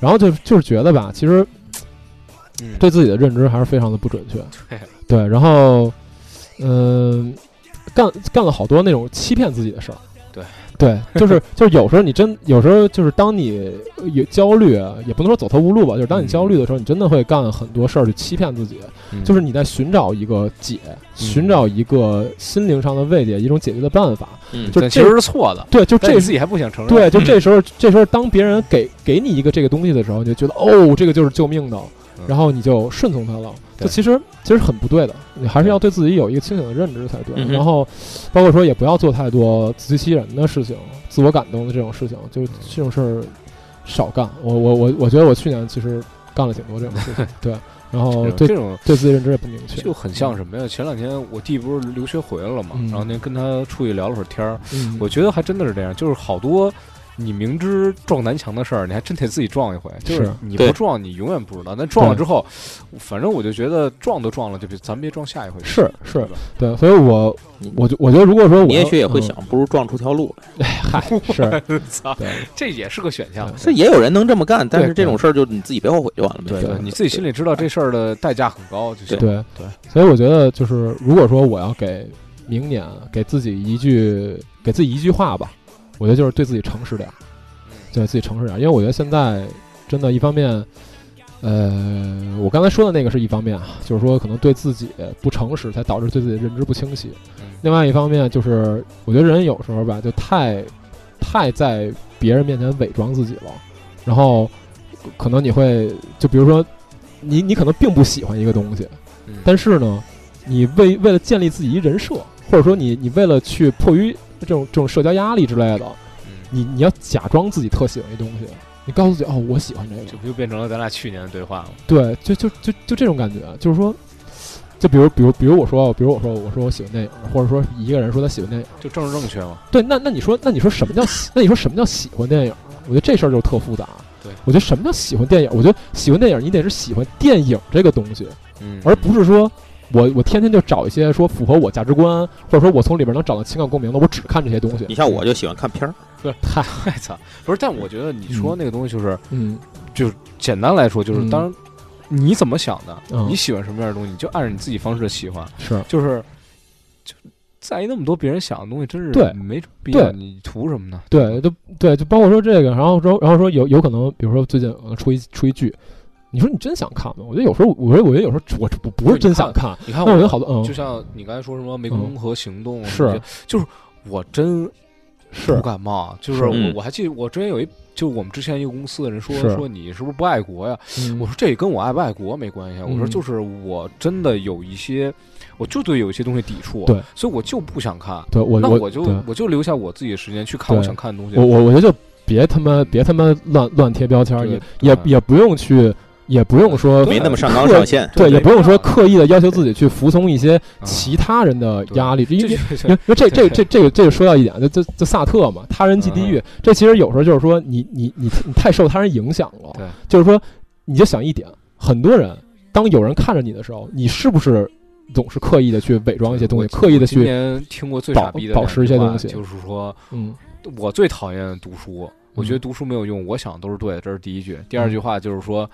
然后就就是觉得吧，其实嗯，对自己的认知还是非常的不准确。对对，然后，嗯、干干了好多那种欺骗自己的事儿。对对，就是就是有时候你真有时候就是当你呃也焦虑，也不能说走投无路吧，就是当嗯你焦虑的时候，你真的会干很多事儿去欺骗自己，嗯就是你在寻找一个解，寻找一个心灵上的慰藉，一种解决的办法。嗯就但其这实是错的，对，就但这你自嗯己还不想承认。对，就这时候，这时候当别人给给你一个这个东西的时候，你就觉得哦，这个就是救命的，嗯然后你就顺从它了。对这其实其实很不对的，你还是要对自己有一个清醒的认知才对。嗯哼然后，包括说也不要做太多自欺欺人的事情、自我感动的这种事情，就嗯这种事儿少干。我我我我觉得我去年其实干了挺多这种 事情，对，然后嗯哦对这种对自己认知也不明确，就很像什么呀？前两天我弟不是留学回来了嘛，嗯然后那跟他出去聊了会儿天儿，嗯我觉得还真的是这样，就是好多你明知撞南墙的事儿，你还真得自己撞一回。就是是你对不撞，你永远不知道。但撞了之后，反正我就觉得撞都撞了，就别咱别撞下一回。是是对吧，对，所以我我就我觉得如果说我你也许也要会嗯想，不如撞出条路来。嗨， 是操，对。这也是个选项。这也有人能这么干，但是对这种事儿就你自己别后悔就完了。没对事儿你自己心里知道这事儿的代价很高就行。对对，所以我觉得就是，如果说我要给明年给自己一句给自己一句话吧，我觉得就是对自己诚实点儿，嗯对自己诚实点儿，因为我觉得现在真的，一方面，呃，我刚才说的那个是一方面啊，就是说可能对自己不诚实，才导致对自己的认知不清晰。嗯另外一方面啊就是，我觉得人有时候吧，就太太在别人面前伪装自己了，然后可能你会就比如说，你你可能并不喜欢一个东西，嗯但是呢，你为为了建立自己一人设，或者说你你为了去迫于这种这种社交压力之类的，你你要假装自己特喜欢一东西，你告诉自己哦，我喜欢这个，这不就变成了咱俩去年的对话吗？对，就就就就这种感觉，啊就是说。就比如，比如，比如我说，比如我说，我说我喜欢电影，或者说一个人说他喜欢电影，就政治正确嘛。对，那那你说，那你说什么叫喜？那你说什么叫喜欢电影？啊我觉得这事儿就特复杂。啊对，我觉得什么叫喜欢电影？我觉得喜欢电影，你得是喜欢电影这个东西，嗯，而不是说我我天天就找一些说符合我价值观，或者说我从里边能找到情感共鸣的，我只看这些东西。你像我就喜欢看片儿，不是太太惨，哎不是。但我觉得你说那个东西就是，嗯，就是简单来说，就是当然。嗯你怎么想的？嗯、你喜欢什么样的东西，你就按照你自己方式的喜欢。是，就是，就在意那么多别人想的东西，真是对没必要。你图什么呢？对，就对，就包括说这个，然后说，然后说有有可能，比如说最近出一出一剧，你说你真想看吗？我觉得有时候，我觉得我觉得有时候我不不是真想看。你看，我觉得好多，嗯、就像你刚才说什么《湄公河行动》啊嗯，是，就是我真是不感冒，啊就是嗯我我还记得我之前有一。就我们之前一个公司的人说说你是不是不爱国呀？嗯、我说这跟我爱不爱国没关系。啊嗯、我说就是我真的有一些，我就对有一些东西抵触，对，所以我就不想看。对我那我就我就留下我自己的时间去看我想看的东西。我我我觉得就别他妈别他妈乱乱贴标签，也也也不用去。也不用说没那么上纲上线，对，也不用说啊刻意的要求自己去服从一些其他人的压力，因为因为这这这这个这个说到一点，就就就萨特嘛，他人即嗯地狱，这其实有时候就是说你你你你太受他人影响了，就是说你就想一点，很多人当有人看着你的时候，你是不是总是刻意的去伪装一些东西，刻意的去今年听过最傻逼的保持一些东西，就是说，嗯，我最讨厌读书。我觉得读书没有用，我想都是对的，这是第一句。第嗯二句话就是说，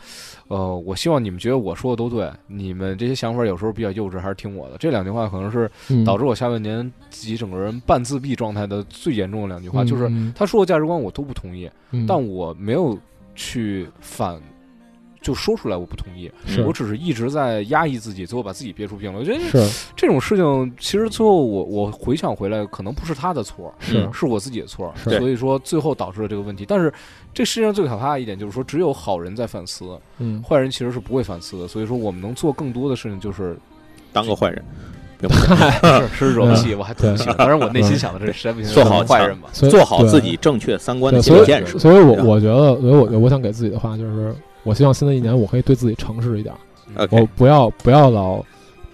呃，我希望你们觉得我说的都对，你们这些想法有时候比较幼稚，还是听我的。这两句话可能是嗯导致我下半年自己整个人半自闭状态的最严重的两句话，嗯、就是他说的价值观我都不同意，嗯、但我没有去反。就说出来，我不同意，我只是一直在压抑自己，最后把自己憋出病了。我觉得这种事情，其实最后我我回想回来，可能不是他的错，是是我自己的错，是所以说最后导致了这个问题。但是这世界上最可怕的一点就是说，只有好人在反思，嗯，坏人其实是不会反思的。所以说，我们能做更多的事情 就是当个坏人。 是是容器，我还挺喜欢。当然，我内嗯心想的是，实在不行做好坏人吧，做好自己正确三观的所以，建设。所以我我觉得，所以我觉得，我想给自己的话就是，我希望新的一年我可以对自己诚实一点，嗯哎我不要不要老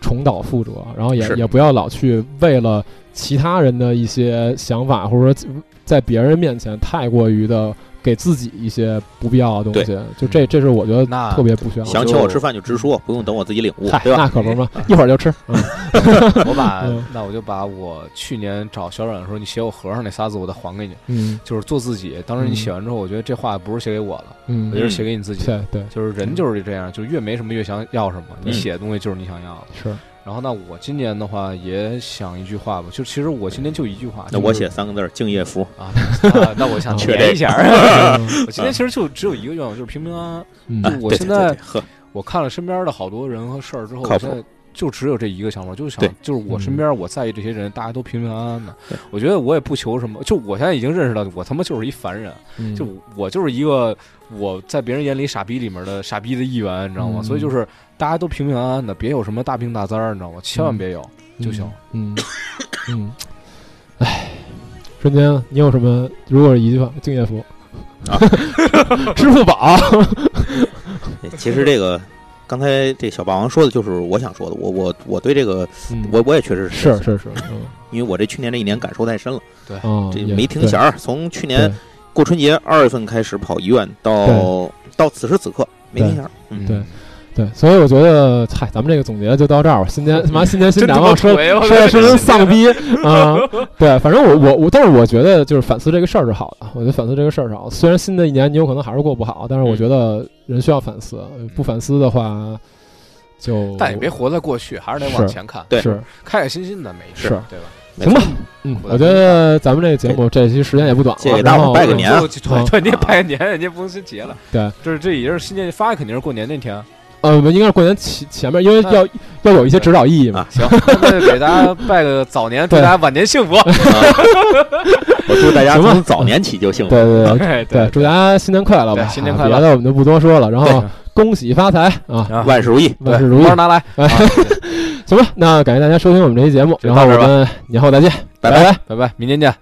重蹈覆辙，然后也也不要老去为了其他人的一些想法，或者说在别人面前太过于的。给自己一些不必要的东西，就这，这是我觉得特别不需要。想嗯请我吃饭就直说，不用等我自己领悟，对吧？那可不嘛， 一会儿就吃。我 把嗯那我就把我去年找小阮说你写我盒上那仨字，我再还给你。嗯，就是做自己。当时你写完之后，我觉得这话不是写给我的，嗯，我觉得写给你自己。对，就是人就是这样，就越没什么越想要什嗯么，你写的东西就是你想要的。 是。然后，那我今年的话也想一句话吧，就其实我今年就一句话。那我写三个字儿：敬业福啊。 那我想确一下， 嗯我今年其实就只有一个愿望，就是平平安安。啊就我现在，我看了身边的好多人和事儿之后，我现在就只有这一个想法，就是想，就是我身边我在意这些人，大家都平平安安的。我觉得我也不求什么，就我现在已经认识到，我他妈就是一凡人，嗯嗯就我就是一个我在别人眼里傻逼里面的傻逼的一员，你知道嗯吗？所以就是。大家都平平安安的，别有什么大病大灾儿，你知道吗？千嗯万别有就行。嗯嗯， 哎，瞬间，你有什么？如果是一句话，敬业福啊， 支 付宝。其实这个刚才这小霸王说的就是我想说的，我我我对这个，嗯我我也确实嗯是是是，嗯因为我这去年这一年感受太深了，对，这没停弦儿。从去年过春节二月份开始跑医院，到到此时此刻没停弦儿。嗯，对。对，所以我觉得，嗨，咱们这个总结就到这儿吧。新年他妈新年新展望，说说的是跟丧逼啊！对，反正我我我，但是我觉得就是反思这个事儿是好的。我觉得反思这个事儿是好。虽然新的一年你有可能还是过不好，但嗯是我觉得人需要反思。不反思的话，就但也别活在过去，还是得往前看。对，是开开心心的，没事，对吧？行吧，嗯，我觉得咱们这节目这期时间也不短了，给大伙拜个年，啊嗯对对，你拜年，人家不是节 了，对，就是这也是新年发，肯定是过年那天。呃，我们应该是过年前前面，因啊为要要有一些指导意义啊嘛。 行，那给大家拜个早年，祝大家晚年幸 福。啊我祝大家从早年起就幸福。啊对对哎对对，祝大家新年快乐吧！新年快乐，别的我们就嗯 不多说了。然后恭喜发财啊，万事如意， 啊万事如意，拿来。行吧，那感谢大家收听我们这期节目，然后我们年后再见，拜拜拜拜拜，明天见。